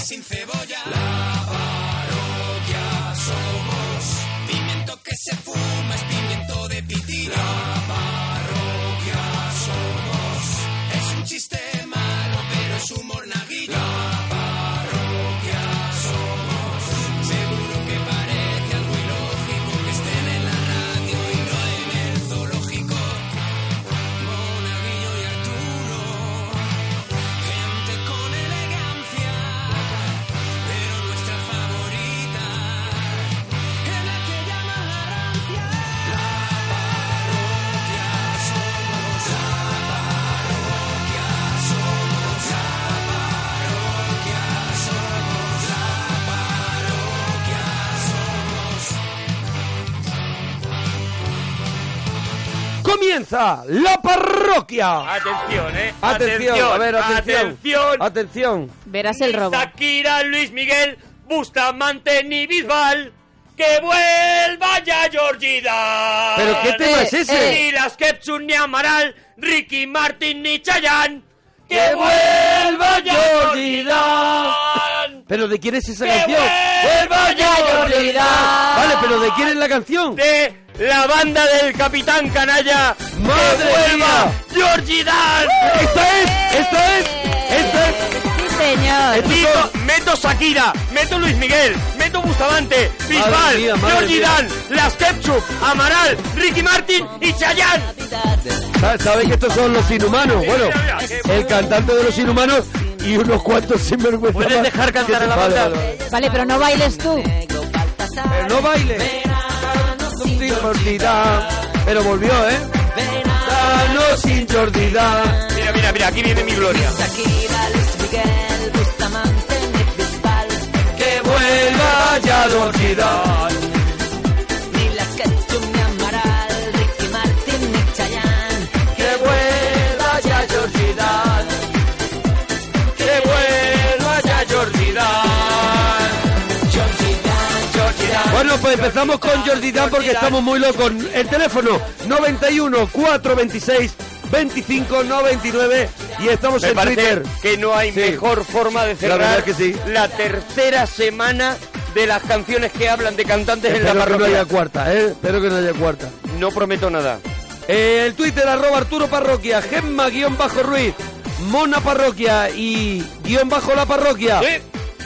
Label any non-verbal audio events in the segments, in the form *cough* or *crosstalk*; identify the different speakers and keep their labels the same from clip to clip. Speaker 1: sin cebolla. La parodia somos. Pimiento que se fuma es pimiento de pitina. La parroquia somos. Es un chiste malo, pero es humor naguillo. La parroquia somos. Seguro que parece algo ilógico que estén en la radio y no en el zoológico. Monaguillo y Arturo. Gente con elegancia, pero nuestra favorita es la que llaman la rancia. La parroquia somos, la parroquia somos, la parroquia somos, la parroquia somos.
Speaker 2: Comienza la parroquia.
Speaker 3: Atención, eh.
Speaker 2: Atención, a ver, atención.
Speaker 3: Atención.
Speaker 2: Atención.
Speaker 4: Verás el robo.
Speaker 3: Shakira, Luis Miguel, Bustamante ni Bisbal. Que vuelva ya Georgida.
Speaker 2: ¿Pero qué tema
Speaker 4: Eh,
Speaker 2: es ese?
Speaker 3: Ni las Kepsun ni Amaral, Ricky Martin ni Chayanne. Que vuelva ya Georgida.
Speaker 2: ¿Pero de quién es esa
Speaker 3: ¡Que
Speaker 2: canción?
Speaker 3: vuelva ya Georgina!
Speaker 2: Vale, pero ¿de quién es la canción?
Speaker 3: De la banda del Capitán Canalla.
Speaker 2: ¡Madre
Speaker 3: que vuelva
Speaker 2: mía!
Speaker 3: Georgida.
Speaker 2: ¡Esta es! ¡Esta es! ¡Esta Este es!
Speaker 4: Sí, señor.
Speaker 2: Estos
Speaker 3: Meto,
Speaker 2: son-
Speaker 3: meto Shakira, meto Luis Miguel, meto Bustamante,
Speaker 2: Madre
Speaker 3: Bisbal,
Speaker 2: mía, madre
Speaker 3: Georgie
Speaker 2: mía.
Speaker 3: Dan, Las Ketchup, Amaral, Ricky Martin y Chayanne.
Speaker 2: ¿Sabes sabéis que estos son los inhumanos? Bueno,
Speaker 3: mira, mira, qué-
Speaker 2: el cantante de los inhumanos y unos cuantos sinvergüenza.
Speaker 3: ¿Puedes
Speaker 2: más
Speaker 3: dejar
Speaker 2: que
Speaker 3: cantar
Speaker 2: te-
Speaker 3: a la
Speaker 2: vale,
Speaker 3: banda?
Speaker 2: vale, vale.
Speaker 4: Vale, pero no bailes tú.
Speaker 2: Pero no baile. Sin Jordidad. Pero volvió, ¿eh? Danos sin Jordidad.
Speaker 3: Mira, mira, mira, aquí viene mi gloria.
Speaker 2: Que vuelva ya Jordidad. Que vuelva ya Jordidad. Que vuelva ya Jordidad. Bueno, pues empezamos con Jordi Dan porque estamos muy locos. El teléfono 91 426 25 99 y estamos
Speaker 3: Me
Speaker 2: en
Speaker 3: parece
Speaker 2: Twitter.
Speaker 3: que no hay
Speaker 2: Sí.
Speaker 3: mejor forma de cerrar
Speaker 2: verdad es que sí.
Speaker 3: la tercera semana de las canciones que hablan de cantantes en la
Speaker 2: Espero que no
Speaker 3: parroquia.
Speaker 2: haya cuarta, ¿eh? Espero que no haya cuarta.
Speaker 3: No prometo nada.
Speaker 2: Eh, el Twitter arroba Arturo Parroquia, Gemma guión bajo Ruiz, Mona Parroquia y guión bajo la parroquia.
Speaker 3: Sí.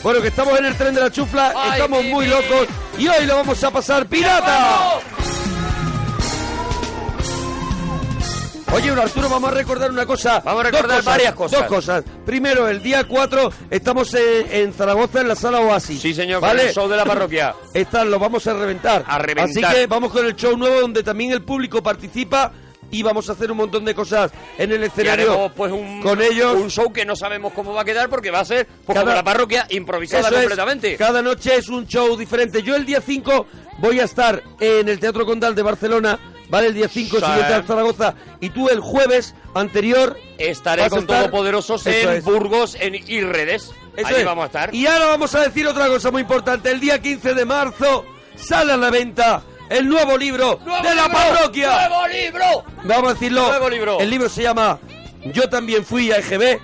Speaker 2: Bueno, que estamos en el tren de la chufla,
Speaker 3: Ay,
Speaker 2: estamos
Speaker 3: mi
Speaker 2: muy
Speaker 3: vida.
Speaker 2: locos y hoy lo vamos a pasar pirata. Oye, bueno, Arturo, vamos a recordar una cosa.
Speaker 3: Vamos a
Speaker 2: Dos
Speaker 3: recordar varias cosas.
Speaker 2: Dos cosas. Primero, el día 4 estamos en, en Zaragoza, en la sala Oasis.
Speaker 3: Sí, señor, con
Speaker 2: ¿Vale?
Speaker 3: el show de la
Speaker 2: *laughs*
Speaker 3: parroquia.
Speaker 2: Están, lo vamos a reventar.
Speaker 3: A reventar.
Speaker 2: Así que vamos con el show nuevo donde también el público participa y vamos a hacer un montón de cosas en el
Speaker 3: Y
Speaker 2: escenario
Speaker 3: haremos pues un,
Speaker 2: con ellos.
Speaker 3: un show que no sabemos cómo va a quedar porque va a ser pues,
Speaker 2: Cada-
Speaker 3: como la parroquia improvisada
Speaker 2: Eso es,
Speaker 3: completamente.
Speaker 2: cada noche es un show diferente. Yo el día 5 voy a estar en el Teatro Condal de Barcelona, ¿vale? El día 5
Speaker 3: Sí.
Speaker 2: siguiente a Zaragoza. Y tú el jueves anterior
Speaker 3: Estaré
Speaker 2: vas a
Speaker 3: con
Speaker 2: estar-
Speaker 3: Todopoderosos
Speaker 2: Eso
Speaker 3: en
Speaker 2: es.
Speaker 3: Burgos en, y redes.
Speaker 2: Eso
Speaker 3: Allí
Speaker 2: es.
Speaker 3: vamos a estar.
Speaker 2: Y ahora vamos a decir otra cosa muy importante. El día 15 de marzo sale a la venta el nuevo libro
Speaker 3: ¡Nuevo
Speaker 2: de la
Speaker 3: libro!
Speaker 2: parroquia.
Speaker 3: ¡Nuevo libro!
Speaker 2: Vamos a decirlo.
Speaker 3: Nuevo libro.
Speaker 2: El libro se llama Yo también fui a EGB.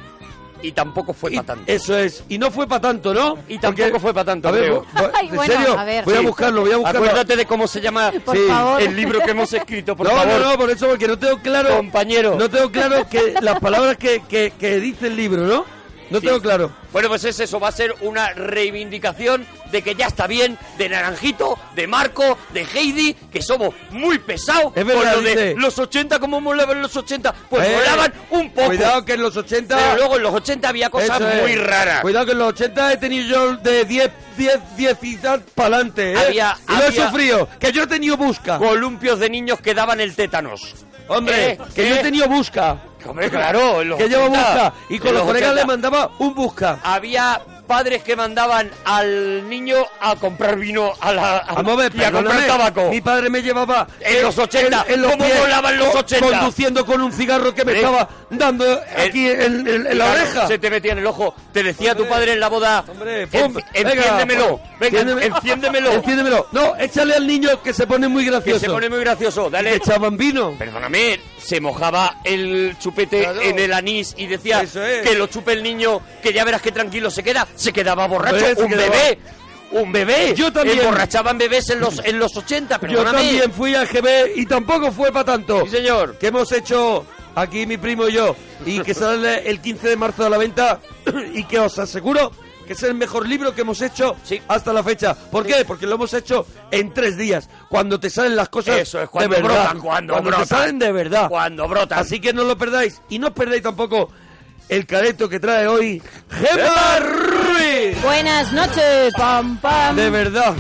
Speaker 3: Y tampoco fue
Speaker 2: Y-
Speaker 3: para tanto.
Speaker 2: Eso es. Y no fue para tanto, ¿no?
Speaker 3: Y tampoco
Speaker 2: Porque-
Speaker 3: fue pa' tanto,
Speaker 2: A ver,
Speaker 3: creo.
Speaker 2: bu- bu-
Speaker 4: Ay,
Speaker 2: ¿En
Speaker 4: bueno,
Speaker 2: serio?
Speaker 4: a ver.
Speaker 2: Voy a
Speaker 4: Sí.
Speaker 2: buscarlo, voy a buscarlo.
Speaker 3: Acuérdate de cómo se llama
Speaker 4: Por
Speaker 2: Sí.
Speaker 4: favor.
Speaker 3: el libro que hemos escrito, por
Speaker 2: no,
Speaker 3: favor.
Speaker 2: no, no, por eso, porque no tengo claro.
Speaker 3: Compañero.
Speaker 2: No tengo claro que las palabras que, que, que dice el libro, ¿no? No
Speaker 3: Sí.
Speaker 2: tengo claro.
Speaker 3: Bueno, pues es eso, va a ser una reivindicación de que ya está bien de Naranjito, de Marco, de Heidi, que somos muy pesados
Speaker 2: Es verdad,
Speaker 3: con lo de
Speaker 2: dice.
Speaker 3: los 80, como molaban los 80, pues
Speaker 2: Eh,
Speaker 3: molaban un poco.
Speaker 2: Cuidado que en los 80.
Speaker 3: Pero luego en los 80 había cosas
Speaker 2: Eso es.
Speaker 3: muy raras.
Speaker 2: Cuidado que en los 80 he tenido yo de 10, 10, 10 y tal para adelante, ¿eh?
Speaker 3: Había-
Speaker 2: y lo he
Speaker 3: había-
Speaker 2: sufrido, que yo he tenido busca.
Speaker 3: Columpios de niños que daban el tétanos.
Speaker 2: Hombre,
Speaker 3: Eh,
Speaker 2: que yo
Speaker 3: eh.
Speaker 2: he tenido busca.
Speaker 3: Hombre, claro, en los
Speaker 2: Que llevo
Speaker 3: 80,
Speaker 2: busca. Y con
Speaker 3: en
Speaker 2: los, colegas
Speaker 3: 80.
Speaker 2: le mandaba un busca.
Speaker 3: Había padres que mandaban al niño a comprar vino a la, a-
Speaker 2: Vamos a ver,
Speaker 3: y a comprar
Speaker 2: perdóname,
Speaker 3: tabaco.
Speaker 2: Mi padre me llevaba
Speaker 3: En los 80,
Speaker 2: en los
Speaker 3: ¿cómo
Speaker 2: pies,
Speaker 3: volaban los
Speaker 2: co-
Speaker 3: 80?
Speaker 2: Conduciendo con un cigarro que me
Speaker 3: Eh.
Speaker 2: estaba dando aquí en, en- en la
Speaker 3: Claro,
Speaker 2: oreja.
Speaker 3: Se te metía en el ojo. Te decía
Speaker 2: Hombre.
Speaker 3: tu padre en la boda.
Speaker 2: Hombre,
Speaker 3: "En-
Speaker 2: pum, venga,
Speaker 3: enciéndemelo.
Speaker 2: pum,
Speaker 3: Venga,
Speaker 2: *laughs* enciéndeme-
Speaker 3: enciéndemelo.
Speaker 2: Enciéndemelo. No, échale al niño que se pone muy
Speaker 3: que
Speaker 2: gracioso.
Speaker 3: se pone muy gracioso.
Speaker 2: Que
Speaker 3: Dale.
Speaker 2: echaban vino.
Speaker 3: Perdóname,
Speaker 5: se mojaba el chupete
Speaker 2: Claro.
Speaker 5: en el anís y decía
Speaker 2: Eso es.
Speaker 5: que lo chupe el niño, que ya verás qué tranquilo se queda, se quedaba borracho,
Speaker 2: Pues, se
Speaker 5: un
Speaker 2: quedaba-
Speaker 5: bebé. Un bebé.
Speaker 2: Yo también.
Speaker 5: Emborrachaban bebés en los, en los 80,
Speaker 2: Yo
Speaker 5: perdóname.
Speaker 2: también fui al GB y tampoco fue para tanto.
Speaker 5: Sí, señor.
Speaker 2: Que hemos hecho aquí mi primo y yo
Speaker 5: *laughs*
Speaker 2: y que sale el 15 de marzo a la venta *clears throat* y que os aseguro que es el mejor libro que hemos hecho
Speaker 5: Sí.
Speaker 2: hasta la fecha. ¿Por qué? Porque lo hemos hecho en tres días. Cuando te salen las cosas
Speaker 5: Eso es, cuando
Speaker 2: de verdad.
Speaker 5: brotan, cuando brotan.
Speaker 2: te salen de verdad.
Speaker 5: Cuando brotan.
Speaker 2: Así que no lo perdáis. Y no os perdáis tampoco el careto que trae hoy Gemma Ruiz.
Speaker 4: Buenas noches, pam, pam.
Speaker 2: De
Speaker 5: *laughs*
Speaker 2: verdad.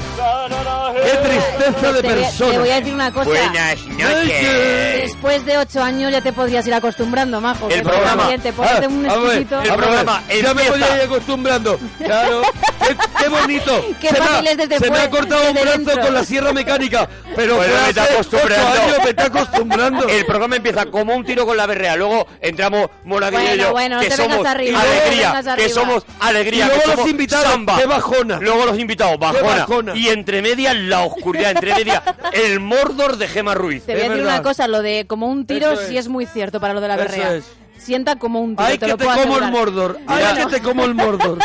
Speaker 2: Qué tristeza de
Speaker 4: Te voy a- Te voy a
Speaker 2: persona.
Speaker 4: decir una cosa.
Speaker 5: Buenas noches.
Speaker 4: Después de ocho años ya te podrías ir acostumbrando, majo.
Speaker 5: El
Speaker 4: que
Speaker 5: programa.
Speaker 4: también Te ponte
Speaker 2: Ah,
Speaker 4: un
Speaker 2: a ver,
Speaker 4: exquisito.
Speaker 2: a ver,
Speaker 5: programa
Speaker 2: Ya me
Speaker 5: empieza.
Speaker 2: voy a ir acostumbrando.
Speaker 5: *laughs*
Speaker 2: Claro. qué, qué bonito.
Speaker 4: Qué
Speaker 2: se me,
Speaker 4: fácil
Speaker 2: ha-
Speaker 4: es desde
Speaker 2: se me
Speaker 4: fuera,
Speaker 2: ha cortado un
Speaker 4: desde
Speaker 2: brazo
Speaker 4: dentro.
Speaker 2: con la sierra mecánica. Pero
Speaker 5: Bueno,
Speaker 2: fue
Speaker 5: me está
Speaker 2: hace
Speaker 5: acostumbrando.
Speaker 2: ocho años me está acostumbrando.
Speaker 5: El programa empieza como un tiro con la berrea. Luego entramos Monaguillo
Speaker 4: Bueno,
Speaker 5: y yo.
Speaker 4: bueno, no
Speaker 5: que
Speaker 4: te vengas
Speaker 5: somos
Speaker 4: arriba,
Speaker 2: no te
Speaker 5: alegría.
Speaker 4: vengas
Speaker 5: Que
Speaker 4: arriba.
Speaker 5: somos alegría.
Speaker 2: Y luego
Speaker 5: que
Speaker 2: los
Speaker 5: somos
Speaker 2: invitados,
Speaker 5: samba.
Speaker 2: qué bajona.
Speaker 5: Luego los invitados. Bajona.
Speaker 2: bajona.
Speaker 5: Y entre medias la oscuridad. Entre
Speaker 2: *laughs*
Speaker 5: medias el Mordor de Gema Ruiz.
Speaker 4: Te voy a
Speaker 2: Es
Speaker 4: decir
Speaker 2: verdad.
Speaker 4: una cosa, lo de como un tiro
Speaker 2: Eso es.
Speaker 4: sí es muy cierto para lo de la
Speaker 2: Eso
Speaker 4: berrea.
Speaker 2: es.
Speaker 4: Sienta como un tiro,
Speaker 2: Ay,
Speaker 4: te
Speaker 2: que
Speaker 4: lo
Speaker 2: te
Speaker 4: puedo
Speaker 2: como el
Speaker 4: asegurar.
Speaker 2: Mordor. Ay,
Speaker 5: Mira.
Speaker 2: que te como el Mordor.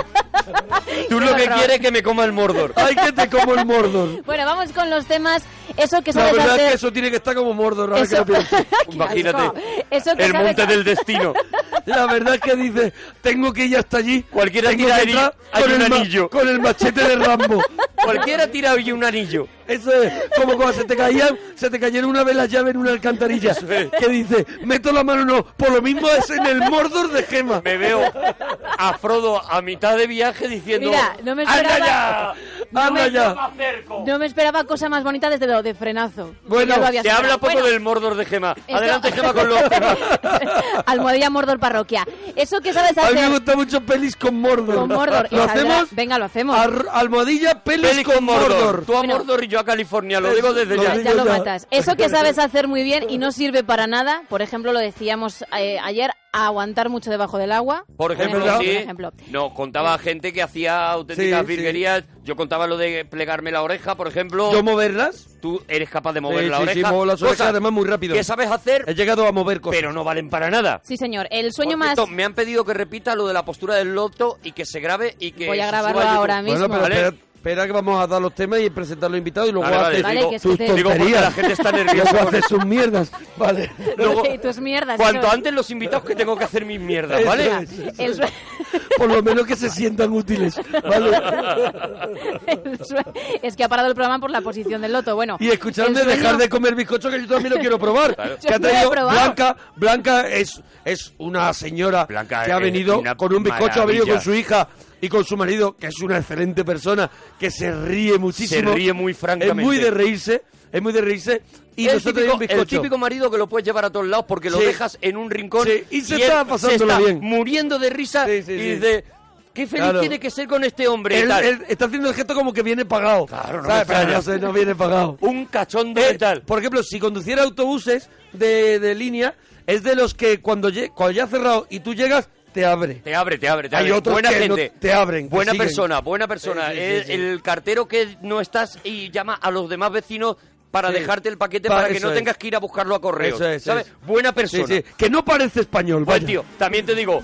Speaker 5: Tú lo
Speaker 4: qué
Speaker 5: que
Speaker 4: horror.
Speaker 5: quieres es que me coma el Mordor.
Speaker 2: Ay, que te como el Mordor.
Speaker 4: Bueno, vamos con los temas. Eso que
Speaker 2: La
Speaker 4: sabes
Speaker 2: verdad
Speaker 4: hacer...
Speaker 2: es que eso tiene que estar como Mordor. ahora que
Speaker 4: Eso-
Speaker 2: lo pienso.
Speaker 4: *laughs* Qué asco.
Speaker 5: Imagínate.
Speaker 4: Eso que
Speaker 5: el
Speaker 4: sabes-
Speaker 5: monte del destino.
Speaker 2: *laughs* La verdad es que dice, tengo que ir hasta allí.
Speaker 5: Cualquiera
Speaker 2: tengo
Speaker 5: tira
Speaker 2: que
Speaker 5: allí-
Speaker 2: entrar
Speaker 5: allí
Speaker 2: con
Speaker 5: un
Speaker 2: el ma-
Speaker 5: anillo.
Speaker 2: Con el machete de Rambo.
Speaker 5: *laughs* Cualquiera tira hoy un anillo.
Speaker 2: Eso es, como cuando se te caían, se te cayeron una vez las llaves en una alcantarilla. Que dice, meto la mano no, por lo mismo es en el Mordor de Gema.
Speaker 5: Me veo a Frodo a mitad de viaje diciendo.
Speaker 4: *laughs* Mira, no me
Speaker 5: ¡Anda
Speaker 4: esperaba-
Speaker 5: ya!
Speaker 2: Anda ya.
Speaker 5: Más cerco.
Speaker 4: No me esperaba cosa más bonita desde lo de frenazo.
Speaker 2: Bueno,
Speaker 4: Ya lo había
Speaker 5: Se
Speaker 4: superado.
Speaker 5: habla poco
Speaker 4: Bueno,
Speaker 5: del Mordor de Gema.
Speaker 4: eso-
Speaker 5: Adelante, Gema, con los
Speaker 4: Almohadilla Mordor Parroquia. Eso que sabes
Speaker 2: A mí
Speaker 4: hacer...
Speaker 2: me gustan mucho pelis con Mordor.
Speaker 4: Con Mordor, y
Speaker 2: ¿Lo
Speaker 4: saldrá-
Speaker 2: hacemos?
Speaker 4: venga, lo hacemos.
Speaker 2: Ar- almohadilla, pelis,
Speaker 5: Peli
Speaker 2: con Mordor.
Speaker 5: Tú a
Speaker 4: Bueno.
Speaker 5: Mordor y yo a California, lo digo desde
Speaker 2: Lo
Speaker 5: ya.
Speaker 2: digo.
Speaker 4: ya lo
Speaker 2: ya.
Speaker 4: matas. Eso que sabes hacer muy bien y no sirve para nada, por ejemplo, lo decíamos eh, ayer, aguantar mucho debajo del agua.
Speaker 5: Por ejemplo,
Speaker 2: ¿Verdad?
Speaker 5: sí.
Speaker 4: Por ejemplo.
Speaker 5: No, contaba gente que hacía auténticas
Speaker 2: Sí, sí.
Speaker 5: virguerías. Yo contaba lo de plegarme la oreja, por ejemplo.
Speaker 2: ¿Yo moverlas?
Speaker 5: Tú eres capaz de mover
Speaker 2: Sí,
Speaker 5: la
Speaker 2: sí, sí,
Speaker 5: oreja.
Speaker 2: muevo las orejas,
Speaker 5: Cosas
Speaker 2: además, muy rápido.
Speaker 5: Que sabes hacer,
Speaker 2: He llegado a mover cosas.
Speaker 5: pero no valen para nada.
Speaker 4: Sí, señor. El sueño
Speaker 5: Por cierto,
Speaker 4: más...
Speaker 5: me han pedido que repita lo de la postura del loto y que se grabe y que
Speaker 4: Voy a
Speaker 5: se
Speaker 4: grabarlo
Speaker 5: suba a YouTube.
Speaker 4: ahora mismo.
Speaker 2: bueno, pero
Speaker 5: Vale.
Speaker 2: espera, espera que vamos a dar los temas y presentar los invitados y luego
Speaker 5: Vale, vale,
Speaker 2: haces
Speaker 4: Vale, que es que
Speaker 2: tus
Speaker 4: te- Digo,
Speaker 5: porque
Speaker 2: tonterías.
Speaker 5: la gente
Speaker 2: *laughs*
Speaker 5: está nerviosa
Speaker 2: Luego
Speaker 5: con
Speaker 2: haces sus mierdas. Vale.
Speaker 5: Luego,
Speaker 4: Y *laughs* tus mierdas,
Speaker 5: Cuanto
Speaker 4: eso.
Speaker 5: antes los invitados que tengo que hacer mis mierdas,
Speaker 2: Eso
Speaker 5: ¿vale?
Speaker 2: es.
Speaker 4: El sue-
Speaker 2: Por lo menos que se sientan útiles. Vale.
Speaker 4: *laughs* el sue- es que ha parado el programa por la posición del loto. Bueno,
Speaker 2: Y escuchadme,
Speaker 4: el sueño-
Speaker 2: dejar de comer bizcocho que yo también
Speaker 4: *laughs*
Speaker 2: lo quiero probar. Que
Speaker 4: Yo
Speaker 2: ha
Speaker 4: no lo he
Speaker 2: traído
Speaker 4: probado.
Speaker 2: Blanca, Blanca es, es una señora
Speaker 5: Blanca
Speaker 2: que ha
Speaker 5: es
Speaker 2: venido
Speaker 5: una
Speaker 2: con un bizcocho, ha venido
Speaker 5: maravilla.
Speaker 2: con su hija y con su marido, que es una excelente persona, que se ríe muchísimo.
Speaker 5: Se ríe muy francamente.
Speaker 2: Es muy de reírse, es muy de reírse. Y
Speaker 5: el,
Speaker 2: nosotros
Speaker 5: típico,
Speaker 2: un bizcocho.
Speaker 5: el típico marido que lo puedes llevar a todos lados porque lo
Speaker 2: Sí.
Speaker 5: dejas en un rincón
Speaker 2: Sí, y se
Speaker 5: él
Speaker 2: está pasándolo
Speaker 5: está
Speaker 2: bien.
Speaker 5: muriendo de risa
Speaker 2: Sí, sí,
Speaker 5: y
Speaker 2: sí.
Speaker 5: dice, qué feliz
Speaker 2: Claro.
Speaker 5: tiene que ser con este hombre. y
Speaker 2: Él-
Speaker 5: tal.
Speaker 2: él está haciendo el gesto como que viene pagado.
Speaker 5: Claro, no
Speaker 2: ¿sabes?
Speaker 5: me
Speaker 2: Pero
Speaker 5: extraña.
Speaker 2: no, sé, no viene pagado.
Speaker 5: Un cachondo
Speaker 2: Eh,
Speaker 5: de tal.
Speaker 2: Por ejemplo, si conduciera autobuses de, de línea, es de los que cuando, lle- cuando ya ha cerrado y tú llegas, te abre.
Speaker 5: Te abre, te abre, te
Speaker 2: Hay
Speaker 5: abre.
Speaker 2: otros
Speaker 5: buena
Speaker 2: que no
Speaker 5: gente.
Speaker 2: te abren, que
Speaker 5: Buena
Speaker 2: siguen.
Speaker 5: persona, buena persona.
Speaker 2: Sí, sí,
Speaker 5: el,
Speaker 2: sí, sí.
Speaker 5: el cartero que no estás y llama a los demás vecinos para
Speaker 2: Sí.
Speaker 5: dejarte el paquete
Speaker 2: Pa-
Speaker 5: para que
Speaker 2: eso
Speaker 5: no
Speaker 2: es.
Speaker 5: tengas que ir a buscarlo a correo.
Speaker 2: Eso es,
Speaker 5: ¿Sabes?
Speaker 2: eso es.
Speaker 5: Buena persona.
Speaker 2: Sí, sí. Que no parece español,
Speaker 5: Buen
Speaker 2: vaya.
Speaker 5: tío, también te digo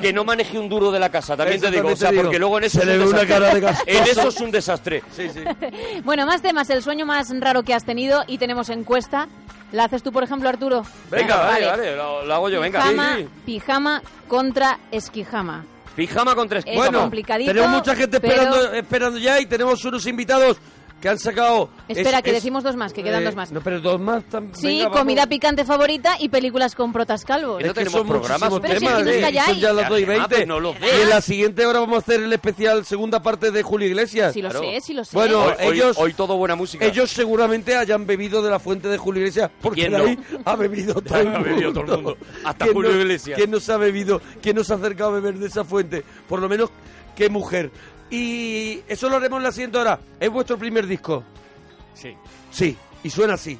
Speaker 5: que no maneje un duro de la casa, también
Speaker 2: Eso
Speaker 5: te digo,
Speaker 2: también
Speaker 5: o sea,
Speaker 2: te digo.
Speaker 5: porque luego en eso
Speaker 2: Se
Speaker 5: es
Speaker 2: le
Speaker 5: un
Speaker 2: ve una
Speaker 5: desastre.
Speaker 2: cara de gastoso.
Speaker 5: En eso es un desastre.
Speaker 2: Sí, sí.
Speaker 4: *laughs*
Speaker 2: *laughs*
Speaker 4: Bueno, más temas. El sueño más raro que has tenido y tenemos encuesta. ¿La haces tú, por ejemplo, Arturo?
Speaker 5: Venga, vale, vale, lo, lo hago yo, venga.
Speaker 4: Pijama,
Speaker 5: Sí, sí.
Speaker 4: pijama contra esquijama.
Speaker 5: Pijama con tres
Speaker 4: Es
Speaker 5: pijama.
Speaker 2: Bueno,
Speaker 4: complicadito,
Speaker 2: tenemos mucha gente
Speaker 4: pero-
Speaker 2: esperando, esperando ya y tenemos unos invitados que han sacado.
Speaker 4: Espera,
Speaker 2: es-
Speaker 4: que
Speaker 2: es-
Speaker 4: decimos dos más, que quedan
Speaker 2: eh,
Speaker 4: dos más.
Speaker 2: No, pero dos más también.
Speaker 4: Sí, comida picante favorita y películas con protas calvos.
Speaker 5: Que no tenemos programas,
Speaker 4: pero si aquí nos
Speaker 2: son
Speaker 4: calláis.
Speaker 2: eh, ya las
Speaker 5: Ya,
Speaker 2: 2 y
Speaker 5: además,
Speaker 2: 20.
Speaker 5: pues no los
Speaker 2: y en la siguiente hora vamos a hacer el especial segunda parte de Julio Iglesias.
Speaker 4: Sí, lo
Speaker 5: Claro.
Speaker 4: sé, sí lo sé.
Speaker 2: Bueno,
Speaker 5: Hoy, hoy-
Speaker 2: ellos-
Speaker 5: hoy todo buena música.
Speaker 2: Ellos seguramente hayan bebido de la fuente de Julio Iglesias, porque
Speaker 5: ¿Quién
Speaker 2: de
Speaker 5: no?
Speaker 2: ahí ha
Speaker 5: *laughs*
Speaker 2: bebido todo el
Speaker 5: Ha
Speaker 2: mundo.
Speaker 5: bebido todo el mundo. Hasta
Speaker 2: ¿Quién
Speaker 5: Julio
Speaker 2: no-
Speaker 5: Iglesias.
Speaker 2: ¿Quién nos ha bebido? ¿Quién nos ha acercado a beber de esa fuente? Por lo menos, qué mujer. Y eso lo haremos en la siguiente hora. ¿Es vuestro primer disco?
Speaker 5: Sí.
Speaker 2: Sí, y suena así.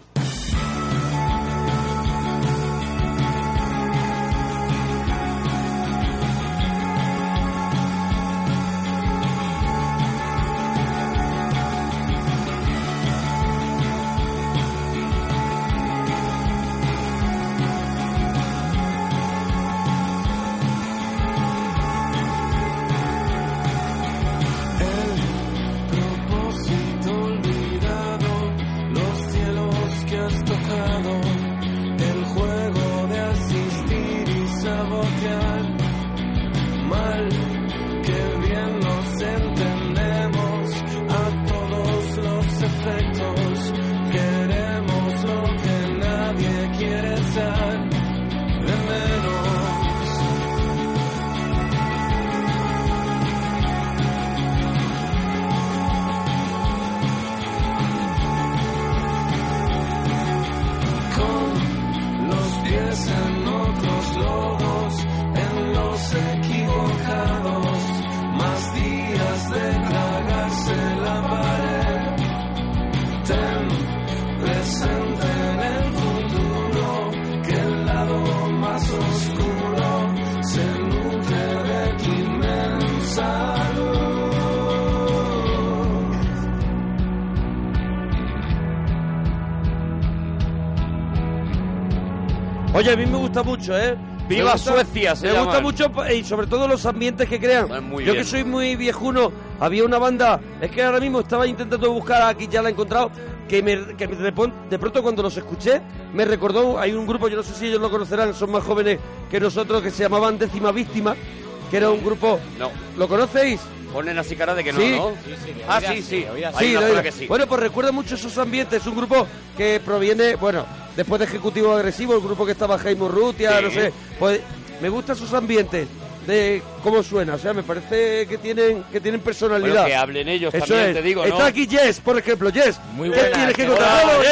Speaker 2: Oye, a mí me gusta mucho, ¿eh? Me
Speaker 5: Viva
Speaker 2: gusta-
Speaker 5: Suecia, se
Speaker 2: Me gusta
Speaker 5: llaman.
Speaker 2: mucho pa- y sobre todo los ambientes que crean.
Speaker 5: Van muy
Speaker 2: Yo
Speaker 5: bien.
Speaker 2: que soy muy viejuno, había una banda, es que ahora mismo estaba intentando buscar, aquí ya la he encontrado, que, me, que me- de, pon- de pronto cuando los escuché me recordó, hay un grupo, yo no sé si ellos lo conocerán, son más jóvenes que nosotros, que se llamaban Décima Víctima, que era un grupo...
Speaker 5: No,
Speaker 2: ¿Lo conocéis?
Speaker 5: ponen así cara de que no,
Speaker 2: Sí.
Speaker 5: ¿no?
Speaker 3: sí,
Speaker 5: ah,
Speaker 3: oídas
Speaker 5: sí,
Speaker 3: sí,
Speaker 5: sí.
Speaker 3: oídas
Speaker 5: Hay
Speaker 2: Sí,
Speaker 5: una
Speaker 2: lo
Speaker 5: zona que
Speaker 2: digo.
Speaker 5: sí.
Speaker 2: Bueno, pues recuerda mucho esos ambientes. Es un grupo que proviene, bueno, después de Ejecutivo Agresivo, el grupo que estaba Jaime Urrutia,
Speaker 5: Sí.
Speaker 2: no sé. Pues me gustan sus ambientes de cómo suena. O sea, me parece que tienen que tienen
Speaker 5: Bueno,
Speaker 2: personalidad.
Speaker 5: que hablen ellos
Speaker 2: Eso
Speaker 5: también,
Speaker 2: es.
Speaker 5: te digo, ¿no?
Speaker 2: Está aquí Jess, por ejemplo. Jess,
Speaker 3: Muy
Speaker 2: ¿qué
Speaker 3: buena,
Speaker 2: tienes
Speaker 5: ¿eh?
Speaker 2: que
Speaker 3: qué
Speaker 2: contarnos?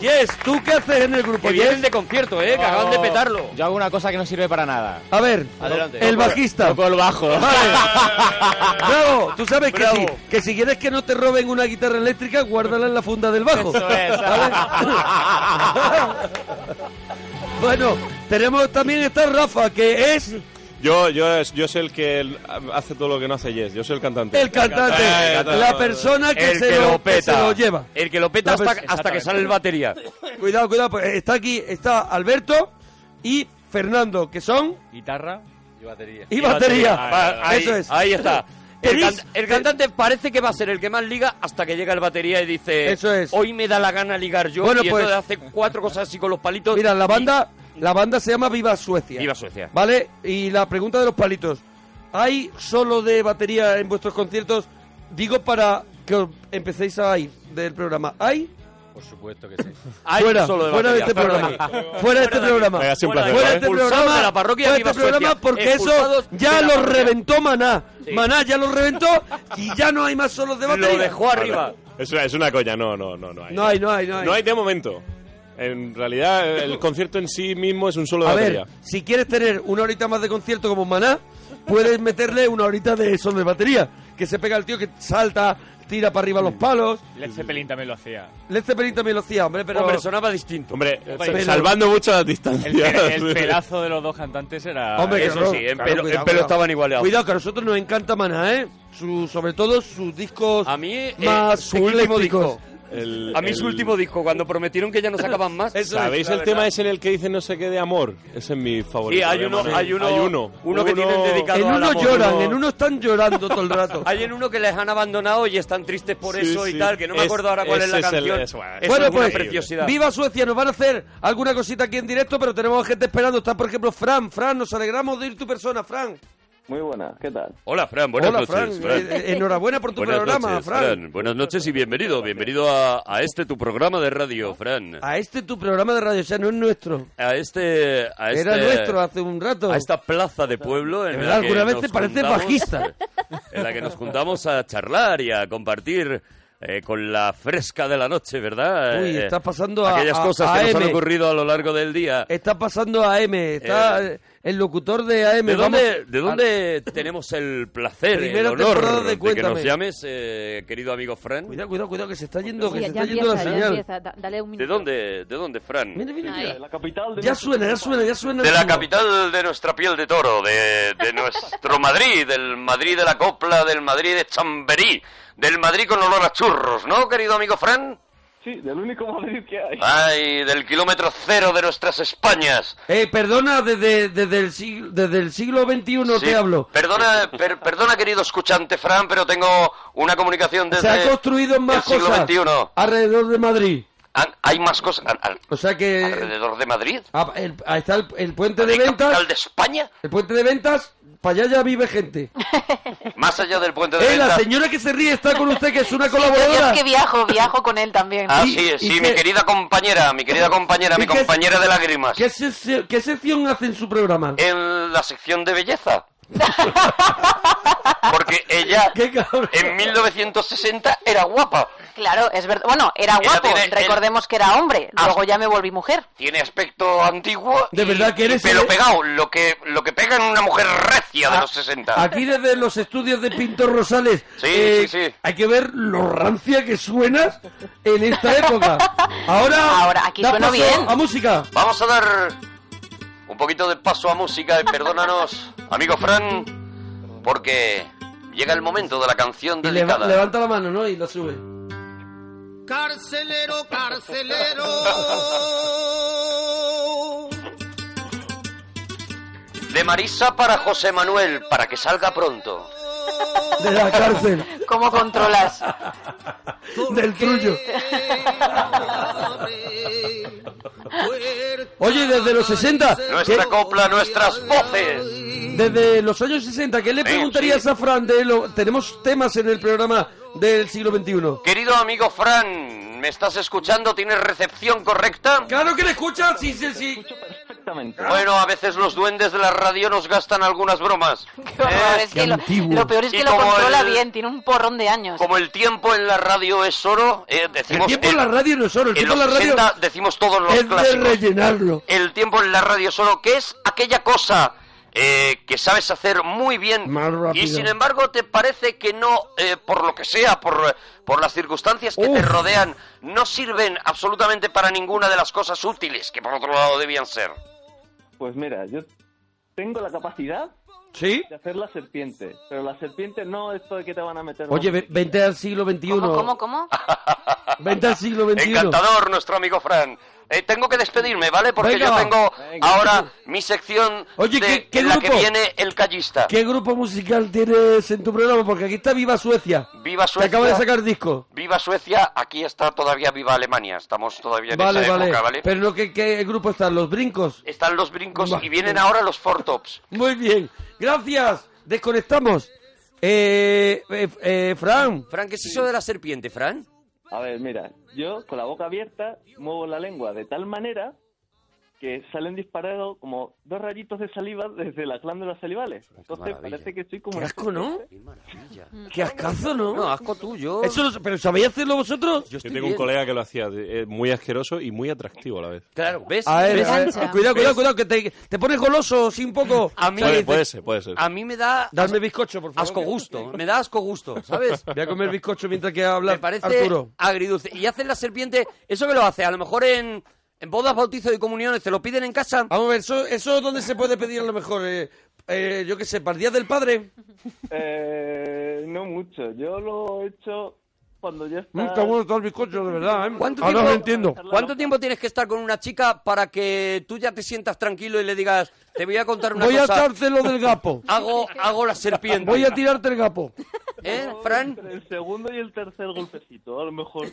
Speaker 2: Jess, ¿tú qué haces en el grupo,
Speaker 5: Que vienen
Speaker 2: Jess?
Speaker 5: de concierto, ¿eh? Que acaban de petarlo.
Speaker 3: Yo hago una cosa que no sirve para nada.
Speaker 2: A ver,
Speaker 5: Adelante.
Speaker 2: el bajista.
Speaker 3: Toco el bajo.
Speaker 2: Bravo, tú sabes que
Speaker 5: Bravo.
Speaker 2: sí, que si quieres que no te roben una guitarra eléctrica, guárdala en la funda del bajo.
Speaker 3: Eso es.
Speaker 2: *laughs* Bueno, tenemos también está Rafa, que es
Speaker 6: Yo, yo, es- yo soy el que el- hace todo lo que no hace Yes. Yo soy el cantante.
Speaker 2: el cantante,
Speaker 6: Eh,
Speaker 2: la persona que,
Speaker 5: El
Speaker 2: se,
Speaker 5: que
Speaker 2: lo,
Speaker 5: lo
Speaker 2: que se
Speaker 5: peta.
Speaker 2: lo lleva.
Speaker 5: El que lo peta
Speaker 2: La
Speaker 5: hasta,
Speaker 2: pers-
Speaker 5: hasta que sale el
Speaker 2: *laughs*
Speaker 5: batería.
Speaker 2: Cuidado, cuidado, pues, está aquí, está Alberto y Fernando, que son
Speaker 3: Guitarra y batería.
Speaker 2: y batería.
Speaker 5: Va, ahí,
Speaker 2: Eso es. eh,
Speaker 5: ahí está. El,
Speaker 2: Tenéis-
Speaker 5: can- el cantante parece que va a ser el que más liga hasta que llega el batería y dice
Speaker 2: Eso es.
Speaker 5: hoy me da la gana ligar yo
Speaker 2: Bueno,
Speaker 5: y
Speaker 2: pues-
Speaker 5: entonces hace cuatro cosas así con los palitos.
Speaker 2: Mira, la
Speaker 5: y-
Speaker 2: banda, la banda se llama Viva Suecia.
Speaker 5: Viva Suecia.
Speaker 2: Vale, y la pregunta de los palitos. ¿Hay solo de batería en vuestros conciertos? Digo para que os empecéis a ir del programa. ¿Hay
Speaker 3: Por supuesto que sí.
Speaker 5: hay
Speaker 2: fuera,
Speaker 5: solo de
Speaker 2: fuera de
Speaker 5: batería,
Speaker 2: este
Speaker 5: fuera de
Speaker 2: programa.
Speaker 5: aquí.
Speaker 2: Fuera de este programa.
Speaker 6: Venga, ha sido un placer,
Speaker 2: Fuera de
Speaker 6: ¿eh?
Speaker 2: este
Speaker 5: Expulsados
Speaker 2: programa.
Speaker 5: de la parroquia
Speaker 2: fuera de
Speaker 5: Viva
Speaker 2: este programa
Speaker 5: Suecia.
Speaker 2: porque eso
Speaker 5: Expulsados
Speaker 2: ya
Speaker 5: de la
Speaker 2: lo
Speaker 5: parroquia.
Speaker 2: reventó Maná.
Speaker 5: Sí.
Speaker 2: Maná ya lo reventó y ya no hay más solos de batería.
Speaker 5: Lo dejó arriba.
Speaker 6: Es una, es una coña, no, no, no, no hay.
Speaker 2: No hay, no hay, no hay.
Speaker 6: No hay de momento. En realidad, el concierto en sí mismo es un solo de
Speaker 2: A
Speaker 6: batería.
Speaker 2: ver, si quieres tener una horita más de concierto como Maná, puedes meterle una horita de sol de batería. Que se pega el tío que salta, tira para arriba los palos.
Speaker 3: Led Zeppelin también lo hacía.
Speaker 2: Led Zeppelin también lo hacía, hombre, pero...
Speaker 5: Hombre, sonaba distinto.
Speaker 6: Hombre, eh,
Speaker 3: Pero-
Speaker 6: salvando mucho las distancias.
Speaker 3: El, pe- el
Speaker 6: *laughs*
Speaker 3: pelazo de los dos cantantes era.
Speaker 2: Hombre, que
Speaker 5: eso
Speaker 2: no.
Speaker 5: sí, en
Speaker 2: Claro,
Speaker 5: pelo- en
Speaker 2: cuidado,
Speaker 5: pelo
Speaker 2: cuidado.
Speaker 5: estaban igualados.
Speaker 2: Cuidado, que a nosotros nos encanta Maná, ¿eh? Su- sobre todo sus discos
Speaker 5: A mí, eh,
Speaker 2: más
Speaker 5: su último
Speaker 2: eclécticos.
Speaker 5: disco.
Speaker 6: El-
Speaker 5: A mí su
Speaker 6: el-
Speaker 5: último disco, cuando prometieron que ya no sacaban más.
Speaker 2: Eso es.
Speaker 6: ¿Sabéis el tema es en el que dice no sé qué de amor? Ese es mi favorito.
Speaker 5: Sí, hay
Speaker 6: de
Speaker 5: uno,
Speaker 6: amor.
Speaker 5: hay uno,
Speaker 6: uno.
Speaker 5: que tienen dedicado
Speaker 2: En
Speaker 5: al
Speaker 2: uno
Speaker 5: amor.
Speaker 2: lloran,
Speaker 6: uno-
Speaker 2: en uno están llorando todo el
Speaker 5: *laughs*
Speaker 2: rato.
Speaker 5: Hay en uno que les han abandonado y están tristes por
Speaker 6: Sí,
Speaker 5: eso y
Speaker 6: sí.
Speaker 5: tal, que no me
Speaker 6: Es-
Speaker 5: acuerdo ahora cuál es la
Speaker 6: ese es el-
Speaker 5: canción.
Speaker 6: eso, bueno,
Speaker 5: Eso
Speaker 2: bueno,
Speaker 5: es una
Speaker 2: pues,
Speaker 5: preciosidad.
Speaker 2: viva Suecia, nos van a hacer alguna cosita aquí en directo, pero tenemos gente esperando. Está, por ejemplo, Fran. Fran, nos alegramos de ir tu persona, Fran.
Speaker 7: Muy buenas, ¿qué tal?
Speaker 5: Hola, Fran, buenas
Speaker 2: Hola,
Speaker 5: noches.
Speaker 2: Fran.
Speaker 5: Fran.
Speaker 2: Eh, eh, enhorabuena por tu
Speaker 5: Buenas
Speaker 2: programa,
Speaker 5: noches,
Speaker 2: Fran.
Speaker 5: Fran. Buenas noches y bienvenido. Bienvenido a, a este tu programa de radio, Fran.
Speaker 2: A este tu programa de radio, o sea, no es nuestro.
Speaker 5: A este. A este
Speaker 2: Era nuestro hace un rato.
Speaker 5: A esta plaza de pueblo en
Speaker 2: De
Speaker 5: la
Speaker 2: verdad,
Speaker 5: que
Speaker 2: alguna vez
Speaker 5: nos
Speaker 2: te pareces
Speaker 5: juntamos-
Speaker 2: bajista.
Speaker 5: En la que nos juntamos a charlar y a compartir eh, con la fresca de la noche, ¿verdad?
Speaker 2: Uy,
Speaker 5: Eh,
Speaker 2: está pasando a-
Speaker 5: Aquellas
Speaker 2: a-
Speaker 5: cosas
Speaker 2: a
Speaker 5: que nos
Speaker 2: AM.
Speaker 5: han ocurrido a lo largo del día.
Speaker 2: Está pasando a AM, está
Speaker 5: Eh,
Speaker 2: el locutor de AM.
Speaker 5: ¿De
Speaker 2: vamos-
Speaker 5: dónde, ¿De dónde tenemos el placer, el
Speaker 2: Primera temporada
Speaker 5: honor
Speaker 2: de
Speaker 5: de, que
Speaker 2: Cuéntame.
Speaker 5: nos llames, eh, querido amigo Fran?
Speaker 2: Cuidado, cuidado, cuidado, que se está yendo,
Speaker 8: Sí,
Speaker 2: que
Speaker 8: ya
Speaker 2: se está
Speaker 8: empieza,
Speaker 2: yendo la
Speaker 8: ya
Speaker 2: señal.
Speaker 8: empieza. Da- dale un
Speaker 5: ¿De
Speaker 8: minuto.
Speaker 5: dónde, de dónde Fran?
Speaker 2: Mira, mira, mira.
Speaker 4: Ahí.
Speaker 7: La capital de
Speaker 2: Ya suena, ya suena, ya suena.
Speaker 5: De la
Speaker 2: el ritmo.
Speaker 5: capital de nuestra piel de toro, de, de nuestro Madrid, del Madrid de la copla, del Madrid de Chamberí, del Madrid con olor a churros, ¿no, querido amigo Fran?
Speaker 7: Sí, del único Madrid que hay.
Speaker 5: Ay, del kilómetro cero de nuestras Españas.
Speaker 2: Eh, perdona, desde, desde, el siglo, desde el siglo XXI
Speaker 5: Sí,
Speaker 2: te hablo.
Speaker 5: Perdona, per- perdona, querido escuchante Fran, pero tengo una comunicación desde
Speaker 2: Se ha construido más
Speaker 5: el siglo
Speaker 2: cosas
Speaker 5: XXI.
Speaker 2: alrededor de Madrid.
Speaker 5: Ah, Hay más cosas al- al-
Speaker 2: O sea que
Speaker 5: alrededor de Madrid.
Speaker 2: ah, el- ahí está el, el puente de
Speaker 5: de capital
Speaker 2: ventas.
Speaker 5: de España,
Speaker 2: El puente de ventas, para allá ya vive gente.
Speaker 5: *laughs* más allá del puente de
Speaker 2: Eh, la
Speaker 5: ventas.
Speaker 2: señora que se ríe está con usted, que es
Speaker 5: *laughs*
Speaker 2: una
Speaker 8: Yo
Speaker 2: colaboradora.
Speaker 8: es que viajo, viajo con él también.
Speaker 5: Así
Speaker 2: ¿Y-
Speaker 5: es,
Speaker 2: y
Speaker 5: Ah, sí,
Speaker 2: qué-
Speaker 5: mi querida compañera, mi querida compañera,
Speaker 2: ¿Y
Speaker 5: mi
Speaker 2: qué-
Speaker 5: compañera de lágrimas.
Speaker 2: ¿Qué, se- qué sección hace en su programa?
Speaker 5: en la sección de
Speaker 2: *laughs*
Speaker 5: belleza. Porque ella
Speaker 2: ¿Qué cabrón?
Speaker 5: en 1960 era guapa.
Speaker 8: Claro, es verdad. Bueno, era
Speaker 5: Era
Speaker 8: guapo.
Speaker 5: tiene-
Speaker 8: Recordemos que era hombre.
Speaker 5: Ah.
Speaker 8: Luego ya me volví
Speaker 2: *laughs*
Speaker 8: mujer.
Speaker 5: Tiene aspecto antiguo.
Speaker 2: De
Speaker 5: y-
Speaker 2: verdad que
Speaker 5: y
Speaker 2: eres
Speaker 5: pelo
Speaker 2: el-
Speaker 5: pegado, lo que, lo que pega en una mujer recia de los 60.
Speaker 2: Aquí desde los estudios de Pintor eh, Rosales.
Speaker 5: Sí, sí, sí.
Speaker 2: Hay que ver lo rancia que suenas en esta
Speaker 5: *laughs*
Speaker 2: época. Ahora,
Speaker 8: Ahora, aquí
Speaker 2: da
Speaker 8: sueno
Speaker 2: paso
Speaker 8: bien.
Speaker 2: A música.
Speaker 5: Vamos a dar un poquito de paso a música y perdónanos, amigo Fran, porque llega el momento de la canción
Speaker 2: Y leva-
Speaker 5: dedicada.
Speaker 2: levanta la mano, ¿no? Y la sube.
Speaker 9: Carcelero, carcelero.
Speaker 10: De Marisa para José Manuel, para que salga pronto.
Speaker 3: De la cárcel.
Speaker 4: ¿Cómo controlas?
Speaker 3: del trullo. Oye, desde los 60.
Speaker 10: Nuestra
Speaker 3: ¿qué-
Speaker 10: copla, nuestras voces.
Speaker 3: Desde los años 60, ¿qué le
Speaker 10: Sí,
Speaker 3: preguntarías
Speaker 10: sí.
Speaker 3: a Fran de lo- Tenemos temas en el programa del siglo XXI.
Speaker 10: Querido amigo Fran, ¿me estás escuchando? ¿Tienes recepción correcta?
Speaker 3: Claro que le escuchas, sí, sí, sí.
Speaker 7: Perfectamente.
Speaker 10: Bueno, a veces los duendes de la radio nos gastan algunas bromas.
Speaker 4: Qué horror, es
Speaker 3: qué
Speaker 4: que lo,
Speaker 3: antiguo.
Speaker 4: lo peor es
Speaker 10: Y
Speaker 4: que lo
Speaker 10: como
Speaker 4: controla
Speaker 10: el-
Speaker 4: bien, tiene un porrón de años.
Speaker 10: Como el tiempo en la radio es oro, eh,
Speaker 3: El
Speaker 10: decimos...
Speaker 3: tiempo en la radio no es oro, el
Speaker 10: en
Speaker 3: tiempo en la
Speaker 10: los
Speaker 3: radio
Speaker 10: 60 decimos todos los
Speaker 3: es de
Speaker 10: clásicos.
Speaker 3: rellenarlo.
Speaker 10: el tiempo en la radio solo, que es aquella cosa eh, que sabes hacer muy bien
Speaker 3: Más rápido.
Speaker 10: y sin embargo te parece que no, eh, por lo que sea, por, eh, por las circunstancias que te
Speaker 3: Uf.
Speaker 10: rodean, no sirven absolutamente para ninguna de las cosas útiles que por otro lado debían ser.
Speaker 7: Pues mira, yo tengo la capacidad
Speaker 3: ¿Sí?
Speaker 7: de hacer la serpiente, pero la serpiente no esto de que te van a meter.
Speaker 3: Oye, ve- vente al siglo XXI.
Speaker 4: ¿Cómo, cómo, cómo?
Speaker 3: Vente al siglo XXI.
Speaker 10: Encantador nuestro amigo Fran. Eh, tengo que despedirme, ¿vale? Porque
Speaker 3: Venga.
Speaker 10: yo tengo
Speaker 7: Venga.
Speaker 10: ahora mi sección
Speaker 3: Oye,
Speaker 10: de-
Speaker 3: ¿qué- qué
Speaker 10: en la que
Speaker 3: grupo?
Speaker 10: viene el callista.
Speaker 3: ¿Qué grupo musical tienes en tu programa? Porque aquí está Viva Suecia.
Speaker 10: Viva
Speaker 3: Que acaba de
Speaker 10: Suecia.
Speaker 3: sacar disco.
Speaker 10: Viva Suecia, aquí está todavía viva Alemania. Estamos todavía en
Speaker 3: Vale,
Speaker 10: esa
Speaker 3: vale.
Speaker 10: época, ¿vale?
Speaker 3: Pero no, ¿qué, ¿qué grupo están? ¿Los brincos?
Speaker 10: Están los brincos
Speaker 3: Vale.
Speaker 10: y vienen ahora los four tops.
Speaker 3: Muy bien. Gracias. Desconectamos. Eh, eh, eh, Fran.
Speaker 2: Fran, ¿qué es eso de la serpiente, Fran?
Speaker 7: A ver, mira, yo con la boca abierta muevo la lengua de tal manera que salen disparados como dos rayitos de saliva desde las glándulas salivales. Entonces
Speaker 2: maravilla.
Speaker 7: parece que estoy como...
Speaker 3: Qué
Speaker 7: una
Speaker 3: asco, ¿no?
Speaker 2: Qué maravilla.
Speaker 3: Qué ascazo, ¿no?
Speaker 2: No, asco tuyo.
Speaker 3: Eso lo- ¿Pero sabéis hacerlo vosotros?
Speaker 2: Yo
Speaker 6: Yo
Speaker 2: estoy
Speaker 6: tengo
Speaker 2: bien.
Speaker 6: un colega que lo hacía, de- eh, muy asqueroso y muy atractivo a la vez.
Speaker 2: Claro, ¿ves?
Speaker 3: A ver,
Speaker 2: ¿Ves?
Speaker 3: a ver,
Speaker 11: Engancha.
Speaker 3: cuidado, cuidado, cuidado, que te, te pones goloso, sí, un poco.
Speaker 2: *laughs* A mí,
Speaker 6: Puede, puede ser, puede ser.
Speaker 2: a mí me da
Speaker 3: Dame bizcocho, por favor.
Speaker 2: asco gusto. Me da asco gusto, ¿sabes?
Speaker 3: *laughs* Voy a comer bizcocho mientras que habla
Speaker 2: Me parece
Speaker 3: Arturo.
Speaker 2: agridulce. Y hacen la serpiente, eso que lo hace, a lo mejor en, en bodas, bautizos y comuniones, te lo piden en casa.
Speaker 3: Vamos a ver, ¿eso, eso dónde se puede pedir a lo mejor? Eh, eh, yo qué sé, ¿para el Día del Padre?
Speaker 7: Eh, no mucho. Yo lo he hecho cuando ya
Speaker 2: Ah.
Speaker 3: Nunca
Speaker 7: está...
Speaker 3: bueno está Mm, el bizcocho, de verdad, ¿eh?
Speaker 2: ¿Cuánto
Speaker 3: Ahora
Speaker 2: tiempo-
Speaker 3: lo entiendo.
Speaker 2: ¿Cuánto tiempo tienes que estar con una chica para que tú ya te sientas tranquilo y le digas, te voy a contar una
Speaker 3: Voy a
Speaker 2: cosa?
Speaker 3: echarte lo del gapo.
Speaker 2: *laughs* Hago, hago la serpiente.
Speaker 3: Voy a tirarte el gapo.
Speaker 2: ¿Eh, Fran?
Speaker 7: Entre el segundo y el tercer golpecito, a lo mejor.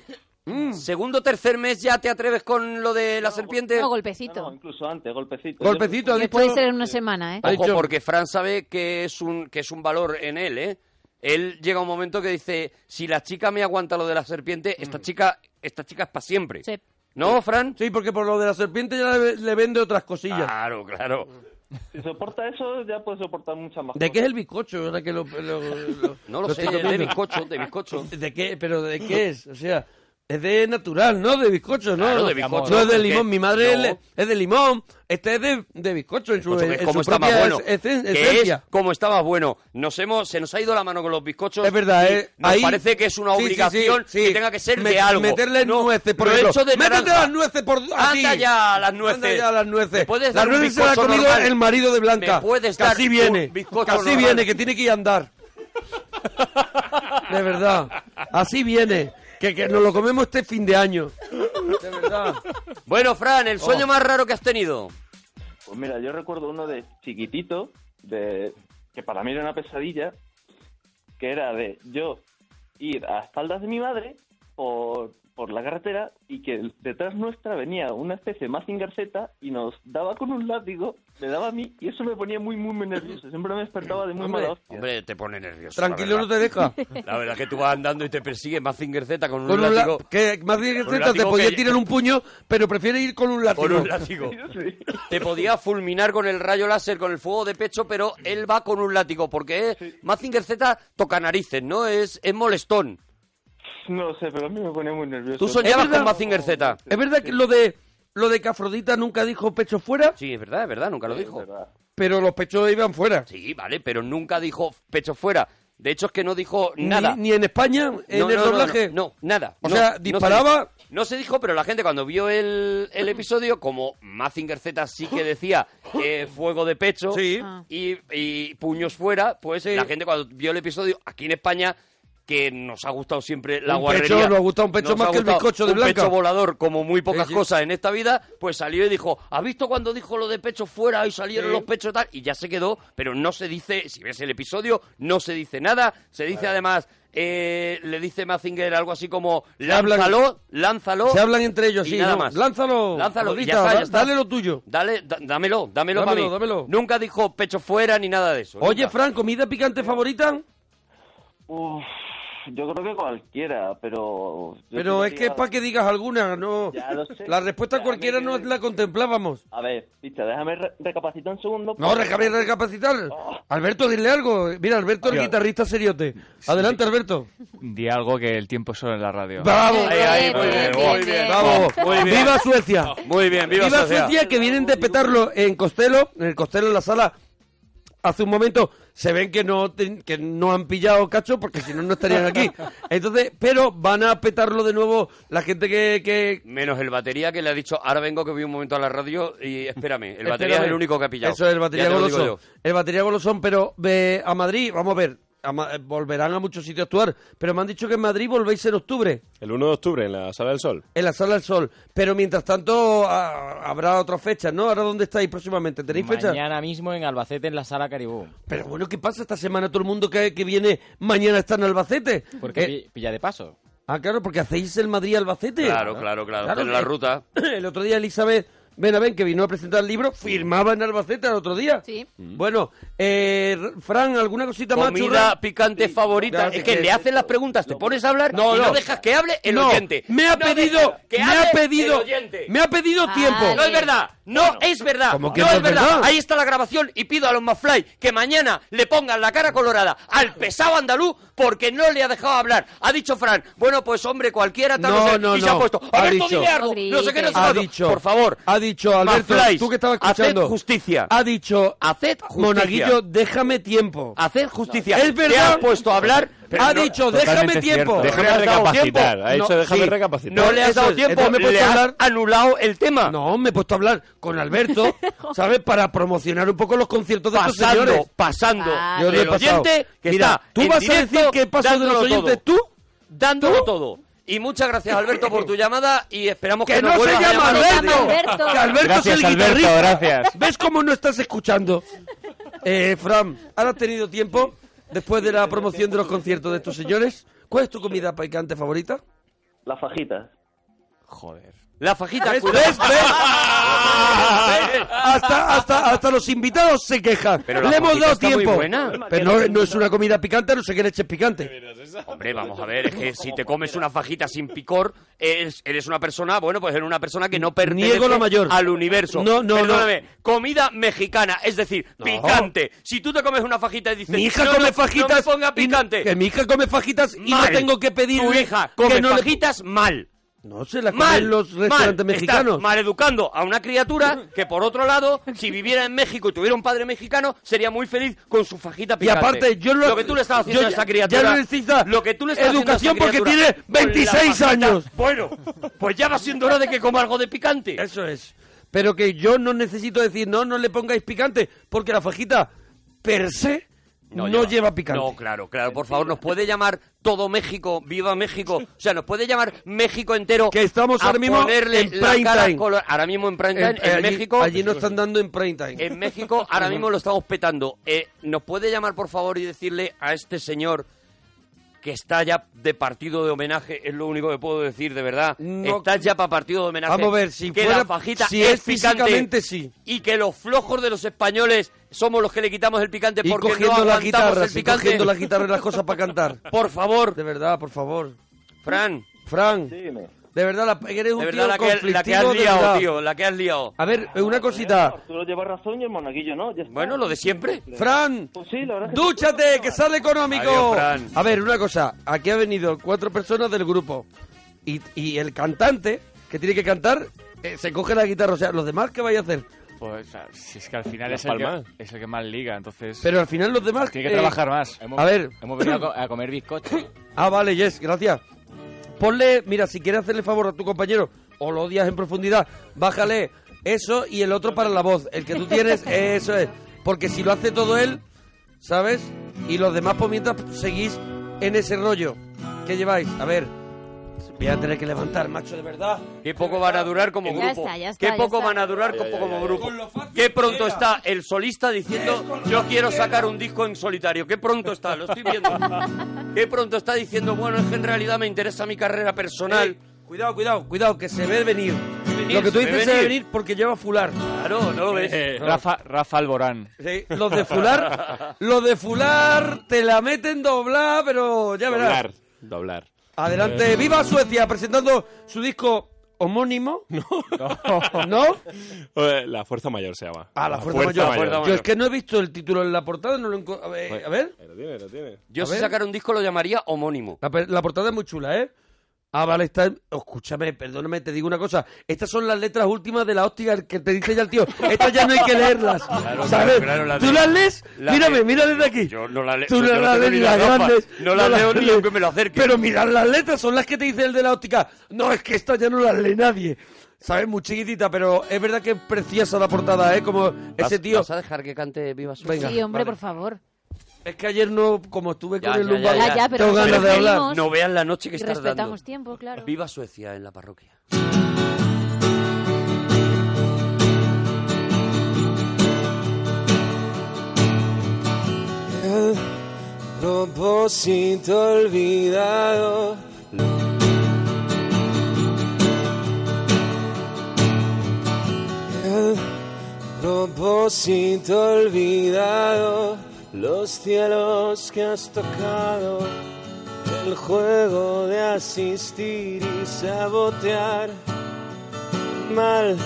Speaker 2: Mm, Segundo, tercer mes ya te atreves con lo de la serpiente.
Speaker 11: No,
Speaker 7: No, no,
Speaker 11: golpecito.
Speaker 7: incluso antes, golpecito.
Speaker 3: Golpecito, ha
Speaker 11: Que
Speaker 3: dicho.
Speaker 11: puede ser en una semana, ¿eh?
Speaker 3: Ha
Speaker 2: Ojo,
Speaker 3: dicho-
Speaker 2: porque Fran sabe que es un que es un valor en él, ¿eh? Él llega un momento que dice, si la chica me aguanta lo de la serpiente, esta chica esta chica es para siempre.
Speaker 11: Sí.
Speaker 2: ¿No, Fran?
Speaker 3: Mm. Sí, porque por lo de la serpiente ya le, le vende otras cosillas.
Speaker 2: Claro, claro.
Speaker 7: Yo- Si soporta eso, ya puede soportar muchas más
Speaker 3: ¿De qué
Speaker 7: cosas.
Speaker 3: es el bizcocho? Ahora que lo- lo- lo-
Speaker 2: No lo, sé,
Speaker 3: estoy
Speaker 2: de
Speaker 3: comiendo.
Speaker 2: bizcocho, de bizcocho.
Speaker 3: ¿De qué? ¿Pero de qué es? O sea, es de natural, ¿no? De bizcocho, ¿no?
Speaker 2: Claro, de bizcocho,
Speaker 3: No es de
Speaker 2: porque-
Speaker 3: limón. Mi madre
Speaker 2: No.
Speaker 3: es- es de limón. Este es de, de bizcocho en su,
Speaker 2: Bizcocho, que es
Speaker 3: en
Speaker 2: como
Speaker 3: su
Speaker 2: está más
Speaker 3: propia
Speaker 2: bueno.
Speaker 3: es- es-
Speaker 2: que
Speaker 3: esencia.
Speaker 2: es como está más bueno. Nos hemos, se nos ha ido la mano con los bizcochos.
Speaker 3: Es verdad,
Speaker 2: y
Speaker 3: ¿eh?
Speaker 2: Nos
Speaker 3: Ahí-
Speaker 2: parece que es una
Speaker 3: Sí, sí,
Speaker 2: obligación
Speaker 3: sí, sí.
Speaker 2: que tenga que ser
Speaker 3: Me-
Speaker 2: de algo.
Speaker 3: Meterle
Speaker 2: No,
Speaker 3: nueces, por
Speaker 2: lo he
Speaker 3: ejemplo.
Speaker 2: hecho de
Speaker 3: Métete
Speaker 2: naranja.
Speaker 3: las nueces por a
Speaker 2: Anda
Speaker 3: ti.
Speaker 2: ya, las nueces.
Speaker 3: Anda ya las
Speaker 2: ¿Me
Speaker 3: nueces.
Speaker 2: puedes
Speaker 3: las
Speaker 2: dar un
Speaker 3: nueces se las ha
Speaker 2: bizcocho
Speaker 3: comido
Speaker 2: normal?
Speaker 3: el marido de Blanca.
Speaker 2: ¿Me puedes
Speaker 3: que
Speaker 2: dar
Speaker 3: así
Speaker 2: un
Speaker 3: viene.
Speaker 2: bizcocho
Speaker 3: Que así
Speaker 2: normal?
Speaker 3: viene, que tiene que ir a andar. De verdad. Así viene. Que, que nos lo comemos este fin de año. De verdad.
Speaker 2: *laughs* Bueno, Fran, el
Speaker 3: Oh.
Speaker 2: sueño más raro que has tenido.
Speaker 7: Pues mira, yo recuerdo uno de chiquitito, de que para mí era una pesadilla, que era de yo ir a espaldas de mi madre por, por la carretera y que detrás nuestra venía una especie de Mazinger Z y nos daba con un látigo, me daba a mí y eso me ponía muy, muy, muy nervioso. Siempre me despertaba de muy
Speaker 3: Hombre,
Speaker 7: mala hostia.
Speaker 2: Hombre, te pone nervioso.
Speaker 3: Tranquilo,
Speaker 2: la
Speaker 3: no
Speaker 2: verdad.
Speaker 3: te deja.
Speaker 2: La verdad que tú vas andando y te persigue Mazinger Z con un,
Speaker 3: Con un la-
Speaker 2: látigo.
Speaker 3: que más bien que
Speaker 2: con
Speaker 3: Z,
Speaker 2: un
Speaker 3: te
Speaker 2: látigo
Speaker 3: podía
Speaker 2: que-
Speaker 3: tirar un puño, pero prefiere ir con un látigo.
Speaker 2: Con un látigo.
Speaker 7: Sí.
Speaker 2: Te podía fulminar con el rayo láser, con el fuego de pecho, pero él va con un látigo, porque eh, Mazinger Z toca narices, ¿no? Es, es molestón.
Speaker 7: No lo sé, pero a mí me ponía muy nervioso.
Speaker 2: Tú soñabas
Speaker 3: Es verdad.
Speaker 2: con Mazinger Z.
Speaker 3: ¿Es verdad que lo de lo de que Afrodita nunca dijo pecho fuera?
Speaker 2: Sí, es verdad, es verdad, nunca lo dijo.
Speaker 3: Pero los pechos iban fuera.
Speaker 2: Sí, vale, pero nunca dijo pecho fuera. De hecho, es que no dijo
Speaker 3: Ni-
Speaker 2: nada.
Speaker 3: Ni, en España, en
Speaker 2: No,
Speaker 3: el
Speaker 2: no, no,
Speaker 3: doblaje.
Speaker 2: No, no, nada.
Speaker 3: O
Speaker 2: No,
Speaker 3: sea,
Speaker 2: no se
Speaker 3: disparaba-
Speaker 2: dijo. No se, dijo, pero la gente cuando vio el, el episodio, como Mazinger Z sí que decía eh, fuego de pecho
Speaker 3: Sí.
Speaker 11: Ah.
Speaker 2: y, y puños fuera, pues la gente cuando vio el episodio aquí en España
Speaker 5: que nos ha gustado siempre la
Speaker 2: Un
Speaker 5: guarrería.
Speaker 2: pecho, nos ha gustado un pecho
Speaker 5: Nos
Speaker 2: más
Speaker 5: ha
Speaker 2: que el
Speaker 5: gustado
Speaker 2: bizcocho de
Speaker 5: un
Speaker 2: Blanca.
Speaker 5: pecho volador, como muy pocas
Speaker 2: Sí, sí.
Speaker 5: cosas en esta vida, pues salió y dijo, ¿has visto cuando dijo lo de pecho fuera y salieron
Speaker 2: Sí.
Speaker 5: los pechos y tal? Y ya se quedó, pero no se dice, si ves el episodio, no se dice nada, se dice además... eh, le dice Mazinger algo así como
Speaker 2: hablan-
Speaker 5: lánzalo, lánzalo
Speaker 2: Se hablan entre ellos,
Speaker 5: y
Speaker 2: sí.
Speaker 5: nada
Speaker 2: ¿no?
Speaker 5: más.
Speaker 2: Lánzalo.
Speaker 5: Lánzalo, y
Speaker 2: Lolita,
Speaker 5: ya está, ya
Speaker 2: da-
Speaker 5: está.
Speaker 2: Dale lo tuyo.
Speaker 5: Dale, da- dámelo, dámelo, para
Speaker 2: Dámelo,
Speaker 5: mí.
Speaker 2: dámelo.
Speaker 5: Nunca dijo pecho fuera ni nada de eso.
Speaker 2: Oye,
Speaker 5: nunca.
Speaker 2: Fran, ¿comida picante favorita?
Speaker 7: Uf, yo creo que cualquiera, pero... yo
Speaker 2: Pero
Speaker 7: creo
Speaker 2: es que es
Speaker 7: ya-
Speaker 2: para que digas alguna, no.
Speaker 7: Ya lo sé.
Speaker 2: La respuesta
Speaker 7: Ya
Speaker 2: cualquiera
Speaker 7: me
Speaker 2: no
Speaker 7: quedé.
Speaker 2: la contemplábamos.
Speaker 7: A ver, picha, déjame re- recapacitar un segundo.
Speaker 2: No,
Speaker 7: porque-
Speaker 2: recabe- recapacitar.
Speaker 5: Oh.
Speaker 2: Alberto, dile algo. Mira, Alberto, el
Speaker 3: Ya.
Speaker 2: guitarrista seriote. Adelante, Alberto.
Speaker 3: Di algo que el tiempo es solo en la radio.
Speaker 2: ¡Vamos!
Speaker 5: Ahí, ahí,
Speaker 4: Bien,
Speaker 5: muy
Speaker 4: bien,
Speaker 5: bien,
Speaker 4: bien,
Speaker 5: muy bien.
Speaker 4: bien.
Speaker 2: ¡Vamos!
Speaker 5: Muy bien.
Speaker 2: ¡Viva Suecia!
Speaker 5: Muy bien, viva,
Speaker 2: Viva
Speaker 5: Sociedad.
Speaker 2: Suecia que vienen de petarlo en Costello, en el Costello en la sala. Hace un momento se ven que no ten- que no han pillado cacho porque si no no estarían aquí. Entonces, pero van a petarlo de nuevo la gente que, que
Speaker 5: Menos el batería que le ha dicho, ahora vengo que voy un momento a la radio y espérame. El batería
Speaker 2: Espérame.
Speaker 5: es el único que ha pillado.
Speaker 2: Eso es el batería
Speaker 5: Ya te lo digo
Speaker 2: golosón.
Speaker 5: yo.
Speaker 2: El batería golosón, pero eh, a Madrid, vamos a ver, a Ma- eh, volverán a muchos sitios a actuar, pero me han dicho que en Madrid volvéis en octubre.
Speaker 6: El 1 de octubre en la Sala del Sol.
Speaker 2: En la Sala del Sol. Pero mientras tanto a- habrá otras fechas, ¿no? ¿Ahora dónde estáis próximamente? ¿Tenéis fechas?
Speaker 12: Mañana mismo en Albacete, en la sala Caribú.
Speaker 2: Pero bueno, ¿qué pasa esta semana? Todo el mundo que, que viene mañana está en Albacete.
Speaker 12: Porque
Speaker 2: Eh,
Speaker 12: pi- pilla de paso.
Speaker 2: ah, claro, porque hacéis el Madrid-Albacete.
Speaker 5: Claro, claro, claro.
Speaker 2: Claro
Speaker 5: Pero la
Speaker 2: que-
Speaker 5: ruta.
Speaker 2: *coughs* El otro día Elizabeth Benavent, que vino a presentar el libro, firmaba en Albacete al otro día.
Speaker 4: Sí.
Speaker 2: Bueno, eh, Fran, ¿alguna cosita más?
Speaker 5: Mm. Comida
Speaker 2: churra?
Speaker 5: picante favorita.
Speaker 2: Claro,
Speaker 5: es
Speaker 2: sí,
Speaker 5: que
Speaker 2: sí.
Speaker 5: le hacen las preguntas, te pones a hablar
Speaker 2: No,
Speaker 5: y no,
Speaker 2: no.
Speaker 5: dejas que hable el
Speaker 2: No,
Speaker 5: oyente.
Speaker 2: me ha
Speaker 5: No
Speaker 2: pedido,
Speaker 5: dejas que
Speaker 2: me
Speaker 5: hable
Speaker 2: ha pedido,
Speaker 5: el oyente.
Speaker 2: me ha pedido
Speaker 4: Ah,
Speaker 2: tiempo.
Speaker 5: No es verdad, no es verdad,
Speaker 2: ¿Cómo que
Speaker 5: no, es verdad.
Speaker 2: verdad?
Speaker 5: Ahí está la grabación y pido a los Mafly que mañana le pongan la cara colorada
Speaker 2: Ah.
Speaker 5: al pesado andaluz porque no le ha dejado hablar. Ha dicho Fran, bueno pues hombre cualquiera tal
Speaker 2: No,
Speaker 5: no sé,
Speaker 2: no,
Speaker 5: y se
Speaker 2: no.
Speaker 5: ha puesto.
Speaker 2: Ha
Speaker 5: A ver,
Speaker 2: dicho.
Speaker 5: dile algo, no sé qué, no sé
Speaker 4: Ha
Speaker 5: cuánto.
Speaker 2: dicho.
Speaker 5: Por favor.
Speaker 2: Ha dicho Alberto,
Speaker 5: Maflais,
Speaker 2: tú que estabas escuchando.
Speaker 5: Haced justicia.
Speaker 2: Ha dicho,
Speaker 5: Haced justicia.
Speaker 2: Monaguillo, déjame tiempo.
Speaker 5: Haced justicia.
Speaker 2: Es
Speaker 5: Te
Speaker 2: verdad.
Speaker 5: has puesto a hablar. pero
Speaker 2: ha
Speaker 5: no-
Speaker 2: dicho,
Speaker 3: totalmente
Speaker 2: déjame tiempo.
Speaker 3: cierto.
Speaker 5: no le
Speaker 6: Déjame
Speaker 5: has dado
Speaker 6: recapacitar,
Speaker 5: tiempo.
Speaker 6: ha dicho, déjame recapacitar.
Speaker 5: No le has
Speaker 2: Eso
Speaker 5: dado
Speaker 2: es,
Speaker 5: tiempo,
Speaker 2: entonces me he
Speaker 5: le
Speaker 2: puesto a
Speaker 5: has
Speaker 2: hablar-
Speaker 5: *laughs* anulado el tema.
Speaker 2: No, me he puesto a hablar
Speaker 5: *laughs*
Speaker 2: con Alberto, ¿sabes? Para promocionar un poco los conciertos de estos señores.
Speaker 5: pasando, pasando
Speaker 4: Vale.
Speaker 2: Yo
Speaker 5: del
Speaker 2: lo he pasado.
Speaker 5: oyente que
Speaker 2: Mira,
Speaker 5: está
Speaker 2: ¿tú
Speaker 5: en
Speaker 2: vas a
Speaker 5: directo
Speaker 2: decir qué pasó de los
Speaker 5: dándolo
Speaker 2: oyentes?
Speaker 5: todo.
Speaker 2: ¿Tú?
Speaker 5: Dándolo
Speaker 2: ¿Tú?
Speaker 5: todo. Y muchas gracias, Alberto, por tu llamada y esperamos que,
Speaker 2: ¡Que
Speaker 5: nos
Speaker 2: no se
Speaker 5: vuelvas a
Speaker 2: llama
Speaker 5: llamar otro
Speaker 2: Alberto!
Speaker 5: día.
Speaker 4: Alberto.
Speaker 2: ¡Que Alberto
Speaker 3: Gracias,
Speaker 2: es el
Speaker 3: Alberto,
Speaker 2: guitarrista!
Speaker 3: gracias.
Speaker 2: ¿Ves cómo no estás escuchando? Eh, Fran, ¿ahora has tenido tiempo después de la promoción de los conciertos de estos señores? ¿Cuál es tu comida picante favorita?
Speaker 7: Las fajitas.
Speaker 12: Joder.
Speaker 5: La fajita,
Speaker 2: ¿Ves?
Speaker 5: cuidado.
Speaker 2: ¿Ves? ¿Ves? Hasta, hasta, hasta los invitados se quejan.
Speaker 5: Pero la
Speaker 2: le hemos
Speaker 5: fajita
Speaker 2: dado
Speaker 5: está muy
Speaker 2: tiempo.
Speaker 5: buena.
Speaker 2: Pero no, no es una comida picante, no sé qué le eches picante.
Speaker 5: Hombre, vamos a ver, es que si te comes una fajita sin picor, eres, eres una persona, bueno, pues eres una persona que no pertenece
Speaker 2: Niego la mayor.
Speaker 5: al universo.
Speaker 2: No, no,
Speaker 5: Perdóname, comida mexicana, es decir, picante. Si tú te comes una fajita y dices,
Speaker 2: Mi hija
Speaker 5: "No, no,
Speaker 2: come
Speaker 5: no
Speaker 2: fajitas.
Speaker 5: me ponga
Speaker 2: y no-
Speaker 5: picante.
Speaker 2: que mi hija come fajitas y
Speaker 5: Mal.
Speaker 2: no tengo que pedir.
Speaker 5: Tu hija
Speaker 2: que
Speaker 5: come
Speaker 2: no le-
Speaker 5: fajitas mal.
Speaker 2: No se las
Speaker 5: mal,
Speaker 2: comen los
Speaker 5: mal.
Speaker 2: restaurantes
Speaker 5: Estás
Speaker 2: mexicanos.
Speaker 5: maleducando a una
Speaker 2: *laughs*
Speaker 5: criatura que, por otro lado, si viviera en México y tuviera un padre mexicano, sería muy feliz con su fajita
Speaker 2: Y
Speaker 5: picante.
Speaker 2: aparte, yo lo,
Speaker 5: que tú le estás haciendo
Speaker 2: yo
Speaker 5: a esa
Speaker 2: ya-
Speaker 5: criatura...
Speaker 2: Ya no necesita
Speaker 5: lo que tú le estás haciendo a esa
Speaker 2: educación porque
Speaker 5: criatura pues
Speaker 2: tiene
Speaker 5: con la
Speaker 2: 26
Speaker 5: fajita-
Speaker 2: años.
Speaker 5: Bueno, pues ya va siendo hora de que coma algo de picante.
Speaker 2: Eso es. Pero que yo no necesito decir, no, no le pongáis picante, porque la fajita per se no, lleva. picante.
Speaker 5: No, claro, claro. Por favor, nos puede llamar todo México, viva México. O sea, nos puede llamar México entero.
Speaker 2: Que estamos
Speaker 5: a
Speaker 2: ahora mismo
Speaker 5: ponerle
Speaker 2: en
Speaker 5: la
Speaker 2: prime
Speaker 5: cara
Speaker 2: time.
Speaker 5: color- Ahora mismo en prime time, en,
Speaker 2: Eh, allí,
Speaker 5: México.
Speaker 2: Allí no están dando en prime time.
Speaker 5: En México ahora mismo lo estamos petando. Eh, ¿Nos puede llamar, por favor, y decirle a este señor que está ya de partido de homenaje? Es lo único que puedo decir, de verdad.
Speaker 2: No.
Speaker 5: Está ya para partido de homenaje.
Speaker 2: Vamos a ver, si
Speaker 5: que
Speaker 2: fuera-
Speaker 5: la fajita
Speaker 2: si
Speaker 5: es,
Speaker 2: es
Speaker 5: picante
Speaker 2: físicamente, sí.
Speaker 5: Y que los flojos de los españoles somos los que le quitamos el picante
Speaker 2: Y
Speaker 5: porque
Speaker 2: cogiendo
Speaker 5: no
Speaker 2: la
Speaker 5: aguantamos
Speaker 2: guitarra,
Speaker 5: el
Speaker 2: sí,
Speaker 5: picante.
Speaker 2: cogiendo la guitarra y las cosas para cantar.
Speaker 5: *laughs* Por favor,
Speaker 2: De verdad, por favor.
Speaker 5: Fran.
Speaker 2: Fran,
Speaker 7: Dime.
Speaker 2: de verdad, la, eres un
Speaker 5: De
Speaker 2: tío
Speaker 5: verdad, la que, la que has
Speaker 2: conflictivo, de
Speaker 5: liado,
Speaker 2: verdad.
Speaker 5: tío. La que has liado.
Speaker 2: A ver, eh, una cosita.
Speaker 7: Tú lo llevas razón y el monaguillo no. ya está.
Speaker 5: Bueno, lo de siempre.
Speaker 2: Fran,
Speaker 7: Pues sí, la verdad es que-
Speaker 2: dúchate, que sale económico.
Speaker 5: Adiós, Fran.
Speaker 2: A ver, una cosa, aquí ha venido cuatro personas del grupo y, y el cantante que tiene que cantar eh, se coge la guitarra, o sea, los demás qué vais a hacer?
Speaker 3: Pues o sea, si es que al final
Speaker 6: Las
Speaker 3: es el que,
Speaker 6: Palmas.
Speaker 3: es el que más liga, entonces
Speaker 2: Pero al final los demás
Speaker 3: tiene
Speaker 2: eh,
Speaker 3: que trabajar más.
Speaker 12: Hemos-
Speaker 2: A ver.
Speaker 12: Hemos venido a, co- a comer bizcocho.
Speaker 2: *laughs* Ah, vale, Jess, gracias. Ponle, mira, si quieres hacerle favor a tu compañero o lo odias en profundidad, bájale eso y el otro para la voz. El que tú tienes, eso es. Porque si lo hace todo él, ¿sabes? Y los demás, por pues, mientras seguís en ese rollo que lleváis. A ver, voy a tener que levantar, macho, de verdad.
Speaker 1: Qué poco van a durar como
Speaker 4: Ya
Speaker 1: grupo.
Speaker 4: está, ya está,
Speaker 1: Qué
Speaker 4: ya
Speaker 1: poco
Speaker 4: está.
Speaker 1: van a durar como,
Speaker 6: ya,
Speaker 1: como
Speaker 6: ya, ya.
Speaker 1: grupo.
Speaker 2: Con lo fácil
Speaker 1: Qué
Speaker 2: que
Speaker 1: pronto
Speaker 2: era.
Speaker 1: está el solista diciendo yo quiero sacar un disco en solitario. Qué pronto está, lo estoy
Speaker 2: *laughs*
Speaker 1: viendo. Qué pronto está diciendo, bueno, es que en realidad me interesa mi carrera personal.
Speaker 2: Ey, Eh, cuidado, cuidado, cuidado, que se ve venir.
Speaker 1: Venir,
Speaker 2: Lo que tú
Speaker 1: se ve
Speaker 2: dices se ve
Speaker 1: venir.
Speaker 2: venir porque lleva fular. Eh,
Speaker 1: Claro, no lo ves.
Speaker 3: Rafa, Rafa Alborán.
Speaker 2: Sí, los
Speaker 1: *laughs*
Speaker 2: de fular, los de fular te la meten doblar, pero ya verás.
Speaker 6: Doblar. Doblar. Eh,
Speaker 1: Eh.
Speaker 2: Adelante, viva Suecia presentando su disco
Speaker 1: *laughs*
Speaker 2: homónimo. No. ¿No?
Speaker 6: Eh, La Fuerza Mayor se llama.
Speaker 2: A Ah, la fuerza, mayor.
Speaker 1: Fuerza Mayor. Pues,
Speaker 2: Yo es que no he visto el título en la portada, no lo enco- a ver, a ver.
Speaker 6: Lo tiene, lo tiene.
Speaker 1: Yo
Speaker 2: A
Speaker 1: si
Speaker 2: ver.
Speaker 1: sacara un disco lo llamaría homónimo.
Speaker 2: La, pe- la portada es muy chula, ¿eh? Ah, vale, está. Escúchame, perdóname, te digo una cosa. Estas son las letras últimas de la hostia que te dice ya el tío. Estas ya no hay que leerlas.
Speaker 1: *laughs* Claro,
Speaker 2: ¿Sabes?
Speaker 1: claro, claro, la
Speaker 2: Tú
Speaker 1: de-
Speaker 2: las lees,
Speaker 1: la
Speaker 2: mírame,
Speaker 1: de-
Speaker 2: mira desde aquí.
Speaker 1: Yo no la leo.
Speaker 2: Tú
Speaker 1: yo
Speaker 2: no
Speaker 1: no
Speaker 2: las
Speaker 1: tengo
Speaker 2: lees ni
Speaker 1: ni
Speaker 2: las
Speaker 1: gafas.
Speaker 2: grandes.
Speaker 1: No las leo ni
Speaker 2: lees.
Speaker 1: aunque me lo acerque.
Speaker 2: Pero mirad las letras, son las que te dice el de la óptica. No, es que estas ya no las lee nadie. ¿Sabes? Muy chiquitita, pero es verdad que es preciosa la portada, ¿eh? Como ese
Speaker 1: ¿Vas-
Speaker 2: tío.
Speaker 1: ¿Vas a dejar que cante Viva Suecia?
Speaker 2: Venga,
Speaker 4: sí, hombre,
Speaker 2: vale.
Speaker 4: por favor.
Speaker 2: Es que ayer no, como estuve
Speaker 1: Ya,
Speaker 2: con el
Speaker 1: ya, ya,
Speaker 2: lumbar,
Speaker 1: ya, ya,
Speaker 4: pero
Speaker 2: tengo
Speaker 4: nos
Speaker 2: ganas de hablar.
Speaker 4: reímos.
Speaker 1: No vean la noche que
Speaker 4: Y
Speaker 1: estás dando.
Speaker 4: respetamos tiempo, claro.
Speaker 1: Viva Suecia en la parroquia.
Speaker 9: propósito olvidado. El propósito olvidado, los cielos que has tocado, el juego de asistir y sabotear, mal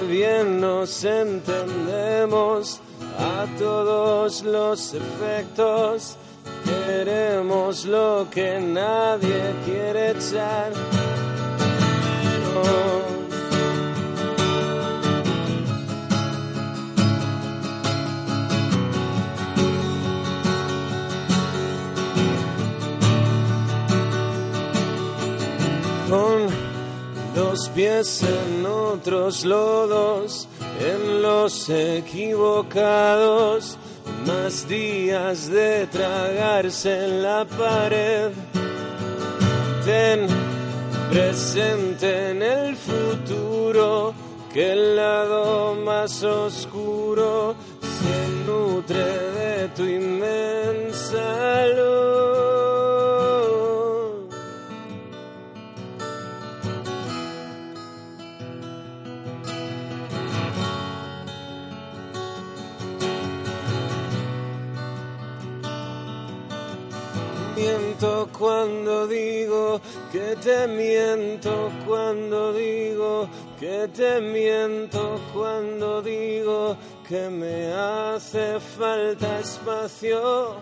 Speaker 9: que bien nos entendemos a todos los efectos. Queremos lo que nadie quiere echar. No. con dos pies en otros lodos, en los equivocados, más días de tragarse en la pared. Ten presente en el futuro que el lado más oscuro se nutre de tu inmensa luz. miento cuando digo que te miento cuando digo que te miento cuando digo que me hace falta espacio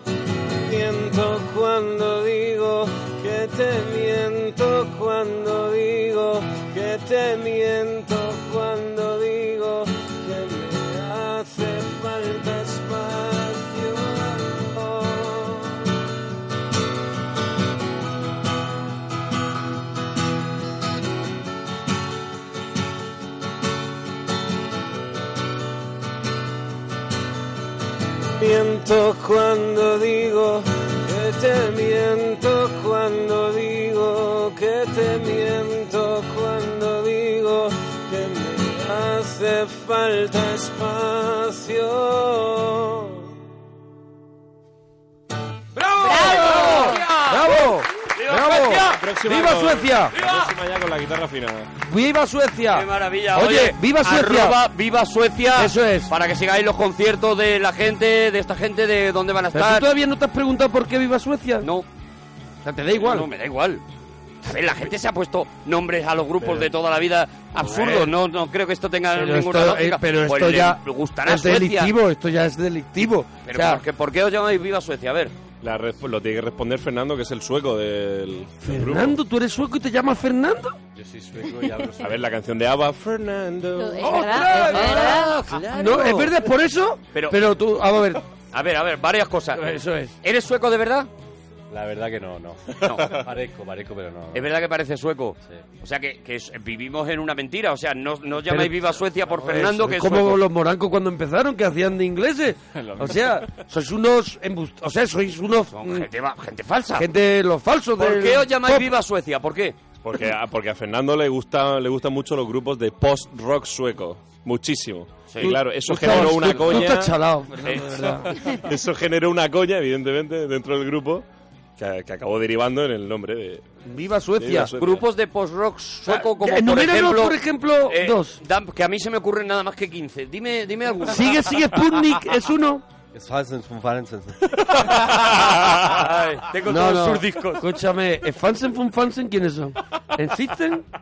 Speaker 9: miento cuando digo que te miento cuando digo que te miento cuando digo que me hace falta espacio miento cuando digo que te miento cuando digo que te miento cuando digo que me hace falta espacio.
Speaker 2: ¡Bravo! ¡Bravo! ¡Bravo!
Speaker 6: Próxima
Speaker 2: ¡Viva
Speaker 6: con-
Speaker 2: Suecia!
Speaker 6: La próxima ya con la guitarra afinada.
Speaker 2: ¡Viva Suecia!
Speaker 1: ¡Qué maravilla!
Speaker 2: Oye, ¡viva Suecia!
Speaker 1: arroba ¡Viva Suecia!
Speaker 2: Eso es.
Speaker 1: Para que sigáis los conciertos de la gente, de esta gente, de dónde van a
Speaker 2: Pero tú
Speaker 1: estar.
Speaker 2: todavía no te has preguntado por qué viva Suecia.
Speaker 1: No,
Speaker 2: O sea, te da igual.
Speaker 1: no, me da igual. A ver, la gente se ha puesto nombres a los grupos de toda la vida absurdos. No, no creo que esto tenga
Speaker 2: pero
Speaker 1: ninguna
Speaker 2: esto,
Speaker 1: lógica.
Speaker 2: eh, pero
Speaker 1: Pues
Speaker 2: esto
Speaker 1: le
Speaker 2: ya
Speaker 1: gustará
Speaker 2: es
Speaker 1: Suecia.
Speaker 2: delictivo, esto ya es delictivo.
Speaker 1: Pero
Speaker 2: O sea,
Speaker 1: ¿por, qué, por qué os llamáis Viva Suecia? A ver.
Speaker 6: La resp- lo tiene que responder Fernando, que es el sueco del, del grupo.
Speaker 2: Fernando, tú eres sueco y te llamas Fernando.
Speaker 3: Yo soy sueco y hablo
Speaker 6: A ver, la canción de ABBA, Fernando.
Speaker 4: Es
Speaker 2: ¡Ostras!
Speaker 4: verdad, es verdad.
Speaker 2: Ah, No, es verdad, es por eso. Pero,
Speaker 1: Ah, Pero-
Speaker 2: tú, vamos a ver.
Speaker 1: A ver, a ver, varias cosas.
Speaker 2: Eso es.
Speaker 1: ¿Eres sueco de verdad?
Speaker 3: La verdad que no, no.
Speaker 1: No.
Speaker 3: *laughs* Parezco, parezco, pero no.
Speaker 1: Es verdad que parece sueco. O sea que, que es- vivimos en una mentira. O sea, no, no llamáis viva Suecia por Fernando, que es
Speaker 2: como
Speaker 1: sueco.
Speaker 2: los morancos cuando empezaron, que hacían
Speaker 5: *laughs*
Speaker 2: de ingleses.
Speaker 1: mismo.
Speaker 2: O sea, sois unos embust- O sea, sois unos. mm,
Speaker 1: gente, va- gente falsa.
Speaker 2: Gente, los falsos.
Speaker 1: ¿Por
Speaker 2: del
Speaker 1: qué os llamáis
Speaker 2: pop.
Speaker 1: viva Suecia? ¿Por qué?
Speaker 6: Porque a, porque a Fernando le gusta le gustan mucho los grupos de post-rock sueco. Muchísimo.
Speaker 2: Sí.
Speaker 6: Y claro, eso
Speaker 2: Tú
Speaker 6: generó
Speaker 2: estabas-
Speaker 6: una
Speaker 2: tú- tú
Speaker 6: coña. *laughs*
Speaker 2: estás chalao, Fernando, de
Speaker 6: Eso- *laughs*
Speaker 2: verdad.
Speaker 6: Eso generó una coña, evidentemente, dentro del grupo, que, que acabó derivando en el nombre de.
Speaker 2: Viva Suecia. Ah,
Speaker 6: Viva Suecia.
Speaker 1: Grupos de post-rock sueco como por
Speaker 2: enuméranos,
Speaker 1: ejemplo,
Speaker 2: por ejemplo, dos.
Speaker 1: Damp, que a mí se me ocurren nada más que 15. Dime, dime alguno.
Speaker 2: Sigue, sigue, Sputnik, es uno.
Speaker 1: *laughs* Ay, tengo todos sus discos.
Speaker 2: Escúchame, ¿Fansen von Fansen quiénes son? ¿Existen?
Speaker 1: *laughs*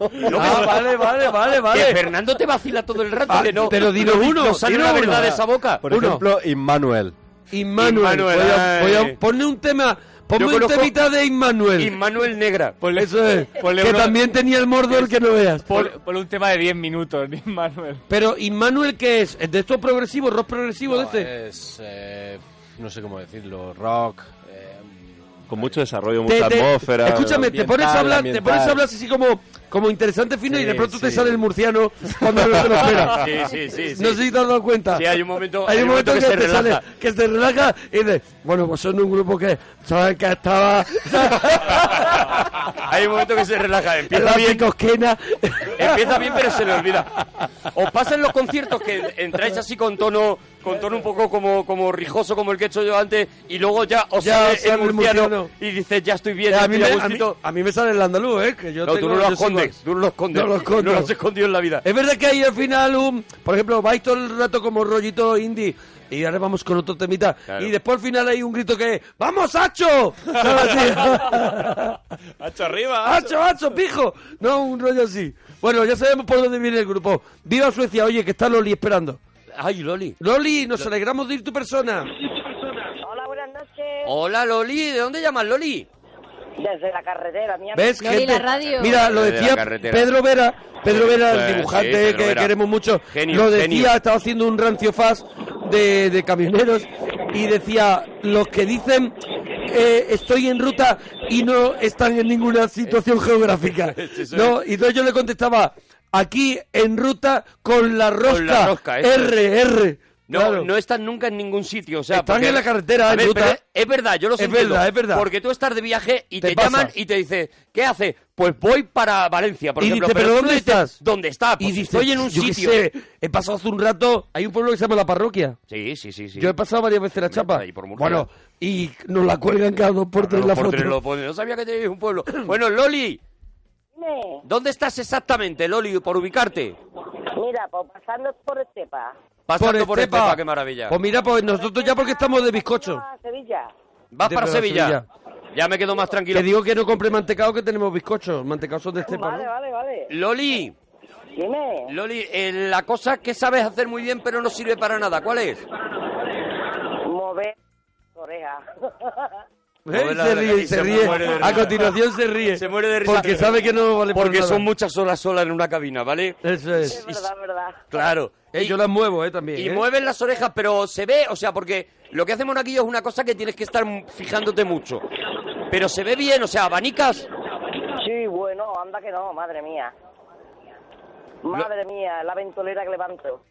Speaker 1: No,
Speaker 2: ah,
Speaker 1: que-
Speaker 2: vale, vale, vale, vale.
Speaker 1: Que Fernando te vacila todo el rato.
Speaker 2: Ah,
Speaker 1: que no,
Speaker 2: pero dilo
Speaker 1: no-
Speaker 2: uno,
Speaker 1: No sale
Speaker 2: dilo
Speaker 1: la
Speaker 2: uno.
Speaker 1: verdad de esa boca.
Speaker 2: Por Uno. ejemplo,
Speaker 13: Immanuel.
Speaker 2: Immanuel.
Speaker 1: Immanuel,
Speaker 2: voy a- voy a-
Speaker 1: ay.
Speaker 2: ponle un tema.
Speaker 1: Yo
Speaker 2: Ponme un
Speaker 1: conozco-
Speaker 2: temita de Immanuel. Pues
Speaker 1: Immanuel Negra.
Speaker 2: Eso es.
Speaker 12: ponle
Speaker 2: que
Speaker 12: uno-
Speaker 2: también tenía el mordor que no veas.
Speaker 12: Por, por un tema de
Speaker 3: *laughs*
Speaker 12: 10 minutos, Manuel.
Speaker 2: Pero Immanuel, ¿qué es? ¿Es de estos progresivos, rock progresivo de este?
Speaker 13: Es, eh, no sé cómo decirlo, rock. eh,
Speaker 6: Con mucho desarrollo,
Speaker 2: Te-
Speaker 6: mucha
Speaker 2: te-
Speaker 6: atmósfera.
Speaker 2: Escúchame, te pones a hablar, te
Speaker 13: ambiental.
Speaker 2: pones a hablar así como, como interesante fino y de
Speaker 13: Sí,
Speaker 2: pronto te
Speaker 13: sí.
Speaker 2: sale el murciano cuando no te lo
Speaker 1: *laughs*
Speaker 2: espera.
Speaker 1: Sí, sí, sí, sí.
Speaker 2: No sé si te has dado cuenta.
Speaker 1: Sí, hay un momento-
Speaker 2: hay un momento que, te sale, que te relaja y dices, bueno, pues son un grupo que, ¿sabes? Que estaba
Speaker 1: *laughs* Hay un momento que se
Speaker 2: *laughs*
Speaker 1: relaja.
Speaker 2: en
Speaker 1: Empieza
Speaker 2: la
Speaker 1: bien,
Speaker 2: picosquena.
Speaker 1: empieza bien, pero se le olvida. Os pasa en los conciertos que entráis así con tono, con tono un poco como, como rijoso, como el que he hecho yo antes, y luego ya os
Speaker 2: Ya
Speaker 1: sale
Speaker 2: os sale
Speaker 1: el
Speaker 2: el
Speaker 1: murciano,
Speaker 2: murciano.
Speaker 1: y dices, ya estoy bien,
Speaker 2: Ya, Eh, a,
Speaker 1: estoy
Speaker 2: mí
Speaker 1: a
Speaker 2: me, a, mí,
Speaker 1: gustito.
Speaker 2: a mí me sale el andaluz, ¿eh? Que yo
Speaker 1: No,
Speaker 2: tengo-
Speaker 1: tú no lo
Speaker 2: yo soy
Speaker 1: escondes,
Speaker 2: igual.
Speaker 1: tú *laughs* no lo escondes.
Speaker 2: No lo escondo.
Speaker 1: No lo has escondido en la vida.
Speaker 2: Es verdad que ahí al final un, por ejemplo, vais todo el rato como rollito indie y ahora vamos con otro temita
Speaker 6: Claro.
Speaker 2: y después al final hay un grito que es ¡Vamos, Hacho! *laughs* ¿Sabes
Speaker 1: *laughs*
Speaker 2: así?
Speaker 6: ¡Hacho arriba!
Speaker 2: ¡Hacho, Hacho, pijo! No, un rollo así. Bueno, ya sabemos por dónde viene el grupo. ¡Viva Suecia! Oye, que está Loli esperando.
Speaker 1: Ay, Loli.
Speaker 2: Loli, nos alegramos de ir tu persona.
Speaker 14: Hola, buenas noches.
Speaker 1: Hola, Loli. ¿De dónde llamas, Loli?
Speaker 14: Desde la carretera, mi amigo.
Speaker 2: ¿Ves, gente? Mira, lo
Speaker 1: Desde la
Speaker 2: decía
Speaker 1: carretera.
Speaker 2: Pedro Vera, Pedro Vera,
Speaker 1: Eh,
Speaker 2: el dibujante
Speaker 1: sí, Pedro
Speaker 2: que
Speaker 1: Vera.
Speaker 2: queremos mucho,
Speaker 1: Genio,
Speaker 2: lo decía,
Speaker 1: genio.
Speaker 2: estaba haciendo un rancio fast de, de camioneros y decía, los que dicen eh, estoy en ruta y no están en ninguna situación geográfica.
Speaker 1: *laughs* Sí,
Speaker 2: ¿no? Y entonces yo le contestaba, aquí en ruta con la rosca,
Speaker 1: Con la rosca, eso es.
Speaker 2: R, R.
Speaker 1: No,
Speaker 2: Claro.
Speaker 1: no están nunca en ningún sitio. O sea,
Speaker 2: Están en la carretera,
Speaker 1: A
Speaker 2: en
Speaker 1: ver,
Speaker 2: ruta.
Speaker 1: pero Es verdad, yo lo
Speaker 2: Es
Speaker 1: sé.
Speaker 2: verdad, es verdad.
Speaker 1: Porque tú estás de viaje y
Speaker 2: Te
Speaker 1: te, llaman
Speaker 2: pasas.
Speaker 1: y te dicen, ¿qué haces? Pues voy para Valencia, por
Speaker 2: y
Speaker 1: ejemplo.
Speaker 2: dice, ¿pero,
Speaker 1: tú
Speaker 2: dónde
Speaker 1: le dices,
Speaker 2: estás?
Speaker 1: ¿Dónde está? Pues
Speaker 2: y dice,
Speaker 1: estoy en un
Speaker 2: yo qué
Speaker 1: sitio.
Speaker 2: sé, he pasado hace un rato, hay un pueblo que se llama La Parroquia.
Speaker 1: Sí, sí, sí, sí.
Speaker 2: Yo he pasado varias veces la chapa.
Speaker 1: ahí por Murcia.
Speaker 2: bueno, y nos la cuelgan cada dos por tres
Speaker 1: Los
Speaker 2: la foto.
Speaker 1: porteros lo ponen. No sabía que teníais un pueblo. Bueno, Loli,
Speaker 14: Dime.
Speaker 1: ¿dónde estás exactamente, Loli, por ubicarte?
Speaker 14: Mira, pues pasando por Estepa.
Speaker 1: Pasando por Estepa, qué maravilla.
Speaker 2: Pues mira, pues nosotros ya porque estamos de bizcocho.
Speaker 14: A Sevilla.
Speaker 1: Vas
Speaker 2: de
Speaker 1: para
Speaker 2: verdad,
Speaker 1: Sevilla.
Speaker 2: Sevilla.
Speaker 1: Ya me quedo más tranquilo.
Speaker 2: Que digo que no compré mantecado que tenemos bizcochos. Mantecados son de este Estepa,
Speaker 14: Vale,
Speaker 2: ¿no?
Speaker 14: vale, vale.
Speaker 1: Loli,
Speaker 14: Dime.
Speaker 1: Loli, eh, la cosa que sabes hacer muy bien pero no sirve para nada, ¿cuál
Speaker 2: ¿Eh?
Speaker 1: es?
Speaker 14: Mover *laughs* oreja.
Speaker 2: Eh,
Speaker 1: Joder, la
Speaker 2: Se
Speaker 1: verdad que
Speaker 2: ríe,
Speaker 1: sí,
Speaker 2: se
Speaker 1: se
Speaker 2: ríe.
Speaker 1: muere de
Speaker 2: A
Speaker 1: risa.
Speaker 2: continuación se ríe.
Speaker 1: Se muere de risa.
Speaker 2: Porque sabe que no vale por
Speaker 1: Porque
Speaker 2: nada.
Speaker 1: son muchas horas solas en una cabina, ¿vale?
Speaker 2: Eso es.
Speaker 14: es verdad, verdad.
Speaker 1: Claro.
Speaker 2: Eh,
Speaker 1: Y-
Speaker 2: yo las muevo, eh, también.
Speaker 1: Y
Speaker 2: eh.
Speaker 1: mueven las orejas, pero se ve, o sea, porque lo que hace Monaguillo es una cosa que tienes que estar fijándote mucho. Pero se ve bien, o sea, abanicas.
Speaker 14: Sí, bueno, anda que no, madre mía. Madre mía, la ventolera que levanto.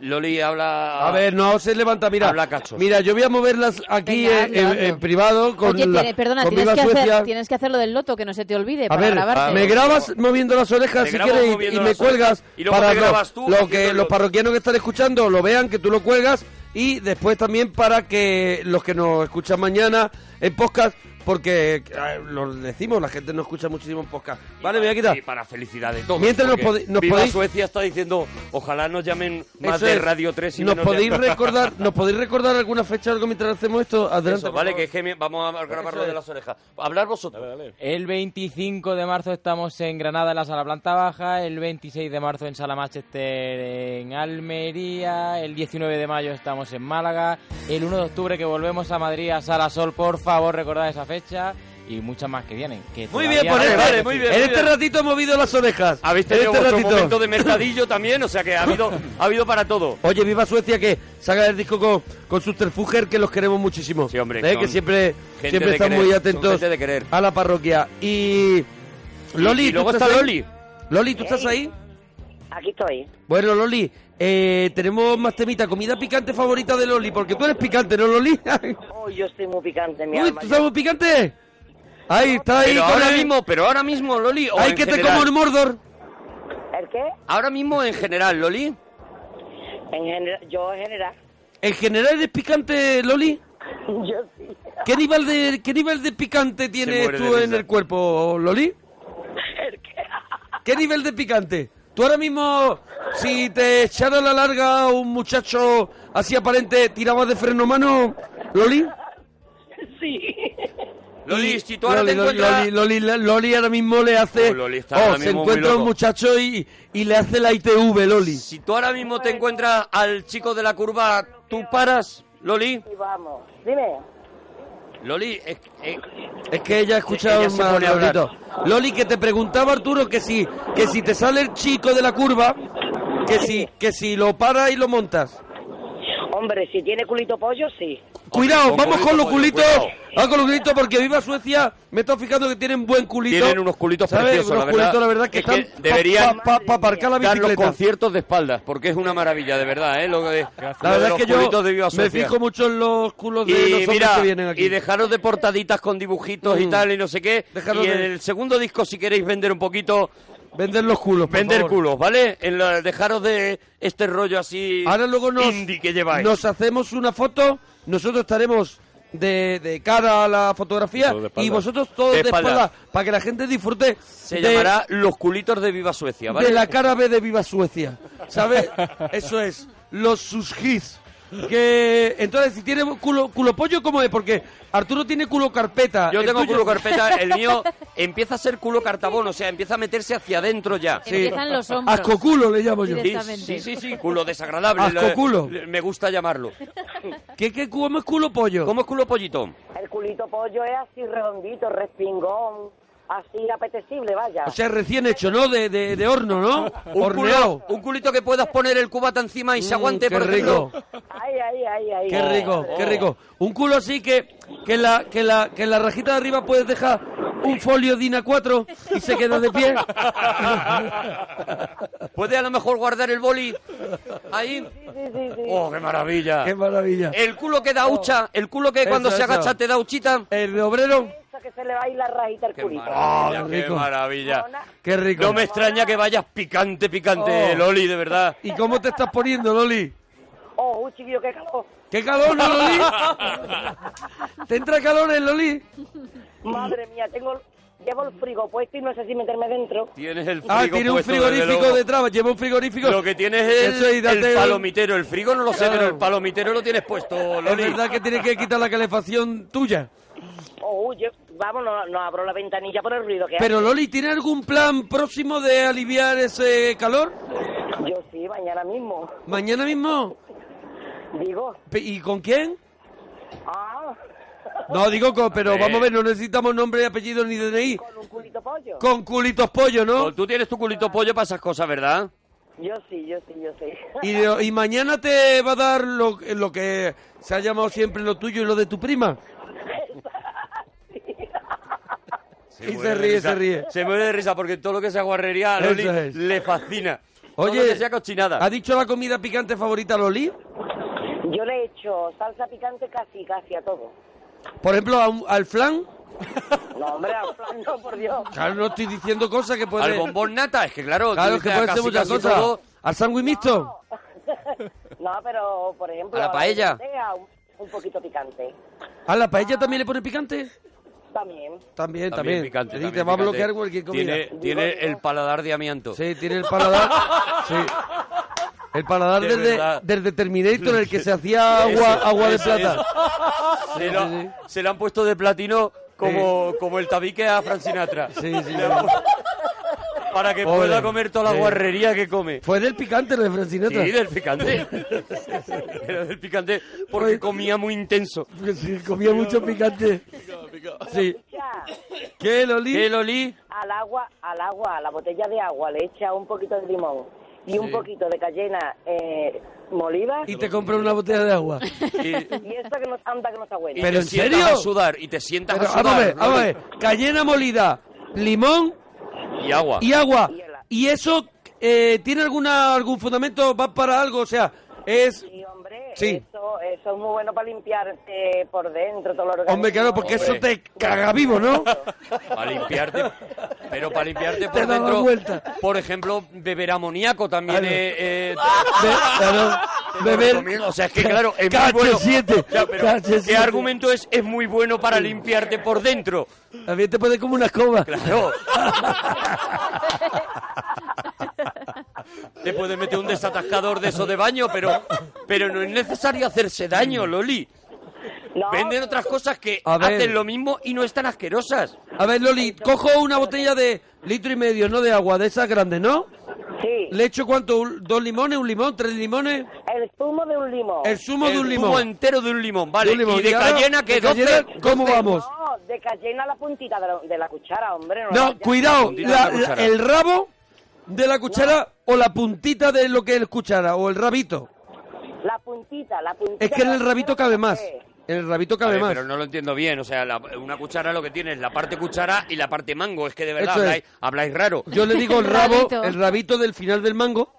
Speaker 1: Loli habla.
Speaker 2: A ver, no se levanta, mira.
Speaker 1: Habla cacho.
Speaker 2: Mira, yo voy a moverlas aquí
Speaker 4: Venga,
Speaker 2: eh,
Speaker 4: hazlo,
Speaker 2: en,
Speaker 4: hazlo.
Speaker 2: en privado con
Speaker 4: Oye,
Speaker 2: la-
Speaker 4: tiene- perdona,
Speaker 2: con
Speaker 4: tienes
Speaker 2: Viva
Speaker 4: que,
Speaker 2: Suecia.
Speaker 4: hacer, tienes que hacer lo del loto, que no se te olvide,
Speaker 2: A
Speaker 4: para
Speaker 2: ver,
Speaker 4: grabarte.
Speaker 2: me grabas moviendo las orejas
Speaker 1: Te
Speaker 2: si
Speaker 1: grabo
Speaker 2: quieres y- y,
Speaker 1: moviendo
Speaker 2: me
Speaker 1: las
Speaker 2: cuelgas
Speaker 1: orejas. Y luego
Speaker 2: para
Speaker 1: te grabas
Speaker 2: lo-
Speaker 1: tú
Speaker 2: lo
Speaker 1: haciendo
Speaker 2: que
Speaker 1: el
Speaker 2: los
Speaker 1: otro.
Speaker 2: parroquianos que están escuchando lo vean, que tú lo cuelgas y después también para que los que nos escuchan mañana en podcast, porque eh, lo decimos, la gente nos escucha muchísimo en podcast. Vale, me voy a quitar.
Speaker 1: Y para felicidad de todos.
Speaker 2: Mientras nos
Speaker 1: porque
Speaker 2: pode- nos
Speaker 1: Viva
Speaker 2: podéis-
Speaker 1: Suecia está diciendo, ojalá nos llamen más
Speaker 2: Eso
Speaker 1: de
Speaker 2: es.
Speaker 1: Radio 3 y
Speaker 2: ¿Nos
Speaker 1: menos de-
Speaker 2: podéis,
Speaker 1: *laughs*
Speaker 2: recordar, ¿Nos podéis recordar alguna fecha o algo mientras hacemos esto? Adelante.
Speaker 1: Eso,
Speaker 2: por
Speaker 1: vale,
Speaker 2: favor.
Speaker 1: que es que me- vamos a grabarlo de las orejas. Hablar vosotros.
Speaker 12: El 25 de marzo estamos en Granada en la sala planta baja, el 26 de marzo en Sala Manchester en Almería, el 19 de mayo estamos en Málaga, el 1 de octubre que volvemos a Madrid a Sala Sol, por favor recordad esa fecha, y muchas más que vienen. que
Speaker 2: Muy
Speaker 12: todavía
Speaker 2: bien, por
Speaker 12: no
Speaker 2: él,
Speaker 12: se puede
Speaker 2: vale, muy
Speaker 12: decir.
Speaker 2: bien. En este ratito hemos movido las orejas.
Speaker 1: Habéis
Speaker 2: En
Speaker 1: tenido
Speaker 2: este
Speaker 1: vuestro
Speaker 2: ratito.
Speaker 1: momento de mercadillo también, o sea que ha habido, ha habido para todo.
Speaker 2: *laughs* Oye, viva Suecia que saca el disco con, con Susterfuger, que los queremos muchísimo. Sí, hombre.
Speaker 1: son
Speaker 2: Que siempre,
Speaker 1: gente
Speaker 2: siempre
Speaker 1: de
Speaker 2: están
Speaker 1: querer,
Speaker 2: muy
Speaker 1: son
Speaker 2: atentos
Speaker 1: gente de querer.
Speaker 2: a la parroquia. Y. Loli,
Speaker 1: y
Speaker 2: ¿tú
Speaker 1: luego
Speaker 2: estás
Speaker 1: está
Speaker 2: ahí?
Speaker 1: Loli.
Speaker 2: Loli, ¿tú estás ahí?
Speaker 14: Aquí estoy.
Speaker 2: Bueno, Loli, eh, tenemos más temita. Comida picante favorita de Loli, porque tú eres picante, ¿no, Loli? *laughs*
Speaker 14: Oh, yo estoy muy picante, mi
Speaker 2: Uy,
Speaker 14: alma.
Speaker 2: ¿tú estás muy picante? Ahí, está ahí.
Speaker 1: Pero
Speaker 2: con
Speaker 1: ahora
Speaker 2: el-
Speaker 1: mismo, pero ahora mismo, Loli. o
Speaker 2: Ay,
Speaker 1: en
Speaker 2: que te
Speaker 1: general.
Speaker 2: como el Mordor.
Speaker 14: ¿El qué?
Speaker 1: Ahora mismo en general, Loli.
Speaker 14: En general, yo en general.
Speaker 2: ¿En general eres picante, Loli?
Speaker 14: *laughs* Yo sí.
Speaker 2: ¿Qué nivel de, qué nivel de picante tienes
Speaker 1: muere de
Speaker 2: tú en
Speaker 1: risa.
Speaker 2: el cuerpo, Loli? ¿Qué nivel de picante? Tú ahora mismo, si te echara a la larga un muchacho así aparente, tirabas de freno mano, Loli.
Speaker 14: Sí. *laughs*
Speaker 1: Loli, si tú ahora
Speaker 2: Loli,
Speaker 1: te
Speaker 2: Loli,
Speaker 1: encuentras...
Speaker 2: Loli, Loli, Loli ahora mismo le hace...
Speaker 1: Oh, Loli está
Speaker 2: oh,
Speaker 1: ahora
Speaker 2: se
Speaker 1: mismo muy
Speaker 2: encuentra un
Speaker 1: loco.
Speaker 2: muchacho y, y le hace la ITV, Loli.
Speaker 1: Si tú ahora mismo te encuentras al chico de la curva, ¿tú paras, Loli?
Speaker 14: Y vamos. Dime.
Speaker 1: Loli, es,
Speaker 2: Eh.
Speaker 1: es-
Speaker 2: Es que ella ha escuchado
Speaker 1: Ella se
Speaker 2: más
Speaker 1: pone a hablar.
Speaker 2: Lolito. Loli, que te preguntaba Arturo que si, que si te sale el chico de la curva, que si, que si lo paras y lo montas.
Speaker 14: Hombre, si tiene culito pollo, sí.
Speaker 2: Cuidado,
Speaker 1: con
Speaker 2: vamos
Speaker 1: culito,
Speaker 2: con los
Speaker 1: coño,
Speaker 2: culitos.
Speaker 1: cuidado.
Speaker 2: Vamos con los culitos porque viva Suecia. Me he estado fijando que tienen buen culito.
Speaker 1: tienen unos culitos
Speaker 2: ¿Sabes?
Speaker 1: preciosos,
Speaker 2: unos
Speaker 1: la verdad.
Speaker 2: culitos, la verdad, que
Speaker 1: Es
Speaker 2: están pa-
Speaker 1: deberían
Speaker 2: pa, pa- pa aparcar la
Speaker 1: dar los
Speaker 2: bicicleta.
Speaker 1: conciertos de espaldas, porque es una maravilla, de verdad, ¿eh? Lo de,
Speaker 2: La verdad es que yo me fijo
Speaker 1: mucho
Speaker 2: mucho en los culos de los
Speaker 1: y
Speaker 2: hombres
Speaker 1: mira,
Speaker 2: que vienen aquí.
Speaker 1: y dejaros de portaditas con dibujitos y
Speaker 2: Mm.
Speaker 1: tal y no sé qué.
Speaker 2: Dejaros
Speaker 1: y en
Speaker 2: de-
Speaker 1: el segundo disco, si queréis vender un poquito,
Speaker 2: Vender los culos, por
Speaker 1: vender
Speaker 2: favor.
Speaker 1: culos, ¿vale? En la- dejaros de este rollo así
Speaker 2: Ahora luego nos,
Speaker 1: indie que lleváis.
Speaker 2: nos hacemos una foto, nosotros estaremos de, de cara a la fotografía
Speaker 1: Todos de espalda.
Speaker 2: y vosotros todos de
Speaker 1: De
Speaker 2: espalda,
Speaker 1: espalda.
Speaker 2: para que la gente disfrute
Speaker 1: Se
Speaker 2: de,
Speaker 1: llamará Los culitos de Viva Suecia, ¿vale?
Speaker 2: de la cara B de Viva Suecia. ¿Sabes? Eso es, los susgis. Que entonces si tiene culo, culo pollo cómo es porque Arturo tiene culo carpeta.
Speaker 1: Yo
Speaker 2: ¿El
Speaker 1: tengo
Speaker 2: tuyo?
Speaker 1: culo carpeta, el
Speaker 4: *laughs*
Speaker 2: *laughs*
Speaker 1: mío empieza a ser culo cartabón, o sea, empieza a meterse hacia adentro ya.
Speaker 4: Sí. Empiezan los hombros.
Speaker 2: Asco culo le llamo yo.
Speaker 4: Directamente.
Speaker 1: Sí, sí, sí, culo desagradable.
Speaker 2: Asco culo.
Speaker 1: Le- Me gusta llamarlo.
Speaker 2: ¿Qué, qué, ¿Cómo es culo pollo?
Speaker 1: ¿Cómo es culo pollito?
Speaker 14: El culito pollo es así redondito, respingón, así apetecible, vaya.
Speaker 2: O sea, recién hecho, ¿no? De, de, de horno, ¿no?
Speaker 1: Un,
Speaker 2: Horneado.
Speaker 1: culo- un culito que puedas poner el cubata encima y se aguante,
Speaker 2: Mm, qué
Speaker 1: por ejemplo.
Speaker 2: rico.
Speaker 14: Ay, ay, ay, ay.
Speaker 2: Qué rico, qué rico. Un culo así que, que, la, que, la, que en la rajita de arriba puedes dejar un folio DIN A4 y se queda de pie.
Speaker 1: *laughs* Puede a lo mejor guardar el boli ahí.
Speaker 14: Sí, sí, sí.
Speaker 1: ¡Oh, qué maravilla! Eh.
Speaker 2: ¡Qué maravilla!
Speaker 1: El culo que da hucha, el culo que
Speaker 2: Eso,
Speaker 1: cuando se
Speaker 2: eso.
Speaker 1: agacha te da huchita.
Speaker 2: El de obrero,
Speaker 14: Eso que se le va a ir la rajita al culito.
Speaker 1: ¡Oh,
Speaker 2: Ah, Qué
Speaker 1: qué
Speaker 2: rico.
Speaker 1: maravilla!
Speaker 14: Mona.
Speaker 2: qué rico.
Speaker 1: No me extraña que vayas picante, picante,
Speaker 2: Oh.
Speaker 1: Loli, de verdad.
Speaker 2: ¿Y cómo te estás poniendo, Loli?
Speaker 14: Oh, un chiquillo, qué calor.
Speaker 2: ¡Qué calor, Oh,
Speaker 1: *laughs*
Speaker 2: ¿no, Loli! ¿Te entra calor el Loli?
Speaker 14: *laughs* Madre mía, tengo... Llevo el frigo puesto y no sé si meterme dentro.
Speaker 1: Tienes el frigo
Speaker 2: Ah, tiene un
Speaker 1: puesto, desde
Speaker 2: frigorífico
Speaker 1: luego.
Speaker 2: detrás, lleva un frigorífico.
Speaker 1: Lo que tienes es
Speaker 2: Eso y
Speaker 1: el,
Speaker 2: date
Speaker 1: el
Speaker 2: un-
Speaker 1: palomitero. El frigo no lo sé,
Speaker 2: Claro.
Speaker 1: pero el palomitero lo tienes puesto,
Speaker 2: Es
Speaker 1: Loli.
Speaker 2: verdad que tienes que quitar la calefacción tuya.
Speaker 14: Oh, yo... Vamos, no, no abro la ventanilla por el ruido que
Speaker 2: Pero Loli, ¿tiene algún plan próximo de aliviar ese calor?
Speaker 14: hace. Yo sí, mañana mismo.
Speaker 2: ¿Mañana mismo?
Speaker 14: Digo,
Speaker 2: Pe- ¿Y con quién?
Speaker 14: ah,
Speaker 2: No, digo, con- pero vamos a ver, no necesitamos nombre, apellido ni DNI.
Speaker 14: con un culito pollo.
Speaker 2: Con culitos pollo,
Speaker 1: Oh,
Speaker 2: ¿no?
Speaker 1: Tú tienes tu culito pollo para esas cosas, ¿verdad?
Speaker 14: Yo sí, yo sí, yo sí.
Speaker 2: Y, y mañana te va a dar lo, lo que se ha llamado siempre lo tuyo y lo de tu prima. y se
Speaker 1: muere de
Speaker 2: ríe,
Speaker 1: risa.
Speaker 2: se ríe.
Speaker 1: Se muere de risa porque todo lo que sea guarrería a Loli
Speaker 2: Eso es.
Speaker 1: le fascina. Todo lo
Speaker 2: Oye,
Speaker 1: que sea cochinada.
Speaker 2: ¿ha dicho la comida picante favorita a Loli?
Speaker 14: Yo le he hecho salsa picante casi, casi a todo.
Speaker 2: Por ejemplo, a un- al flan.
Speaker 14: No, hombre, *laughs* al plan no, por Dios.
Speaker 2: Claro, no estoy diciendo cosas que
Speaker 1: Al
Speaker 2: puede...
Speaker 1: bombón nata, es que claro,
Speaker 2: Claro,
Speaker 1: tú
Speaker 2: que
Speaker 1: dices,
Speaker 2: puede
Speaker 1: casi,
Speaker 2: ser muchas
Speaker 1: casi
Speaker 2: cosas.
Speaker 1: todo.
Speaker 2: ¿Al sándwich mixto?
Speaker 14: No, pero, por ejemplo...
Speaker 1: ¿A la paella?
Speaker 14: botella, un, un poquito picante.
Speaker 2: ¿A la paella también le pone picante?
Speaker 14: También.
Speaker 2: También, también.
Speaker 1: También picante,
Speaker 2: Te- te
Speaker 1: también
Speaker 2: va a
Speaker 1: picante.
Speaker 2: bloquear cualquier comida.
Speaker 1: Tiene, tiene el paladar de amianto.
Speaker 2: Sí, tiene el paladar. sí. El paladar
Speaker 1: De
Speaker 2: desde,
Speaker 1: verdad.
Speaker 2: desde Terminator, el que se
Speaker 1: *laughs*
Speaker 2: hacía agua, agua de plata.
Speaker 1: Se,
Speaker 2: Sí,
Speaker 1: lo-
Speaker 2: sí, sí.
Speaker 1: se le han puesto de platino como, como el tabique a Frank Sinatra.
Speaker 2: Sí, sí,
Speaker 1: Le han
Speaker 2: sí.
Speaker 1: puesto- Para que
Speaker 2: Pobre.
Speaker 1: pueda comer toda la
Speaker 2: Sí.
Speaker 1: guarrería que come.
Speaker 2: Fue del picante lo de Francineta.
Speaker 1: Sí, del
Speaker 2: *laughs*
Speaker 1: picante. Era del picante porque comía muy intenso.
Speaker 2: Porque sí, comía mucho picante. Sí.
Speaker 14: Escucha, Mira,
Speaker 2: ¿Qué, Loli?
Speaker 1: ¿Qué, Loli?
Speaker 14: al agua, al agua, a la botella de agua le echa un poquito de limón y un
Speaker 2: Sí.
Speaker 14: poquito de cayena eh, molida. *laughs*
Speaker 2: Y te compras una botella de agua.
Speaker 14: Y esto que no anda que no está bueno.
Speaker 2: ¿Pero en serio?
Speaker 1: a sudar y te sientas
Speaker 2: Pero,
Speaker 1: a
Speaker 2: vamos a
Speaker 1: sudar.
Speaker 2: ver, vamos a
Speaker 1: Loli.
Speaker 2: ver. Cayena molida, limón
Speaker 1: Y agua.
Speaker 2: y agua. ¿Y eso eh, tiene alguna algún fundamento? ¿Va para algo? O sea, es... Sí,
Speaker 14: Eso, eso es muy bueno para limpiarte por dentro todo lo organismo.
Speaker 2: hombre, claro, porque eso te caga vivo, ¿no?
Speaker 1: Para limpiarte. Pero para limpiarte
Speaker 2: Te
Speaker 1: por
Speaker 2: da la
Speaker 1: dentro.
Speaker 2: vuelta.
Speaker 1: Por ejemplo, beber amoníaco también.
Speaker 2: Claro.
Speaker 1: eh, eh,
Speaker 2: claro.
Speaker 1: te lo
Speaker 2: Beber-
Speaker 1: recomiendo. O sea, es que claro, es muy
Speaker 2: Cache
Speaker 1: bueno.
Speaker 2: siete,
Speaker 1: Ya, pero
Speaker 2: cache
Speaker 1: ¿Qué
Speaker 2: siete.
Speaker 1: argumento es? Es muy bueno para limpiarte por dentro.
Speaker 2: También te puede como una escoba. *laughs*
Speaker 1: Claro. Te puedes meter un desatascador de eso de baño, pero, pero no es necesario hacerse daño, Loli. Venden otras cosas que
Speaker 2: A ver.
Speaker 1: hacen lo mismo y no están asquerosas.
Speaker 2: A ver, Loli, cojo una botella de litro y medio, ¿no? De agua, de esas grandes, ¿no?
Speaker 14: Sí.
Speaker 2: ¿Le echo cuánto? ¿Un- ¿Dos limones? ¿Un limón? ¿Tres limones?
Speaker 14: El zumo de un limón.
Speaker 2: El zumo de un limón.
Speaker 1: zumo entero de un limón, vale.
Speaker 2: De un limón.
Speaker 1: Y de
Speaker 2: ¿Y ahora?
Speaker 1: cayena, que
Speaker 2: ¿De cayena?
Speaker 1: 12,
Speaker 2: ¿Cómo
Speaker 1: 12?
Speaker 2: vamos?
Speaker 14: No, de cayena la puntita de la, de la cuchara, hombre. No, la-
Speaker 2: No,
Speaker 14: ya-
Speaker 2: cuidado,
Speaker 14: puntita
Speaker 2: la-
Speaker 14: de la
Speaker 2: la-
Speaker 14: cuchara.
Speaker 2: el rabo de la cuchara o la puntita de lo que es la cuchara o el rabito.
Speaker 14: La puntita, la puntita.
Speaker 2: Es que en
Speaker 14: de
Speaker 2: el
Speaker 14: la
Speaker 2: rabito
Speaker 14: cuchara,
Speaker 2: cabe más.
Speaker 14: ¿qué?
Speaker 2: En el rabito
Speaker 1: A
Speaker 2: cabe
Speaker 1: ver,
Speaker 2: más.
Speaker 1: pero no lo entiendo bien, o sea, la- una cuchara lo que tiene es la parte cuchara y la parte mango, es que de verdad
Speaker 2: Eso es.
Speaker 1: habláis, habláis raro.
Speaker 2: Yo le digo el rabo, el rabito del final del mango.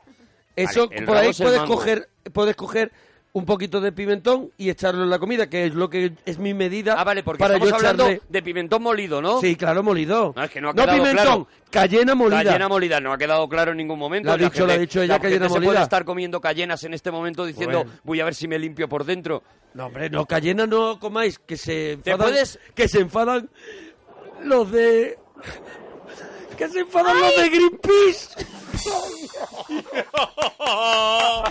Speaker 2: Eso
Speaker 1: Vale, el
Speaker 2: por
Speaker 1: rabo
Speaker 2: ahí
Speaker 1: es el
Speaker 2: puedes
Speaker 1: mango.
Speaker 2: coger, puedes coger un poquito de pimentón y echarlo en la comida, que es lo que es mi medida. Ah, vale,
Speaker 1: Porque estamos hablando de pimentón molido, ¿no?
Speaker 2: Sí, claro, molido.
Speaker 1: No, es que no ha
Speaker 2: No,
Speaker 1: quedado
Speaker 2: pimentón,
Speaker 1: claro.
Speaker 2: cayena molida.
Speaker 1: Cayena molida, no ha quedado claro en ningún momento.
Speaker 2: Lo ha
Speaker 1: La
Speaker 2: dicho, lo ha
Speaker 1: gente-
Speaker 2: dicho ella,
Speaker 1: la gente
Speaker 2: cayena
Speaker 1: se puede
Speaker 2: molida.
Speaker 1: estar comiendo cayenas en este momento diciendo,
Speaker 2: Bueno.
Speaker 1: voy a ver si me limpio por dentro.
Speaker 2: No, hombre, no, cayena no comáis, que se enfadan.
Speaker 1: puedes-
Speaker 2: Que se enfadan los de. Que se enfadan los de Greenpeace.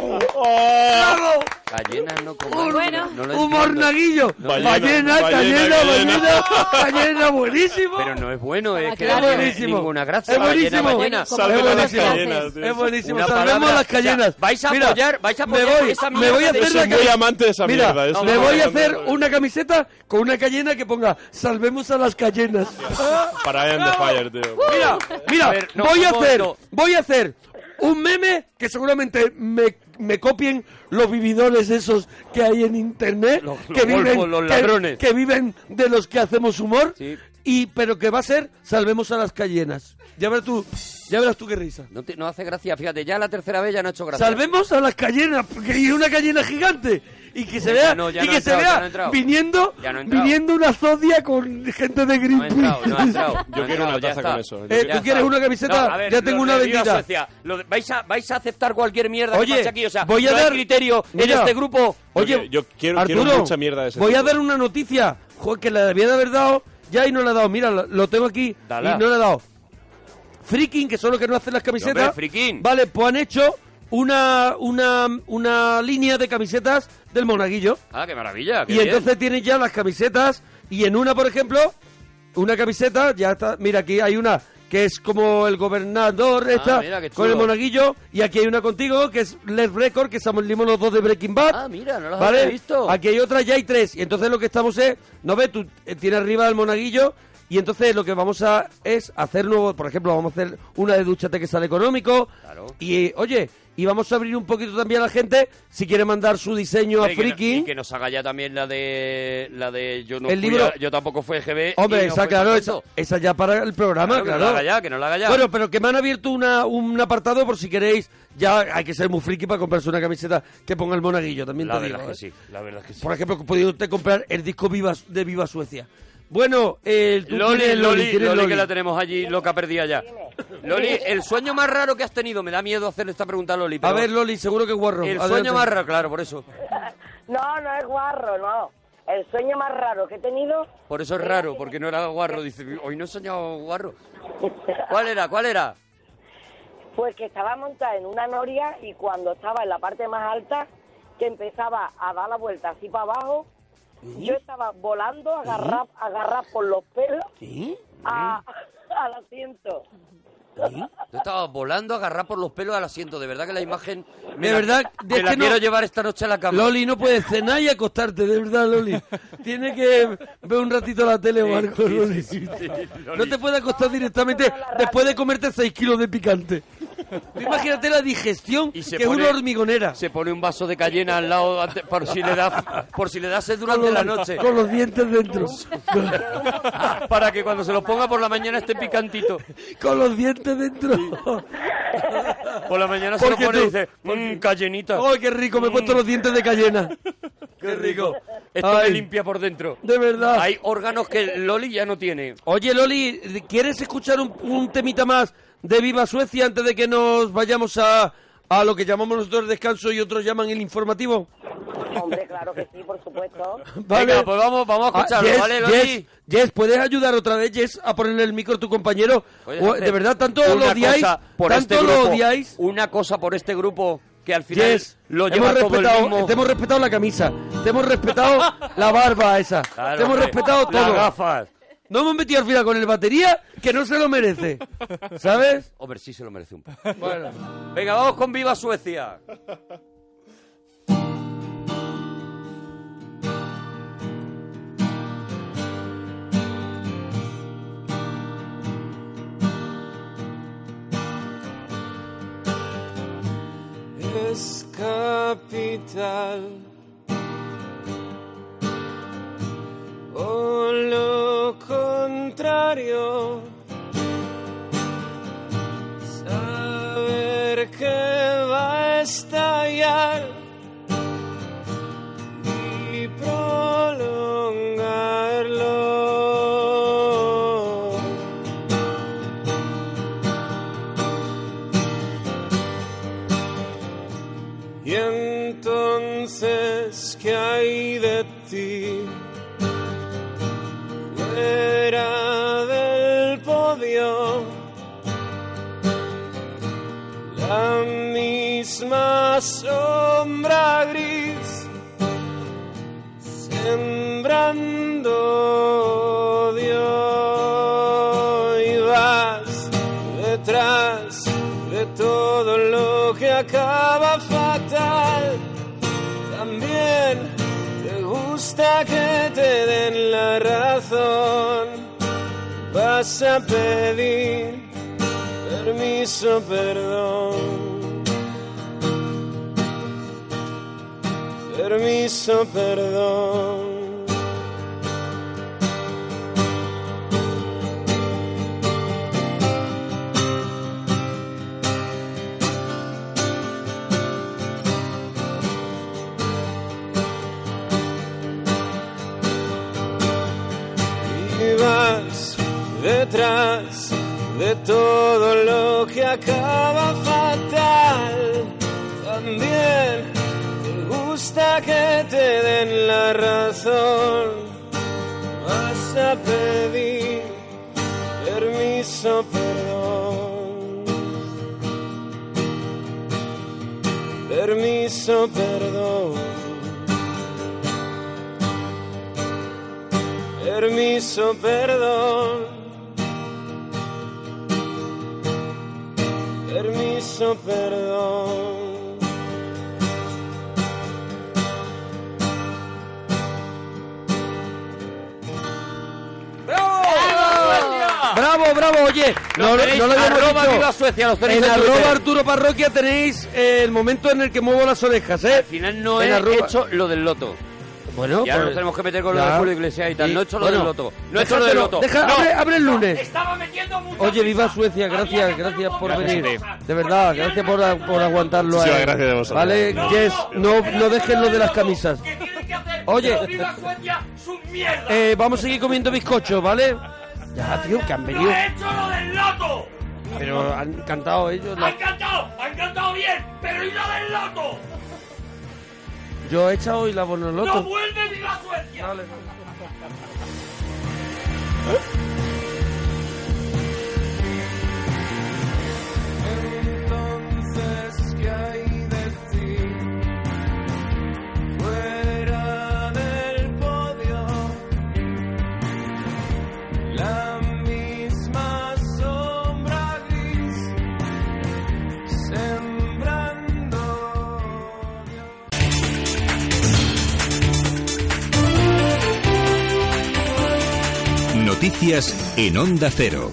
Speaker 2: ¡Bravo!
Speaker 1: Cayena no
Speaker 2: Un-
Speaker 1: como... no lo
Speaker 2: un
Speaker 1: entiendo.
Speaker 2: hornaguillo.
Speaker 1: Ballena, ballena,
Speaker 2: Ballena, cayena,
Speaker 1: ballena.
Speaker 2: ballena, *laughs* cayena, buenísimo.
Speaker 1: Pero no es bueno, es
Speaker 2: Ah,
Speaker 1: que
Speaker 2: claro.
Speaker 1: no tiene
Speaker 2: Buenísimo.
Speaker 1: ninguna gracia.
Speaker 2: Es
Speaker 1: la ballena,
Speaker 2: buenísimo.
Speaker 1: ballena.
Speaker 2: Es Salvemos las buenísimo. cayenas, tío. Es buenísimo. Salvemos las cayenas.
Speaker 1: O sea, vais a
Speaker 2: Mira,
Speaker 1: apoyar, vais a
Speaker 2: me
Speaker 1: apoyar
Speaker 2: voy,
Speaker 1: esa
Speaker 2: me voy
Speaker 1: mierda
Speaker 2: a
Speaker 1: de-
Speaker 2: hacer la cami- Mira,
Speaker 1: No,
Speaker 2: me
Speaker 1: no,
Speaker 2: voy
Speaker 1: no,
Speaker 2: a
Speaker 1: no,
Speaker 2: hacer
Speaker 1: no, no.
Speaker 2: una camiseta con una cayena que ponga salvemos a las cayenas.
Speaker 6: *laughs* Para End the Fire, tío.
Speaker 2: Mira, mira,
Speaker 6: A ver, no,
Speaker 2: voy a
Speaker 6: no,
Speaker 2: hacer,
Speaker 6: no.
Speaker 2: voy a hacer un meme que seguramente me, me copien los vividores esos que hay en internet,
Speaker 1: los
Speaker 2: que
Speaker 1: golfos,
Speaker 2: viven,
Speaker 1: los
Speaker 2: que-
Speaker 1: ladrones.
Speaker 2: que, viven de los que hacemos humor. Y pero que va a ser salvemos a las cayenas. Ya verás tú, ya verás tú qué risa.
Speaker 1: No, te- no hace gracia, fíjate, ya la tercera vez ya no ha hecho gracia.
Speaker 2: Salvemos a las cayenas, porque y una cayena gigante y que se
Speaker 1: Ya
Speaker 2: vea
Speaker 1: no, ya
Speaker 2: y
Speaker 1: no
Speaker 2: que
Speaker 1: ha entrado,
Speaker 2: se
Speaker 1: ya no ha
Speaker 2: vea
Speaker 1: entrado.
Speaker 2: viniendo
Speaker 1: Ya no ha entrado.
Speaker 2: viniendo una zodia con gente de Greenpeace.
Speaker 1: entrado, no ha entrado.
Speaker 6: Yo
Speaker 1: No ha
Speaker 6: quiero
Speaker 1: entrado,
Speaker 6: una
Speaker 1: ya
Speaker 6: taza
Speaker 1: está.
Speaker 6: con eso.
Speaker 2: Eh, ¿tú
Speaker 1: Ya está.
Speaker 2: quieres una camiseta?
Speaker 1: No, a ver,
Speaker 2: Ya tengo
Speaker 1: los
Speaker 2: una
Speaker 1: de Viva
Speaker 2: vendida.
Speaker 1: Asocia, lo de- vais, a, vais a aceptar cualquier mierda
Speaker 2: Oye,
Speaker 1: que pase aquí. O sea,
Speaker 2: voy a
Speaker 1: no hay
Speaker 2: dar
Speaker 1: criterio
Speaker 2: Mira,
Speaker 1: en este grupo.
Speaker 2: Oye,
Speaker 6: yo quiero- quiero mucha mierda de ese
Speaker 2: Voy a
Speaker 6: tipo.
Speaker 2: dar una noticia jo, que la debía de haber dado ya y no la he dado. Mira, lo, lo tengo aquí
Speaker 1: Dala.
Speaker 2: y no la he dado. Freaking, que son los que no hacen las camisetas.
Speaker 1: Hombre, Freaking.
Speaker 2: Vale, pues han hecho una, una, una línea de camisetas del monaguillo.
Speaker 1: Ah, qué maravilla. qué
Speaker 2: Y
Speaker 1: bien.
Speaker 2: entonces tienes ya las camisetas y en una, por ejemplo, una camiseta, ya está, mira, aquí hay una que es como el gobernador, esta,
Speaker 1: Ah, mira, qué chulo.
Speaker 2: con el monaguillo, y aquí hay una contigo, que es Les Record, que salimos los dos de Breaking Bad.
Speaker 1: Ah, mira, no las
Speaker 2: ¿Vale?
Speaker 1: había visto.
Speaker 2: Aquí hay otra, ya hay tres. Y entonces lo que estamos es, no ves, tú eh, tienes arriba el monaguillo. Y entonces lo que vamos a es hacer nuevo, por ejemplo, vamos a hacer una de Dúchate que sale económico. Y eh, oye, y vamos a abrir un poquito también a la gente si quiere mandar su diseño
Speaker 1: Hombre,
Speaker 2: a
Speaker 1: y que no-
Speaker 2: Friki.
Speaker 1: y que nos haga ya también la de la de yo no
Speaker 2: El
Speaker 1: fui
Speaker 2: libro-
Speaker 1: a- yo tampoco fui EGB
Speaker 2: Hombre,
Speaker 1: Eh, y no
Speaker 2: esa,
Speaker 1: fui
Speaker 2: claro, esa,
Speaker 1: contento.
Speaker 2: esa ya para el programa,
Speaker 1: Claro, que no
Speaker 2: claro.
Speaker 1: la haga ya, que no la haga ya.
Speaker 2: Bueno, pero que me han abierto una, un apartado por si queréis. Ya hay que ser muy friki para comprarse una camiseta que ponga el monaguillo, también
Speaker 1: la
Speaker 2: te
Speaker 1: verdad
Speaker 2: digo.
Speaker 1: que
Speaker 2: ¿eh?
Speaker 1: sí la verdad que sí
Speaker 2: Por ejemplo, podía usted comprar el disco Viva, de Viva Suecia. Bueno, eh, tú
Speaker 1: Loli,
Speaker 2: tienes
Speaker 1: Loli,
Speaker 2: tienes
Speaker 1: Loli,
Speaker 2: Loli.
Speaker 1: que la tenemos allí, loca perdida ya. Loli, el sueño más raro que has tenido, me da miedo hacer esta pregunta a Loli.
Speaker 2: A
Speaker 1: pero
Speaker 2: ver, Loli, seguro que guarro.
Speaker 1: el
Speaker 2: Adelante.
Speaker 1: sueño más raro, claro, por eso.
Speaker 14: No, no es guarro, no. El sueño más raro que he tenido
Speaker 1: Por eso es raro, porque no era guarro. Dice, hoy no he soñado guarro. ¿Cuál era? ¿Cuál era?
Speaker 14: Pues que estaba montada en una noria y cuando estaba en la parte más alta, que empezaba a dar la vuelta así para abajo, yo estaba volando, agarrada Ah, *laughs* agarrada por los pelos a- al asiento.
Speaker 1: Tú estabas volando, agarrar por los pelos al asiento. De verdad que la imagen. me
Speaker 2: De
Speaker 1: la-
Speaker 2: verdad,
Speaker 1: me
Speaker 2: es
Speaker 1: la
Speaker 2: que no-
Speaker 1: quiero llevar esta noche a la cama.
Speaker 2: Loli, no puedes cenar y acostarte, de verdad, Loli. Tienes que ver un ratito la tele o algo, Loli. No te puedes acostar directamente después de comerte 6 kilos
Speaker 1: *laughs*
Speaker 2: de picante. Tú Imagínate la digestión que es una hormigonera.
Speaker 1: Se pone un vaso de cayena al lado ante- por si le da por si le da sed durante
Speaker 2: Con
Speaker 1: la
Speaker 2: los-
Speaker 1: noche.
Speaker 2: Con los dientes dentro.
Speaker 1: Para que cuando se lo ponga por la mañana esté picantito.
Speaker 2: con los dientes dentro.
Speaker 1: Por la mañana se lo
Speaker 2: Porque
Speaker 1: pone y
Speaker 2: tú-
Speaker 1: dice, mmm, cayenita.
Speaker 2: ¡Ay, qué rico! Me he puesto los dientes de cayena.
Speaker 1: ¡Qué rico! Esto
Speaker 2: Ay.
Speaker 1: me limpia por dentro.
Speaker 2: De verdad.
Speaker 1: Hay órganos que Loli ya no tiene.
Speaker 2: Oye, Loli, ¿quieres escuchar un, un temita más de Viva Suecia antes de que nos vayamos a, a lo que llamamos nosotros el descanso y otros llaman el informativo?
Speaker 14: Hombre, claro que sí, por
Speaker 2: *laughs*
Speaker 14: supuesto.
Speaker 1: Venga, pues vamos, vamos a escucharlo,
Speaker 2: Ah, Jess,
Speaker 1: ¿vale, Loli?
Speaker 2: Jess, Jess, ¿puedes ayudar otra vez, Jess, a ponerle el micro a tu compañero?
Speaker 1: Oye,
Speaker 2: O-
Speaker 1: gente,
Speaker 2: de verdad, tanto
Speaker 1: una
Speaker 2: lo odiáis,
Speaker 1: cosa por
Speaker 2: tanto
Speaker 1: este
Speaker 2: lo
Speaker 1: grupo,
Speaker 2: odiáis.
Speaker 1: Una cosa por este grupo que al final
Speaker 2: Jess,
Speaker 1: lo lleva
Speaker 2: hemos
Speaker 1: todo el
Speaker 2: respetado,
Speaker 1: mismo.
Speaker 2: te hemos respetado la camisa, te hemos
Speaker 1: *laughs*
Speaker 2: respetado la barba esa,
Speaker 1: Claro,
Speaker 2: te hemos
Speaker 1: hombre,
Speaker 2: respetado
Speaker 1: las
Speaker 2: todo.
Speaker 1: gafas.
Speaker 2: No hemos metido al final con el batería, que no se lo merece, ¿sabes?
Speaker 1: Hombre, sí se lo merece un poco.
Speaker 2: Bueno.
Speaker 1: Venga, vamos con Viva Suecia.
Speaker 9: es capital. O lo contrario, saber que va a estallar y prolongarlo. Y entonces, ¿qué hay de ti? Fuera del podio, la misma sombra gris, sembrando odio y vas detrás de todo lo que acaba fatal. También te gusta que te den la razón. Vas a pedir permiso, perdón. Permiso, perdón. y vas detrás de todo lo que acaba fatal. También te gusta que te den la razón. Vas a pedir permiso, perdón. Permiso, perdón. Permiso, perdón. Permiso, perdón.
Speaker 2: Bravo, bravo, oye,
Speaker 1: Nos
Speaker 2: no, lo-
Speaker 1: tenéis
Speaker 2: no lo habíamos
Speaker 1: arroba
Speaker 2: dicho.
Speaker 1: Viva Suecia, los tenéis
Speaker 2: en
Speaker 1: en
Speaker 2: arroba
Speaker 1: Twitter.
Speaker 2: Arturo Parroquia tenéis eh, el momento en el que muevo las orejas, ¿eh? Al
Speaker 1: final No he hecho lo del loto.
Speaker 2: Bueno,
Speaker 1: ya
Speaker 2: pues-
Speaker 1: nos tenemos que meter con lo
Speaker 2: ya.
Speaker 1: de Julio Iglesias y tal.
Speaker 2: Y-
Speaker 1: no he hecho lo
Speaker 2: bueno,
Speaker 1: del loto. No he hecho lo del
Speaker 2: déjatelo,
Speaker 1: loto.
Speaker 2: deja-
Speaker 1: No.
Speaker 2: abre, abre el lunes.
Speaker 1: Estaba metiendo mucha
Speaker 2: Oye, viva Suecia, gracias, gracias por
Speaker 1: Gracias a
Speaker 2: venir.
Speaker 1: ti.
Speaker 2: De verdad, gracias por, por aguantarlo.
Speaker 6: Sí,
Speaker 2: a él.
Speaker 6: gracias a vosotros.
Speaker 2: Vale,
Speaker 6: No,
Speaker 2: Jess, no, no dejes lo de las camisas. Oye,
Speaker 1: Suecia, su mierda.
Speaker 2: eh, vamos a seguir comiendo bizcocho, ¿vale? Ya, tío, que han venido.
Speaker 1: hecho lo del loto!
Speaker 2: Pero han cantado ellos. la-
Speaker 1: cantado! ¡Han cantado bien! ¡Pero y lo del loto!
Speaker 2: Yo he echado hoy la bonoloto.
Speaker 1: vuelve viva Suecia!
Speaker 9: Entonces, ¿qué hay de ti? Fuera del podio, la misma sombra gris,
Speaker 15: Noticias en Onda Cero.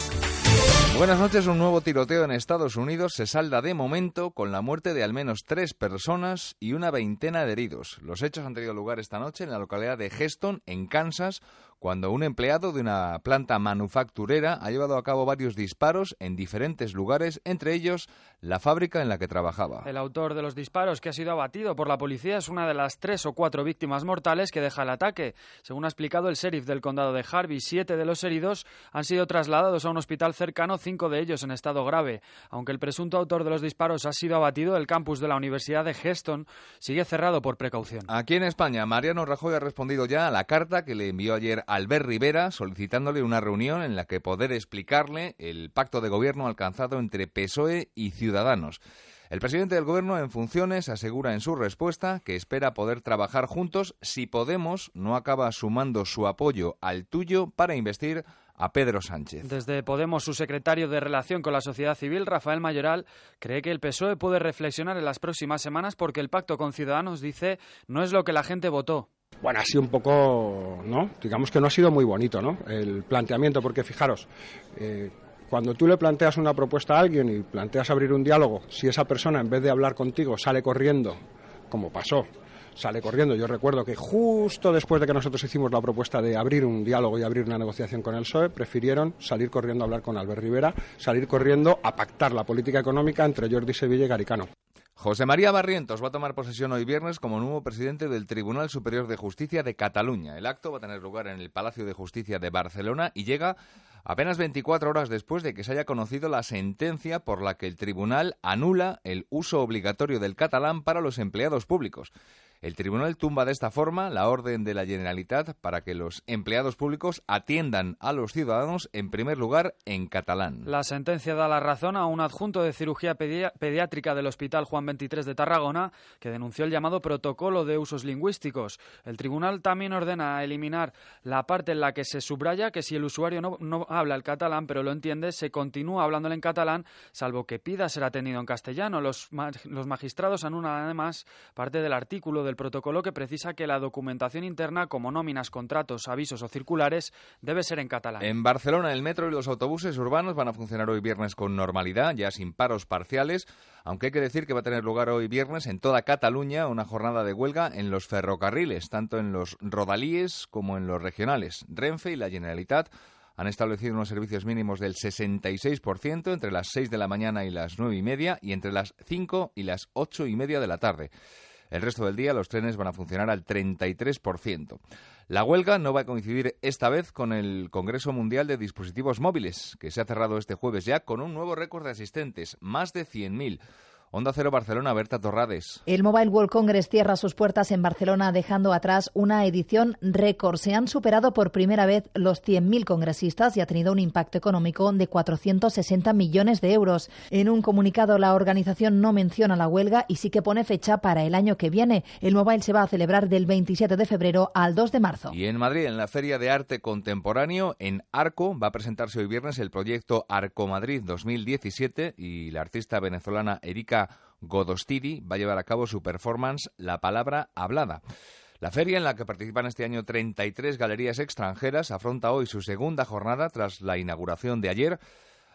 Speaker 16: Buenas noches. Un nuevo tiroteo en Estados Unidos se salda de momento con la muerte de al menos tres personas y una veintena de heridos. Los hechos han tenido lugar esta noche en la localidad de Heston, en Kansas, cuando un empleado de una planta manufacturera ha llevado a cabo varios disparos en diferentes lugares, entre ellos la fábrica en la que trabajaba.
Speaker 17: El autor de los disparos, que ha sido abatido por la policía, es una de las tres o cuatro víctimas mortales que deja el ataque. Según ha explicado el sheriff del condado de Harvey, siete de los heridos han sido trasladados a un hospital cercano, cinco de ellos en estado grave. Aunque el presunto autor de los disparos ha sido abatido, el campus de la Universidad de Heston sigue cerrado por precaución.
Speaker 16: Aquí en España, Mariano Rajoy ha respondido ya a la carta que le envió ayer Albert Rivera solicitándole una reunión en la que poder explicarle el pacto de gobierno alcanzado entre PSOE E y Ciudadanos. El presidente del gobierno en funciones asegura en su respuesta que espera poder trabajar juntos si Podemos no acaba sumando su apoyo al tuyo para investir a Pedro Sánchez.
Speaker 17: Desde Podemos, su secretario de Relación con la Sociedad Civil, Rafael Mayoral, cree que el PSOE E puede reflexionar en las próximas semanas porque el pacto con Ciudadanos, dice, no es lo que la gente votó.
Speaker 18: Bueno, ha sido un poco, ¿no? Digamos que no ha sido muy bonito, ¿no? El planteamiento, porque fijaros, eh, cuando tú le planteas una propuesta a alguien y planteas abrir un diálogo, si esa persona en vez de hablar contigo sale corriendo, como pasó, sale corriendo. Yo recuerdo que justo después de que nosotros hicimos la propuesta de abrir un diálogo y abrir una negociación con el PSOE, prefirieron salir corriendo a hablar con Albert Rivera, salir corriendo a pactar la política económica entre Jordi Sevilla y Garicano.
Speaker 16: José María Barrientos va a tomar posesión hoy viernes como nuevo presidente del Tribunal Superior de Justicia de Cataluña. El acto va a tener lugar en el Palacio de Justicia de Barcelona y llega apenas 24 horas después de que se haya conocido la sentencia por la que el tribunal anula el uso obligatorio del catalán para los empleados públicos. El tribunal tumba de esta forma la orden de la Generalitat para que los empleados públicos atiendan a los ciudadanos en primer lugar en catalán.
Speaker 17: La sentencia da la razón a un adjunto de cirugía pedia- pediátrica del Hospital Juan 23 de Tarragona, que denunció el llamado protocolo de usos lingüísticos. El tribunal también ordena eliminar la parte en la que se subraya que si el usuario no, no habla el catalán, pero lo entiende, se continúa hablándole en catalán, salvo que pida ser atendido en castellano. Los, ma- los magistrados anulan además parte del artículo del protocolo que precisa que la documentación interna, como nóminas, contratos, avisos o circulares, debe ser en catalán.
Speaker 16: En Barcelona, el metro y los autobuses urbanos van a funcionar hoy viernes con normalidad, ya sin paros parciales, aunque hay que decir que va a tener lugar hoy viernes en toda Cataluña una jornada de huelga en los ferrocarriles, tanto en los rodalíes como en los regionales. Renfe y la Generalitat han establecido unos servicios mínimos del 66% entre las 6 de la mañana y las 9 y media y entre las 5 y las 8 y media de la tarde. El resto del día los trenes van a funcionar al 33%. La huelga no va a coincidir esta vez con el Congreso Mundial de Dispositivos Móviles, que se ha cerrado este jueves ya con un nuevo récord de asistentes, más de 100.000. Onda Cero Barcelona, Berta Torrades.
Speaker 19: El Mobile World Congress cierra sus puertas en Barcelona dejando atrás una edición récord. Se han superado por primera vez los 100.000 congresistas y ha tenido un impacto económico de 460 millones de euros. En un comunicado la organización no menciona la huelga y sí que pone fecha para el año que viene. El Mobile se va a celebrar del 27 de febrero al 2 de marzo.
Speaker 16: Y en Madrid, en la Feria de Arte Contemporáneo, en Arco, va a presentarse hoy viernes el proyecto Arco Madrid 2017 y la artista venezolana Erika Godostidi va a llevar a cabo su performance La Palabra Hablada. La feria en la que participan este año 33 galerías extranjeras afronta hoy su segunda jornada tras la inauguración de ayer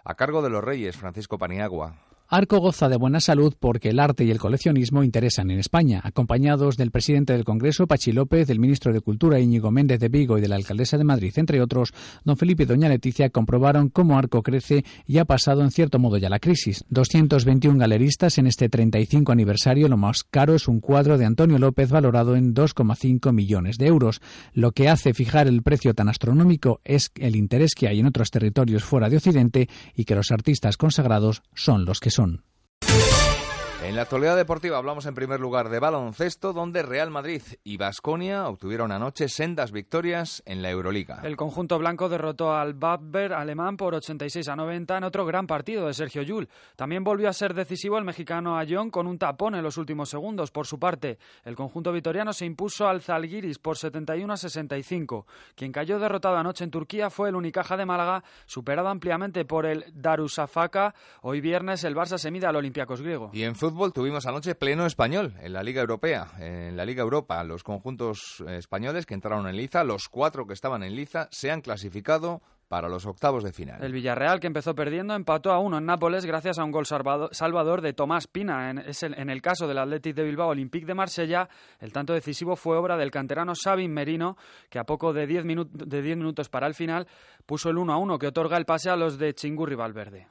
Speaker 16: a cargo de los Reyes Francisco Paniagua.
Speaker 10: Arco goza de buena salud porque el arte y el coleccionismo interesan en España, acompañados del presidente del Congreso, Pachi López, del ministro de Cultura, Íñigo Méndez de Vigo y de la alcaldesa de Madrid, entre otros, don Felipe y doña Leticia comprobaron cómo Arco crece y ha pasado en cierto modo ya la crisis. 221 galeristas en este 35 aniversario, lo más caro es un cuadro de Antonio López valorado en 2,5 millones de euros. Lo que hace fijar el precio tan astronómico es el interés que hay en otros territorios fuera de Occidente y que los artistas consagrados son los que son.
Speaker 16: En la actualidad deportiva hablamos en primer lugar de baloncesto, donde Real Madrid y Basconia obtuvieron anoche sendas victorias en la Euroliga.
Speaker 17: El conjunto blanco derrotó al Babber alemán por 86 a 90 en otro gran partido de Sergio Yul. También volvió a ser decisivo el mexicano Ayón con un tapón en los últimos segundos. Por su parte, el conjunto vitoriano se impuso al Zalgiris por 71 a 65. Quien cayó derrotado anoche en Turquía fue el Unicaja de Málaga, superado ampliamente por el Darussafaka. Hoy viernes el Barça se mide al Olympiacos griego.
Speaker 16: Y en fútbol tuvimos anoche pleno español en la Liga Europea, en la Liga Europa. Los conjuntos eh, españoles que entraron en liza, los cuatro que estaban en liza, se han clasificado para los octavos de final.
Speaker 17: El Villarreal, que empezó perdiendo, empató a uno en Nápoles gracias a un gol salvado- salvador de Tomás Pina. En, es el, en el caso del Athletic de Bilbao Olympique de Marsella, el tanto decisivo fue obra del canterano Sabin Merino, que a poco de 10 minu- de 10 minutos para el final puso el 1 a 1 que otorga el pase a los de Chingurri Valverde.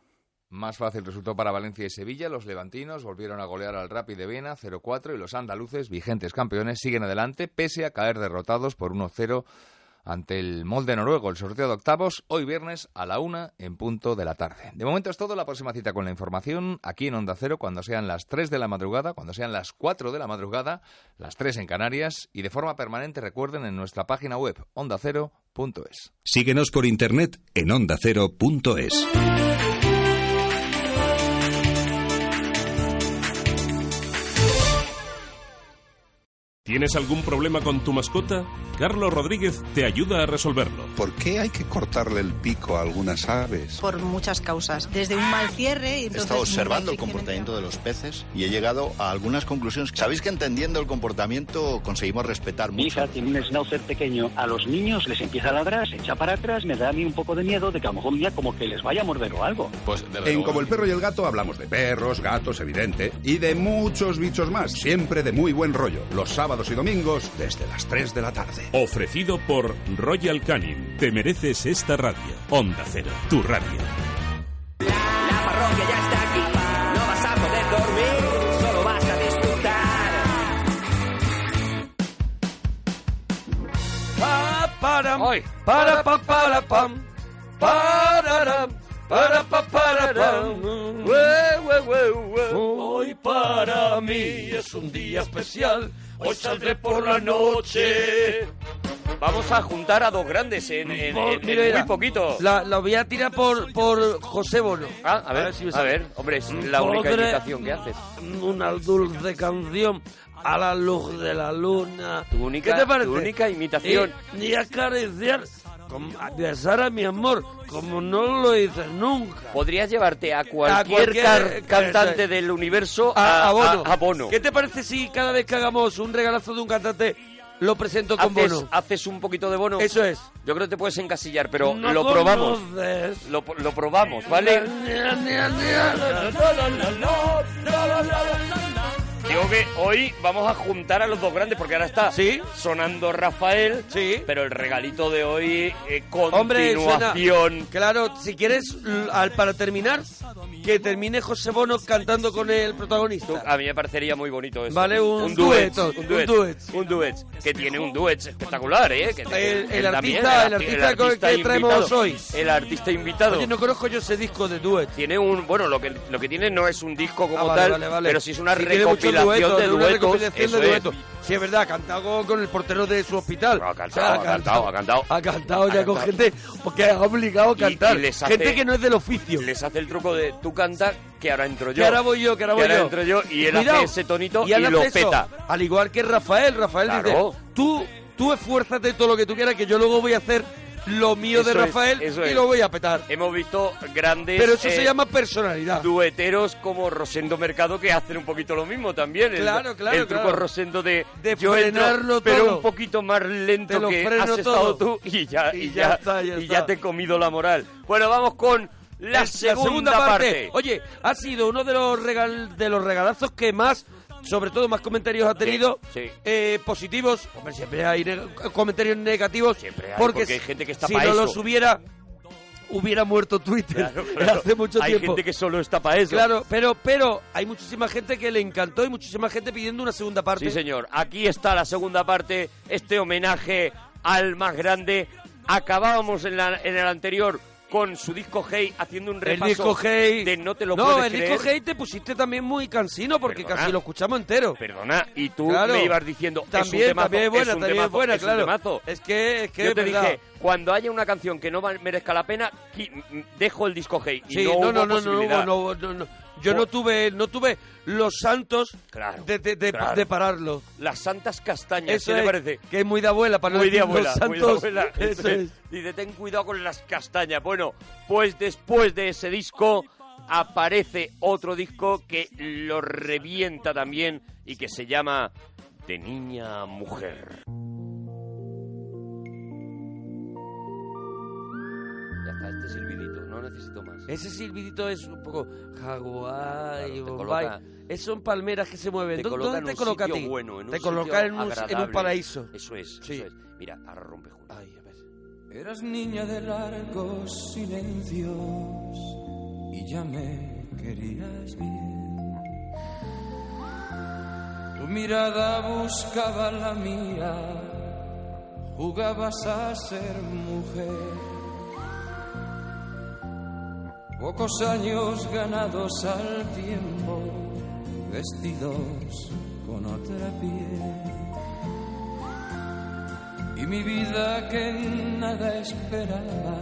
Speaker 16: Más fácil resultó para Valencia y Sevilla. Los levantinos volvieron a golear al Rapid de Viena 0-4 y los andaluces, vigentes campeones, siguen adelante pese a caer derrotados por 1-0 ante el molde noruego. El sorteo de octavos hoy viernes a la una en punto de la tarde. De momento es todo. La próxima cita con la información aquí en Onda Cero cuando sean las 3 de la madrugada, cuando sean las 4 de la madrugada, las 3 en Canarias y de forma permanente recuerden en nuestra página web ondacero.es.
Speaker 20: Síguenos por internet en ondacero.es.
Speaker 6: ¿Tienes algún problema con tu mascota? Carlos Rodríguez te ayuda a resolverlo.
Speaker 18: ¿Por qué hay que cortarle el pico a algunas aves?
Speaker 4: por muchas causas, desde un mal cierre. y
Speaker 21: He
Speaker 4: entonces
Speaker 21: estado observando el
Speaker 4: muy difícil-
Speaker 21: comportamiento de los peces y he llegado a algunas conclusiones. Sabéis que entendiendo el comportamiento conseguimos respetar
Speaker 10: Mi
Speaker 21: mucho.
Speaker 10: hija tiene un schnauzer pequeño. A los niños les empieza a ladrar, se echa para atrás. Me da a mí un poco de miedo de que a lo mejor un día como que les vaya a morder o algo.
Speaker 18: Pues en Como el perro y el gato hablamos de perros, gatos, evidente, y de muchos bichos más, siempre de muy buen rollo, los sábados y domingos desde las 3 de la tarde.
Speaker 6: Ofrecido por Royal Canin. Te mereces esta radio. Onda Cero, tu radio.
Speaker 22: No vas a poder dormir, solo vas a disfrutar.
Speaker 3: Pa, param, para, pa, para, pam, pararam, para, pa, para, pam. Ue, ue, ue, ue. Hoy para mí es un día especial, hoy saldré por la noche.
Speaker 2: Vamos a juntar a dos grandes en, en-
Speaker 3: Por-
Speaker 2: en- en
Speaker 3: mira,
Speaker 2: Eh, muy poquito.
Speaker 3: La, la voy a tirar por, por José Bono.
Speaker 2: Ah, a ver, a ver, hombre, es la única
Speaker 3: Podré-
Speaker 2: indicación que haces.
Speaker 3: Una dulce canción a la luz de la luna.
Speaker 2: Tu única-
Speaker 3: ¿Qué te parece?
Speaker 2: tu única imitación.
Speaker 3: Y, y acariciar, como-
Speaker 2: Ah,
Speaker 3: a besar a mi amor, como no lo hice nunca.
Speaker 2: Podrías llevarte a cualquier car- cantante del universo
Speaker 3: a,
Speaker 2: a-
Speaker 3: a Bono.
Speaker 2: a- a Bono.
Speaker 3: ¿Qué te parece si cada vez que hagamos un regalazo de un cantante lo presento con
Speaker 2: ¿Haces-
Speaker 3: Bono?
Speaker 2: ¿Haces un poquito de bono?
Speaker 3: Eso es.
Speaker 2: Yo creo que te puedes encasillar, pero
Speaker 3: No
Speaker 2: lo probamos.
Speaker 3: conoces. Eh,
Speaker 2: Lo, lo probamos, ¿vale? Digo que hoy vamos a juntar a los dos grandes porque ahora está sonando Rafael, pero el regalito de hoy eh,
Speaker 3: Hombre, suena-
Speaker 2: continuación.
Speaker 3: Claro, si quieres, l- al, para terminar, que termine José Bono cantando con el protagonista.
Speaker 2: A mí me parecería muy bonito eso.
Speaker 3: Vale, un
Speaker 2: duet,
Speaker 3: dueto,
Speaker 2: un
Speaker 3: un
Speaker 2: duet,
Speaker 3: duet.
Speaker 2: un duet, que tiene un duet espectacular, ¿eh? Que tiene-
Speaker 3: El- el
Speaker 2: que también,
Speaker 3: artista-
Speaker 2: arti-
Speaker 3: el artista con el que traemos
Speaker 2: invitado.
Speaker 3: hoy.
Speaker 2: El artista invitado.
Speaker 3: Oye, no conozco yo ese disco de duet.
Speaker 2: Tiene un, bueno, lo que, lo que tiene no es un disco como
Speaker 3: Ah, vale,
Speaker 2: tal,
Speaker 3: vale, vale.
Speaker 2: pero sí es una
Speaker 3: Sí, tiene muchos
Speaker 2: recopilación
Speaker 3: duetos,
Speaker 2: de
Speaker 3: una
Speaker 2: duetos.
Speaker 3: recopilación
Speaker 2: eso
Speaker 3: de
Speaker 2: es.
Speaker 3: duetos. Sí, es verdad, ha cantado con el portero de su hospital. ha
Speaker 2: cantado, ha cantado, ha cantado.
Speaker 3: Ha cantado ya con gente que ha obligado a
Speaker 2: Y-
Speaker 3: cantar.
Speaker 2: y les hace-
Speaker 3: gente que no es del oficio.
Speaker 2: Les hace el truco de tú canta, que ahora entro yo.
Speaker 3: Que ahora voy yo, que ahora voy yo.
Speaker 2: entro yo y él
Speaker 3: Cuidado.
Speaker 2: hace ese tonito y,
Speaker 3: él
Speaker 2: lo
Speaker 3: hace eso.
Speaker 2: peta.
Speaker 3: Al igual que Rafael, Rafael
Speaker 2: Claro.
Speaker 3: dice, tú, tú esfuérzate todo lo que tú quieras, que yo luego voy a hacer lo mío de
Speaker 2: Eso es,
Speaker 3: Rafael
Speaker 2: eso
Speaker 3: y
Speaker 2: es.
Speaker 3: lo voy a petar.
Speaker 2: Hemos visto grandes.
Speaker 3: Pero eso
Speaker 2: eh,
Speaker 3: se llama personalidad.
Speaker 2: dueteros como Rosendo Mercado que hacen un poquito lo mismo también. El-
Speaker 3: Claro, claro,
Speaker 2: El truco
Speaker 3: claro.
Speaker 2: Rosendo de,
Speaker 3: De
Speaker 2: yo entro,
Speaker 3: frenarlo
Speaker 2: pero
Speaker 3: todo.
Speaker 2: un poquito más lento
Speaker 3: Te lo
Speaker 2: que
Speaker 3: freno
Speaker 2: has
Speaker 3: todo.
Speaker 2: estado tú y ya, y
Speaker 3: Y
Speaker 2: ya,
Speaker 3: ya está, ya
Speaker 2: y
Speaker 3: está.
Speaker 2: ya te he comido la moral. Bueno, vamos con la,
Speaker 3: Es
Speaker 2: segunda, parte.
Speaker 3: Oye, ha sido uno de los regal, de los regalazos que más, sobre todo más comentarios ha tenido.
Speaker 2: Sí.
Speaker 3: eh, positivos, hombre, siempre hay neg- comentarios negativos.
Speaker 2: Siempre hay,
Speaker 3: porque,
Speaker 2: porque hay
Speaker 3: si-
Speaker 2: gente que está
Speaker 3: si
Speaker 2: pa'
Speaker 3: no
Speaker 2: eso.
Speaker 3: los hubiera, hubiera muerto Twitter
Speaker 2: Claro,
Speaker 3: *laughs*
Speaker 2: claro.
Speaker 3: hace mucho
Speaker 2: Hay
Speaker 3: tiempo.
Speaker 2: gente que solo está para eso.
Speaker 3: Claro, pero, pero hay muchísima gente que le encantó y muchísima gente pidiendo una segunda parte.
Speaker 2: Sí, señor. Aquí está la segunda parte, este homenaje al más grande. Acabábamos en, la- en el anterior con su disco Hey haciendo un
Speaker 3: El
Speaker 2: repaso
Speaker 3: disco Hey.
Speaker 2: de No te lo
Speaker 3: no,
Speaker 2: puedes
Speaker 3: el
Speaker 2: creer.
Speaker 3: disco Hey te pusiste también muy cansino porque
Speaker 2: Perdona.
Speaker 3: casi lo escuchamos entero.
Speaker 2: Ah. Perdona, y tú
Speaker 3: Claro.
Speaker 2: me ibas diciendo, es un
Speaker 3: También,
Speaker 2: temazo,
Speaker 3: también es buena,
Speaker 2: un
Speaker 3: también es
Speaker 2: temazo,
Speaker 3: buena,
Speaker 2: es un
Speaker 3: claro.
Speaker 2: temazo.
Speaker 3: Es que, es que
Speaker 2: Yo
Speaker 3: es
Speaker 2: te
Speaker 3: verdad.
Speaker 2: dije, cuando haya una canción que no val- merezca la pena, qui- m- dejo el disco Hey. Y
Speaker 3: Sí,
Speaker 2: no,
Speaker 3: no,
Speaker 2: hubo
Speaker 3: no, no, no,
Speaker 2: posibilidad.
Speaker 3: hubo, no, hubo, no, no. Yo no tuve, no tuve los santos
Speaker 2: Claro,
Speaker 3: de, de- de-
Speaker 2: claro.
Speaker 3: de pararlo.
Speaker 2: Las santas castañas,
Speaker 3: Eso
Speaker 2: ¿qué te
Speaker 3: es,
Speaker 2: parece?
Speaker 3: Que es muy de abuela, para no
Speaker 2: muy de
Speaker 3: decir
Speaker 2: abuela,
Speaker 3: los
Speaker 2: muy
Speaker 3: santos.
Speaker 2: de abuela.
Speaker 3: *laughs* Eso es.
Speaker 2: Dice, ten cuidado con las castañas. Bueno, pues después de ese disco aparece otro disco que lo revienta también y que se llama De Niña a Mujer. Ya
Speaker 23: basta este silbidito, no necesito más.
Speaker 17: Ese silbidito es un poco jaguar y
Speaker 23: te
Speaker 17: bombay.
Speaker 23: coloca-
Speaker 17: Es- son palmeras que se mueven.
Speaker 23: Te
Speaker 17: ¿Dó-
Speaker 23: coloca
Speaker 17: ¿Dónde
Speaker 23: en
Speaker 17: te
Speaker 23: un
Speaker 17: coloca a
Speaker 23: sitio
Speaker 17: ti?
Speaker 23: bueno, en un
Speaker 17: te
Speaker 23: sitio
Speaker 17: coloca en un, en un
Speaker 23: agradable.
Speaker 17: paraíso.
Speaker 23: Eso es,
Speaker 17: Sí.
Speaker 23: eso es. Mira, ahora rompe junto. Ay, a ver.
Speaker 3: Eras niña de largos silencios y ya me querías bien. Tu mirada buscaba la mía, jugabas a ser mujer. Pocos años ganados al tiempo, vestidos con otra piel. Y mi vida que en nada esperaba,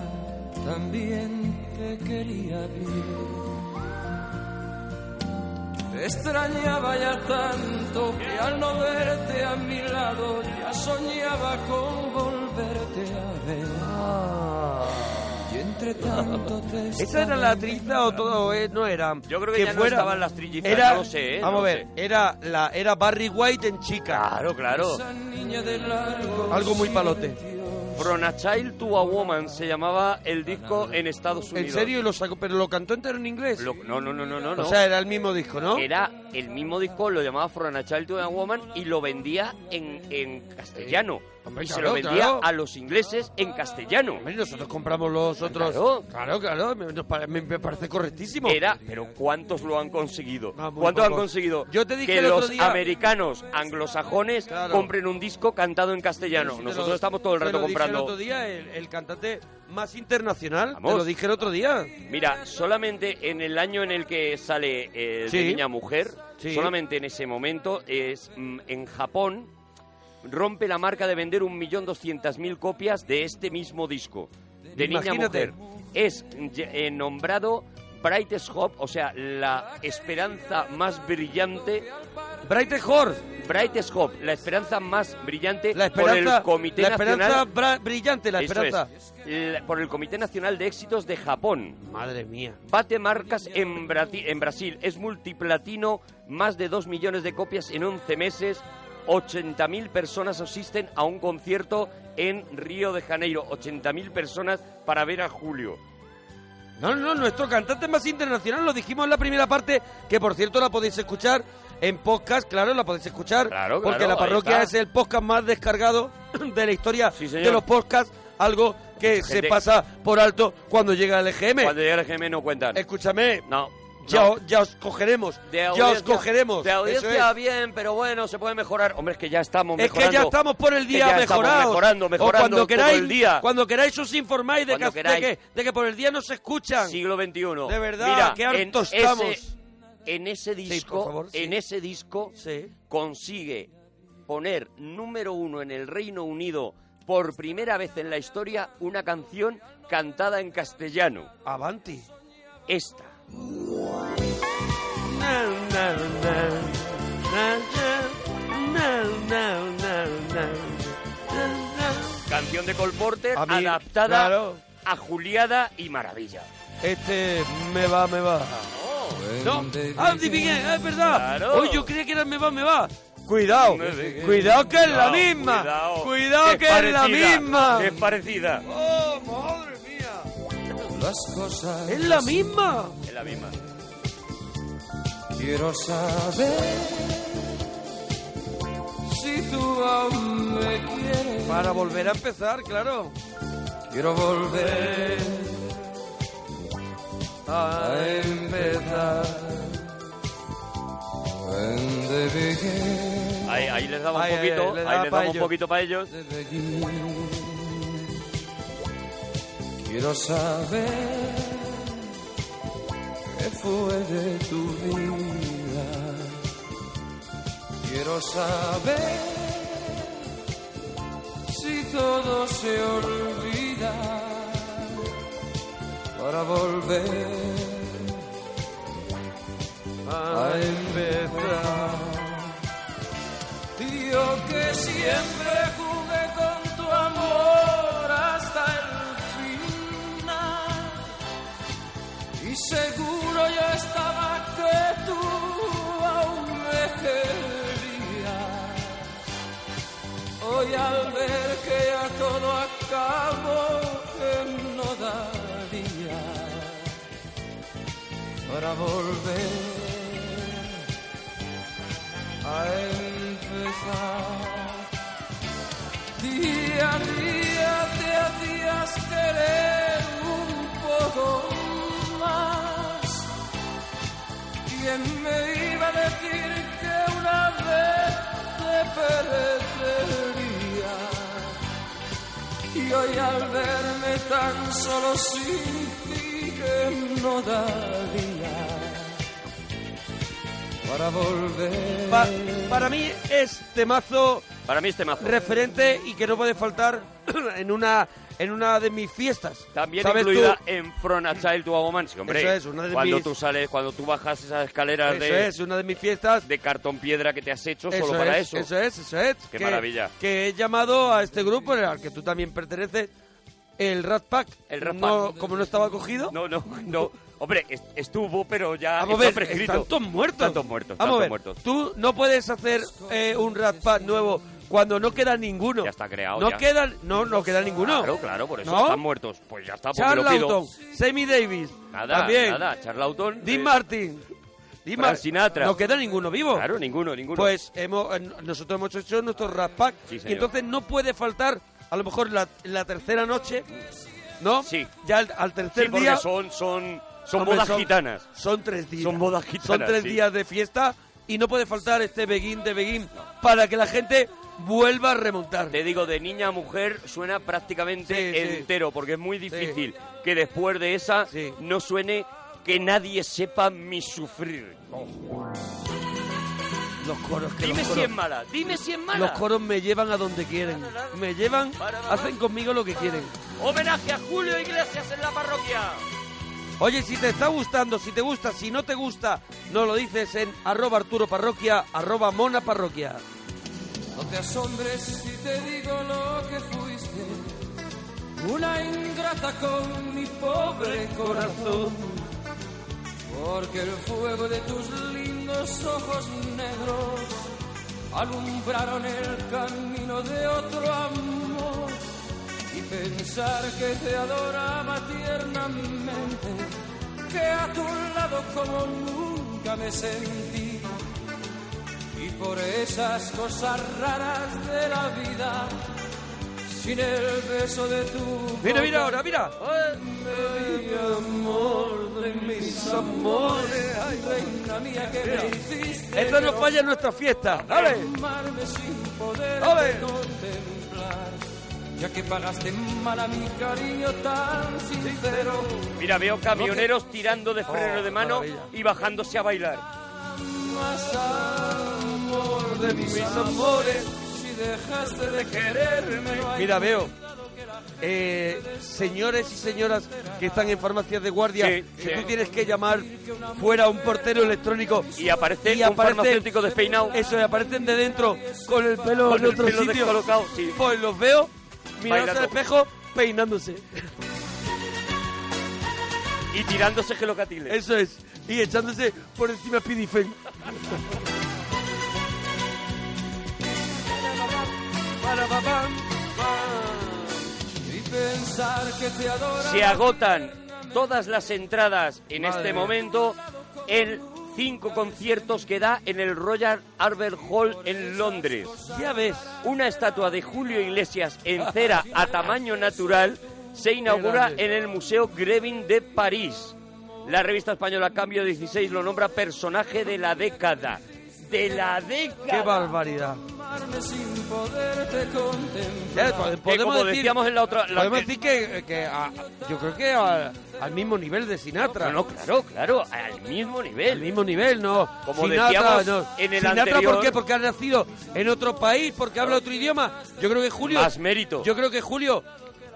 Speaker 3: también te quería bien. Te extrañaba ya tanto que al no verte a mi lado, ya soñaba con volverte a ver. Y entre tanto
Speaker 17: Ah.
Speaker 3: te
Speaker 17: ¿Esa era la triza o todo? eh? No era. Yo
Speaker 2: creo que ya no estaban las trillizas,
Speaker 17: Era,
Speaker 2: no lo sé, eh,
Speaker 17: Vamos
Speaker 2: no
Speaker 17: a ver, era, la, era Barry White en chica.
Speaker 2: Claro, claro.
Speaker 17: Algo muy palote.
Speaker 2: From a Child to a Woman se llamaba el disco en Estados
Speaker 17: ¿En
Speaker 2: Unidos.
Speaker 17: serio? Y lo sacó, ¿Pero lo cantó entero en inglés?
Speaker 2: no, no, no, no, no.
Speaker 17: O
Speaker 2: no.
Speaker 17: sea, era el mismo disco, ¿no?
Speaker 2: Era el mismo disco, lo llamaba From a Child to a Woman y lo vendía en, en castellano.
Speaker 17: hombre,
Speaker 2: y se
Speaker 17: claro,
Speaker 2: lo vendía
Speaker 17: claro.
Speaker 2: a los ingleses en castellano.
Speaker 17: nosotros compramos los otros. Claro, claro, me, nos pare- me- me parece correctísimo. Ah,
Speaker 2: Era, pero ¿cuántos lo han conseguido?
Speaker 17: muy
Speaker 2: ¿Cuántos
Speaker 17: poco.
Speaker 2: han conseguido?
Speaker 17: Yo te dije
Speaker 2: que
Speaker 17: el otro
Speaker 2: los
Speaker 17: día-
Speaker 2: americanos anglosajones compren un disco cantado en castellano.
Speaker 17: Te lo-
Speaker 2: Nosotros estamos todo el
Speaker 17: te
Speaker 2: rato
Speaker 17: lo dije
Speaker 2: comprando.
Speaker 17: el otro día, el, el cantante más internacional.
Speaker 2: Vamos.
Speaker 17: Te lo dije el otro día.
Speaker 2: Mira, solamente en el año en el que sale eh,
Speaker 17: Sí.
Speaker 2: de niña a mujer,
Speaker 17: Sí.
Speaker 2: solamente en ese momento es mm, en Japón rompe la marca de vender 1.200.000 copias de este mismo disco de niña a
Speaker 17: Imagínate.
Speaker 2: mujer. Es mm, ye- eh, nombrado Brightest Hope, o sea, la esperanza más brillante.
Speaker 17: Brightest Hope.
Speaker 2: Brightest Hope, la esperanza más brillante
Speaker 17: La
Speaker 2: por
Speaker 17: esperanza-
Speaker 2: el Comité
Speaker 17: la esperanza
Speaker 2: Nacional.
Speaker 17: bra- brillante, la
Speaker 2: Eso
Speaker 17: esperanza.
Speaker 2: es. La- por el Comité Nacional de Éxitos de Japón.
Speaker 17: Madre mía.
Speaker 2: Bate marcas en, Brati- en Brasil. Es multiplatino, más de 2 millones de copias en 11 meses. 80.000 personas asisten a un concierto en Río de Janeiro. 80.000 personas para ver a Julio.
Speaker 17: No, no, nuestro cantante más internacional, lo dijimos en la primera parte, que por cierto la podéis escuchar en podcast, claro, la podéis escuchar,
Speaker 2: Claro,
Speaker 17: porque
Speaker 2: claro,
Speaker 17: la parroquia
Speaker 2: ahí
Speaker 17: es
Speaker 2: está.
Speaker 17: este, el podcast más descargado *clears throat* de la historia de los podcasts, algo que se
Speaker 2: Gente-
Speaker 17: pasa por alto cuando llega el EGM.
Speaker 2: Cuando llegue el EGM no cuentan.
Speaker 17: Escúchame,
Speaker 2: No.
Speaker 17: ya,
Speaker 2: no.
Speaker 17: o- ya os cogeremos,
Speaker 2: De
Speaker 17: ya os
Speaker 2: audiencia-
Speaker 17: cogeremos.
Speaker 2: De
Speaker 17: eso
Speaker 2: audiencia
Speaker 17: es.
Speaker 2: bien, pero bueno, se puede mejorar. Hombre, es que ya estamos
Speaker 17: Es
Speaker 2: mejorando.
Speaker 17: que ya estamos por el
Speaker 2: Es
Speaker 17: día
Speaker 2: que ya estamos
Speaker 17: mejorados.
Speaker 2: mejorando, mejorando
Speaker 17: o cuando
Speaker 2: todo
Speaker 17: queráis,
Speaker 2: el día.
Speaker 17: cuando queráis os informáis de que,
Speaker 2: Cuando
Speaker 17: de,
Speaker 2: queráis.
Speaker 17: que, de que por el día no se escuchan.
Speaker 2: Siglo XXI.
Speaker 17: De verdad,
Speaker 2: Mira,
Speaker 17: qué
Speaker 2: en
Speaker 17: hartos
Speaker 2: ese-
Speaker 17: estamos.
Speaker 2: en ese disco,
Speaker 17: por favor, sí.
Speaker 2: en ese disco consigue poner número uno en el Reino Unido por primera vez en la historia una canción cantada en castellano.
Speaker 17: Avanti.
Speaker 2: Esta. Canción de Cole Porter
Speaker 17: A mí,
Speaker 2: adaptada
Speaker 17: claro.
Speaker 2: a Juliada y Maravilla.
Speaker 17: Este me va, me va. No, Andy Miguel, es verdad.
Speaker 2: Claro.
Speaker 17: Hoy yo creía que era me va, me va. Cuidado, cuidado que es la misma. Cuidado, que es la
Speaker 3: parecida,
Speaker 17: misma.
Speaker 3: es
Speaker 2: parecida.
Speaker 17: Oh, madre mía.
Speaker 3: Las cosas.
Speaker 17: Es la misma.
Speaker 2: Es la misma.
Speaker 3: Quiero saber si tú aún me quieres.
Speaker 17: Para volver a empezar, claro.
Speaker 3: Quiero volver
Speaker 17: Ah,
Speaker 3: a empezar. When the beginning.
Speaker 2: Ahí, ahí les daba un
Speaker 3: Ahí, ahí,
Speaker 2: poquito,
Speaker 3: le
Speaker 2: ahí,
Speaker 3: daba
Speaker 2: les
Speaker 3: pa'
Speaker 2: daba un
Speaker 3: ellos.
Speaker 2: poquito para ellos.
Speaker 3: Quiero saber qué fue de tu vida. Quiero saber si todo se olvida para volver a empezar. Tío que siempre jugué con tu amor hasta el final. Y seguro yo estaba que tú aún me querías. Hoy al ver que ya todo acabó, que no daría para volver a empezar. Día a día te hacías querer un poco más. ¿Quién me iba a decir que una vez te perdería? Y hoy al verme tan solo sin ti que no daría para volver.
Speaker 2: Pa- para mí es temazo
Speaker 17: Para mí este mazo.
Speaker 2: referente y que no puede faltar *clears throat* en una en una de mis fiestas.
Speaker 17: También
Speaker 2: ¿Sabes tú?
Speaker 17: incluida en Front a Child to a Woman, sí, hombre.
Speaker 2: Eso es, una de
Speaker 17: cuando
Speaker 2: mis-
Speaker 17: tú sales, cuando tú bajas esas escaleras
Speaker 2: Eso
Speaker 17: de
Speaker 2: es, una de mis fiestas
Speaker 17: de cartón piedra que te has hecho
Speaker 2: Eso
Speaker 17: solo para
Speaker 2: es,
Speaker 17: eso.
Speaker 2: Eso es, eso es.
Speaker 17: Qué maravilla.
Speaker 2: Que he llamado a este grupo al que tú también perteneces, el Rat Pack.
Speaker 17: El Rat
Speaker 2: No,
Speaker 17: Pack.
Speaker 2: como no estaba cogido.
Speaker 17: No, no, no. Hombre, est- estuvo, pero ya
Speaker 2: Vamos a
Speaker 17: está
Speaker 2: ver,
Speaker 17: prescrito.
Speaker 2: están todos muertos.
Speaker 17: Están todos muertos,
Speaker 2: Vamos a
Speaker 17: están
Speaker 2: ver,
Speaker 17: todos muertos.
Speaker 2: tú no puedes hacer eh, un Rat Pack nuevo cuando no queda ninguno. Ya está
Speaker 17: creado,
Speaker 2: No
Speaker 17: ya.
Speaker 2: queda, no, no queda ninguno.
Speaker 17: Claro, claro, por eso
Speaker 2: ¿No?
Speaker 17: están muertos. Pues ya está, porque lo
Speaker 2: Charlauton,
Speaker 17: pido.
Speaker 2: Sammy Davis.
Speaker 17: Nada,
Speaker 2: también.
Speaker 17: nada, Charlauton.
Speaker 2: Dean
Speaker 17: eh,
Speaker 2: Martin. Dean
Speaker 17: Frank
Speaker 2: Mar-
Speaker 17: Sinatra.
Speaker 2: No queda ninguno vivo.
Speaker 17: Claro, ninguno, ninguno.
Speaker 2: Pues hemos, eh, nosotros hemos hecho nuestro Rat Pack.
Speaker 17: Sí,
Speaker 2: y
Speaker 17: señor.
Speaker 2: entonces no puede faltar, a lo mejor la, la tercera noche, ¿no? Sí. Ya al, al tercer
Speaker 17: Sí, porque
Speaker 2: día.
Speaker 17: son, son, son
Speaker 2: Hombre,
Speaker 17: bodas gitanas.
Speaker 2: Son tres días.
Speaker 17: Son bodas gitanas,
Speaker 2: tres
Speaker 17: sí.
Speaker 2: días de fiesta y no puede faltar este beguín de beguín para que la gente vuelva a remontar.
Speaker 17: Te digo, de niña a mujer suena prácticamente
Speaker 2: Sí, sí.
Speaker 17: entero, porque es muy difícil que después de esa no suene que nadie sepa mi sufrir.
Speaker 2: Los coros que
Speaker 17: Dime
Speaker 2: los
Speaker 17: si
Speaker 2: coros-
Speaker 17: es mala, dime si es mala.
Speaker 2: Los coros me llevan a donde quieren. Me llevan, hacen conmigo lo que quieren.
Speaker 17: Homenaje a Julio Iglesias en la parroquia.
Speaker 2: Oye, si te está gustando, si te gusta, si no te gusta, nos lo dices en arroba Arturo Parroquia, arroba Mona Parroquia.
Speaker 3: No te asombres si te digo lo que fuiste, una ingrata con mi pobre corazón, porque el fuego de tus lindos ojos negros alumbraron el camino de otro amor y pensar que te adoraba tiernamente, que a tu lado como nunca me sentí y por esas cosas raras de la vida, sin el beso de tu.
Speaker 2: Mira, mira
Speaker 3: boca,
Speaker 2: ahora, mira.
Speaker 3: Ay, amor de mis amores, ay, reina mía que me hiciste.
Speaker 2: Esto no falla en nuestra fiesta.
Speaker 3: Dale.
Speaker 2: ¡Dale!
Speaker 3: sin poder
Speaker 2: Dale.
Speaker 3: contemplar, ya que pagaste mal a mi cariño tan sincero.
Speaker 17: Mira, veo camioneros tirando de freno
Speaker 3: Oh,
Speaker 17: de mano y bajándose a bailar.
Speaker 3: Más amor de mis amores, si dejaste de quererme. no hay
Speaker 2: Mira, veo. eh, señores y señoras que están en farmacias de guardia,
Speaker 17: Sí, sí.
Speaker 2: que tú tienes que llamar fuera un portero electrónico
Speaker 17: Y aparece un farmacéutico despeinado.
Speaker 2: Eso, y aparecen de dentro con el pelo
Speaker 17: Con
Speaker 2: en
Speaker 17: el
Speaker 2: otro
Speaker 17: pelo
Speaker 2: sitio.
Speaker 17: descolocado, sí.
Speaker 2: Pues los veo mirándose al
Speaker 17: Bailando.
Speaker 2: espejo, peinándose.
Speaker 17: Y tirándose gelocatiles.
Speaker 2: Eso es. Y echándose por
Speaker 17: *laughs*
Speaker 2: encima Pidifen.
Speaker 3: Y pensar que te adoro.
Speaker 17: Se agotan todas las entradas en
Speaker 3: Madre
Speaker 17: este
Speaker 3: mía.
Speaker 17: momento en cinco conciertos que da en el Royal Albert Hall en Londres.
Speaker 2: Ya ves,
Speaker 17: una estatua de Julio Iglesias en cera a tamaño natural se inaugura
Speaker 2: grande.
Speaker 17: en el Museo Grevin de París. La revista española Cambio 16 lo nombra personaje de la década. De la década.
Speaker 2: ¡Qué barbaridad!
Speaker 3: amarme sin poderte
Speaker 2: Ya, pues,
Speaker 3: contemplar.
Speaker 2: po-
Speaker 17: Que
Speaker 2: podemos
Speaker 17: como
Speaker 2: decir,
Speaker 17: decíamos en la otra- la-
Speaker 2: podemos decir que, que a- yo creo que a- al mismo nivel de Sinatra.
Speaker 17: No, claro, claro, al mismo nivel.
Speaker 2: Al mismo nivel, no.
Speaker 17: Como
Speaker 2: Sinatra,
Speaker 17: decíamos
Speaker 2: no.
Speaker 17: en el
Speaker 2: Sinatra,
Speaker 17: anterior-
Speaker 2: ¿por qué? Porque ha nacido en otro país, porque habla otro idioma. Yo creo que Julio.
Speaker 17: Más mérito.
Speaker 2: Yo creo que Julio,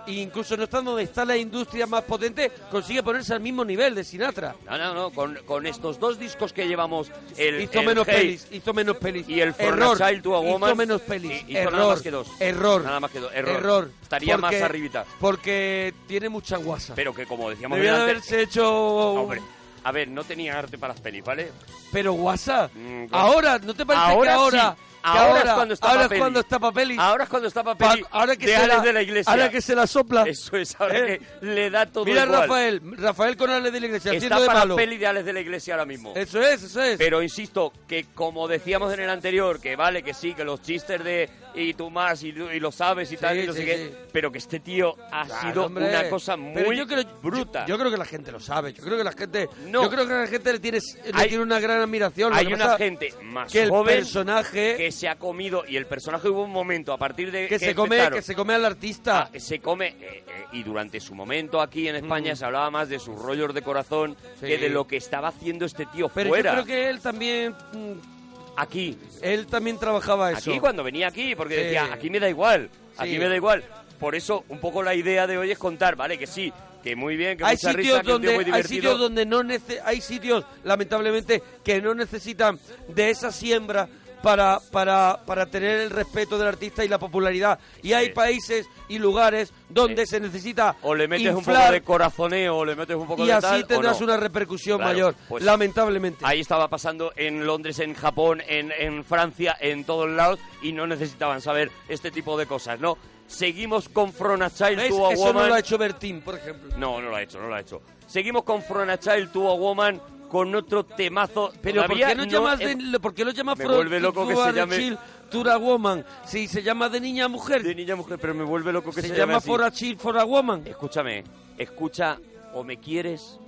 Speaker 2: incluso no estando donde está la industria más potente, consigue ponerse al mismo nivel de Sinatra.
Speaker 17: No, no, no, con, con estos dos discos que llevamos, el,
Speaker 2: hizo
Speaker 17: el
Speaker 2: menos
Speaker 17: Hey
Speaker 2: pelis, hizo menos pelis.
Speaker 17: y el For
Speaker 2: error,
Speaker 17: a Child to a Woman,
Speaker 2: hizo menos pelis.
Speaker 17: y- hizo
Speaker 2: error,
Speaker 17: nada más que dos.
Speaker 2: Error.
Speaker 17: Nada más que dos, error.
Speaker 2: Error.
Speaker 17: Estaría más
Speaker 2: Porque-
Speaker 17: arribita.
Speaker 2: Porque tiene mucha guasa.
Speaker 17: Pero que como decíamos
Speaker 2: Debía de
Speaker 17: delante-
Speaker 2: haberse hecho... un-
Speaker 17: Hombre, a ver, no tenía arte para las pelis, ¿vale?
Speaker 2: Pero guasa.
Speaker 17: Mm,
Speaker 2: ahora, ¿no te parece
Speaker 17: ahora
Speaker 2: que ahora
Speaker 17: sí,
Speaker 2: Ahora,
Speaker 17: ahora,
Speaker 2: es cuando está
Speaker 17: ahora es
Speaker 2: papel.
Speaker 17: cuando está papel.
Speaker 2: Ahora es cuando está papel.
Speaker 17: Pa- ahora que
Speaker 2: de
Speaker 17: se
Speaker 2: Alex
Speaker 17: la-
Speaker 2: de la Iglesia.
Speaker 17: ahora que se la sopla.
Speaker 2: Eso es, ahora
Speaker 17: ¿Eh?
Speaker 2: que le da todo
Speaker 17: Mira
Speaker 2: igual.
Speaker 17: Rafael, Rafael con Alex de la Iglesia,
Speaker 2: Está
Speaker 17: haciendo de
Speaker 2: para
Speaker 17: malo.
Speaker 2: peli de Alex de la Iglesia ahora mismo.
Speaker 17: Eso es, eso es.
Speaker 2: Pero insisto, que como decíamos en el anterior, que vale, que sí, que los chistes de y tú más y, y lo sabes y tal, y no
Speaker 17: sí,
Speaker 2: sé qué,
Speaker 17: sí.
Speaker 2: pero que este tío ha
Speaker 17: Claro,
Speaker 2: sido
Speaker 17: hombre.
Speaker 2: una cosa
Speaker 17: Pero
Speaker 2: muy
Speaker 17: yo creo-
Speaker 2: bruta.
Speaker 17: Yo creo que la gente lo sabe, yo creo que la gente,
Speaker 2: No.
Speaker 17: yo creo que la gente le tiene, le
Speaker 2: Hay-
Speaker 17: tiene una gran admiración. Lo
Speaker 2: Hay
Speaker 17: que
Speaker 2: una
Speaker 17: pasa
Speaker 2: gente más
Speaker 17: que el
Speaker 2: joven
Speaker 17: personaje
Speaker 2: que se ha comido y el personaje hubo un momento a partir de
Speaker 17: que, se come,
Speaker 2: empezaron-
Speaker 17: que se come al artista.
Speaker 2: Ah, se come eh, eh, y durante su momento aquí en España se hablaba más de sus rollos de corazón
Speaker 17: Mm. Sí.
Speaker 2: que de lo que estaba haciendo este tío
Speaker 17: Pero
Speaker 2: fuera.
Speaker 17: yo creo que él también mm,
Speaker 2: Aquí.
Speaker 17: él también trabajaba eso.
Speaker 2: Aquí cuando venía aquí, porque
Speaker 17: Sí.
Speaker 2: decía, aquí me da igual, aquí
Speaker 17: Sí.
Speaker 2: me da igual. Por eso, un poco la idea de hoy es contar, ¿vale? Que sí, que muy bien, que
Speaker 17: hay
Speaker 2: mucha
Speaker 17: sitios
Speaker 2: risa, que un tío
Speaker 17: donde
Speaker 2: muy
Speaker 17: hay
Speaker 2: divertido.
Speaker 17: sitios donde no nece- hay sitios lamentablemente que no necesitan de esa siembra para, para, para tener el respeto del artista y la popularidad y hay países y lugares donde se necesita
Speaker 2: O le metes un poco
Speaker 17: inflar
Speaker 2: de corazoneo, o le metes un poco
Speaker 17: y
Speaker 2: de
Speaker 17: así
Speaker 2: tal, o
Speaker 17: tendrás
Speaker 2: no.
Speaker 17: una repercusión
Speaker 2: Claro,
Speaker 17: mayor
Speaker 2: pues-
Speaker 17: lamentablemente
Speaker 2: Ahí estaba pasando en Londres, en Japón, en, en Francia, en todos lados, y no necesitaban saber este tipo de cosas, ¿no? Seguimos con From a Child
Speaker 17: ¿Ves?
Speaker 2: to a
Speaker 17: eso
Speaker 2: Woman.
Speaker 17: no lo ha hecho Bertín por ejemplo
Speaker 2: No, no lo ha hecho, no lo ha hecho. Seguimos con From a Child to a Woman con otro temazo.
Speaker 17: pero ¿por
Speaker 2: Todavía
Speaker 17: qué no, llamas
Speaker 2: he-
Speaker 17: de, por qué lo llamas
Speaker 2: Me
Speaker 17: From
Speaker 2: vuelve loco que
Speaker 17: to
Speaker 2: se
Speaker 17: a
Speaker 2: llame-
Speaker 17: Chill to a Woman si se llama de niña a mujer
Speaker 2: de niña a mujer pero me vuelve loco que se llame
Speaker 17: llama
Speaker 2: así.
Speaker 17: For a Chill for a Woman
Speaker 2: Escúchame, escucha o me quieres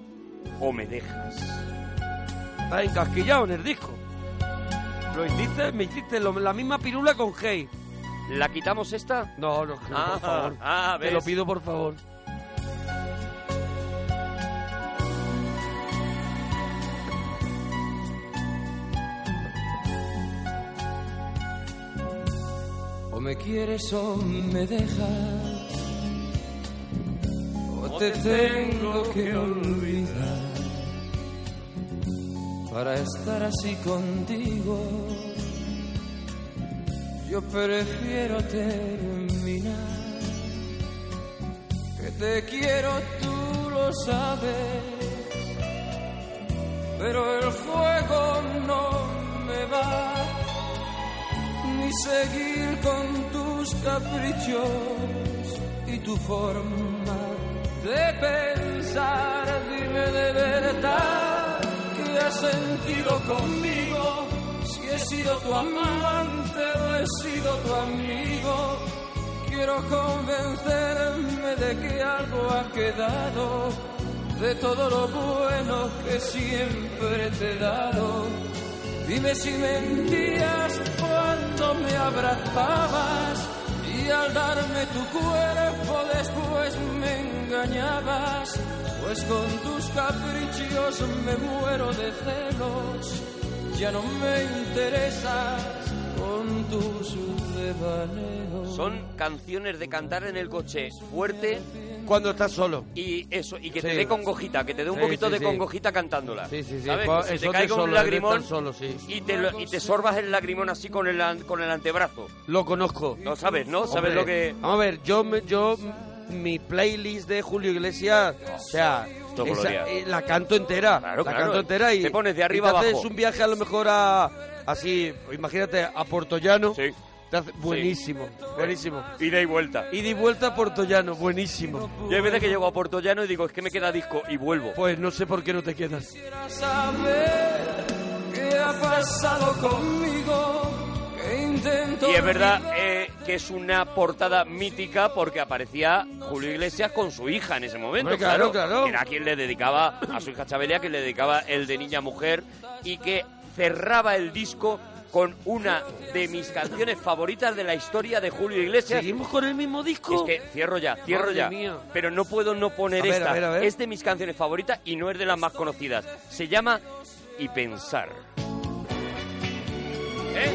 Speaker 2: o me dejas.
Speaker 17: Está encasquillado en el disco. Lo hiciste, me hiciste lo- la misma pirula con Hey.
Speaker 2: ¿La quitamos esta?
Speaker 17: No, no, no,
Speaker 2: Ah,
Speaker 17: por favor.
Speaker 2: ah,
Speaker 17: Te
Speaker 2: ves.
Speaker 17: lo pido por favor.
Speaker 3: O me quieres o me dejas, o te tengo que olvidar para este estar así contigo. Yo prefiero terminar, que te quiero tú lo sabes, pero el juego no me va ni seguir con tus caprichos y tu forma de pensar. Dime de verdad que has sentido conmigo, si he sido tu amante o he sido tu amigo. Quiero convencerme de que algo ha quedado de todo lo bueno que siempre te he dado. Dime si mentías cuando me abrazabas y al darme tu cuerpo después me engañabas, pues con tus caprichos me muero de celos, ya no me interesas con tus devaneos.
Speaker 2: Son canciones de cantar en el coche fuerte
Speaker 17: Cuando estás solo.
Speaker 2: y eso y que te
Speaker 17: Sí.
Speaker 2: dé congojita, que te dé un
Speaker 17: Sí,
Speaker 2: poquito
Speaker 17: sí,
Speaker 2: de
Speaker 17: sí.
Speaker 2: congojita cantándola.
Speaker 17: Sí, sí, sí.
Speaker 2: ¿Sabes?
Speaker 17: Pa-
Speaker 2: Que se
Speaker 17: eso
Speaker 2: te
Speaker 17: de
Speaker 2: caiga
Speaker 17: solo,
Speaker 2: un
Speaker 17: de
Speaker 2: lagrimón
Speaker 17: estar solo, sí.
Speaker 2: y te lo- y te sorbas el lagrimón así con el an- con el antebrazo.
Speaker 17: Lo conozco.
Speaker 2: No sabes, ¿no? Sabes
Speaker 17: Hombre,
Speaker 2: lo que
Speaker 17: Vamos a ver, yo, me- yo mi playlist de Julio Iglesias, o sea,
Speaker 2: Esto
Speaker 17: esa-
Speaker 2: gloria.
Speaker 17: eh, la canto entera.
Speaker 2: Claro,
Speaker 17: la
Speaker 2: claro.
Speaker 17: canto entera y
Speaker 2: Te pones de
Speaker 17: y
Speaker 2: arriba
Speaker 17: te haces
Speaker 2: abajo.
Speaker 17: un viaje a lo mejor a así, imagínate a Portollano. Te hace- buenísimo, buenísimo.
Speaker 2: Ida y vuelta.
Speaker 17: Ida y vuelta a Portollano, buenísimo.
Speaker 2: Yo hay veces que llego a Portollano y digo, es que me queda disco y vuelvo.
Speaker 17: Pues no sé por qué no te quedas.
Speaker 3: saber qué ha pasado conmigo, que intento
Speaker 2: Y es verdad eh, que es una portada mítica porque aparecía Julio Iglesias con su hija en ese momento.
Speaker 17: Hombre, claro, claro.
Speaker 2: que Era quien le dedicaba a su hija Chabelia, quien le dedicaba el de niña a mujer y que cerraba el disco con una de mis canciones favoritas de la historia de Julio Iglesias.
Speaker 17: ¿Seguimos con el mismo disco?
Speaker 2: Es que cierro ya, cierro
Speaker 17: Madre
Speaker 2: ya.
Speaker 17: mía.
Speaker 2: Pero no puedo no poner
Speaker 17: A ver,
Speaker 2: esta.
Speaker 17: a ver, a ver.
Speaker 2: Es de mis canciones favoritas y no es de las más conocidas. Se llama Y pensar. ¿Eh?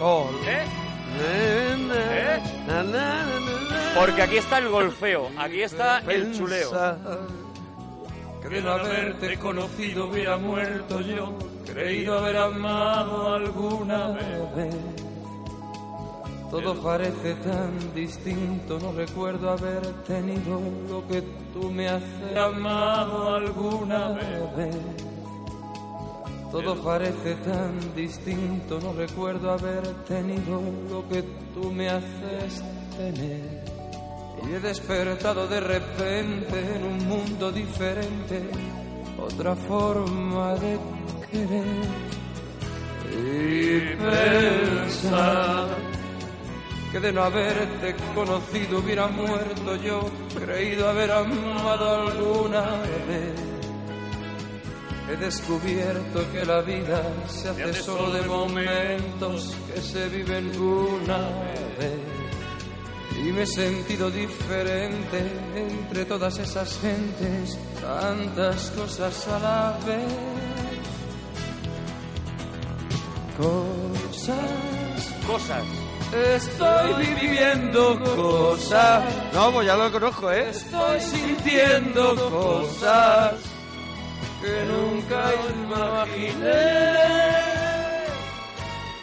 Speaker 17: Oh.
Speaker 2: ¿Eh?
Speaker 17: ¿Eh? Na, na, na, na, na.
Speaker 2: Porque aquí está el golfeo, aquí está el chuleo.
Speaker 3: que de haberte conocido hubiera muerto yo, creído haber amado alguna vez. Todo parece tan distinto, no recuerdo haber tenido lo que tú me has amado alguna vez. Todo parece tan distinto, no recuerdo haber tenido lo que tú me haces tener. Y he despertado de repente en un mundo diferente, otra forma de querer. Y pensar que de no haberte conocido hubiera muerto yo, creído haber amado alguna vez. He descubierto que la vida se hace solo de momentos que se viven una vez. Y me he sentido diferente entre todas esas gentes, tantas cosas a la vez. Cosas,
Speaker 1: cosas.
Speaker 3: Estoy viviendo cosas,
Speaker 2: No, pues ya lo conozco, ¿eh?
Speaker 3: estoy sintiendo cosas que nunca imaginé.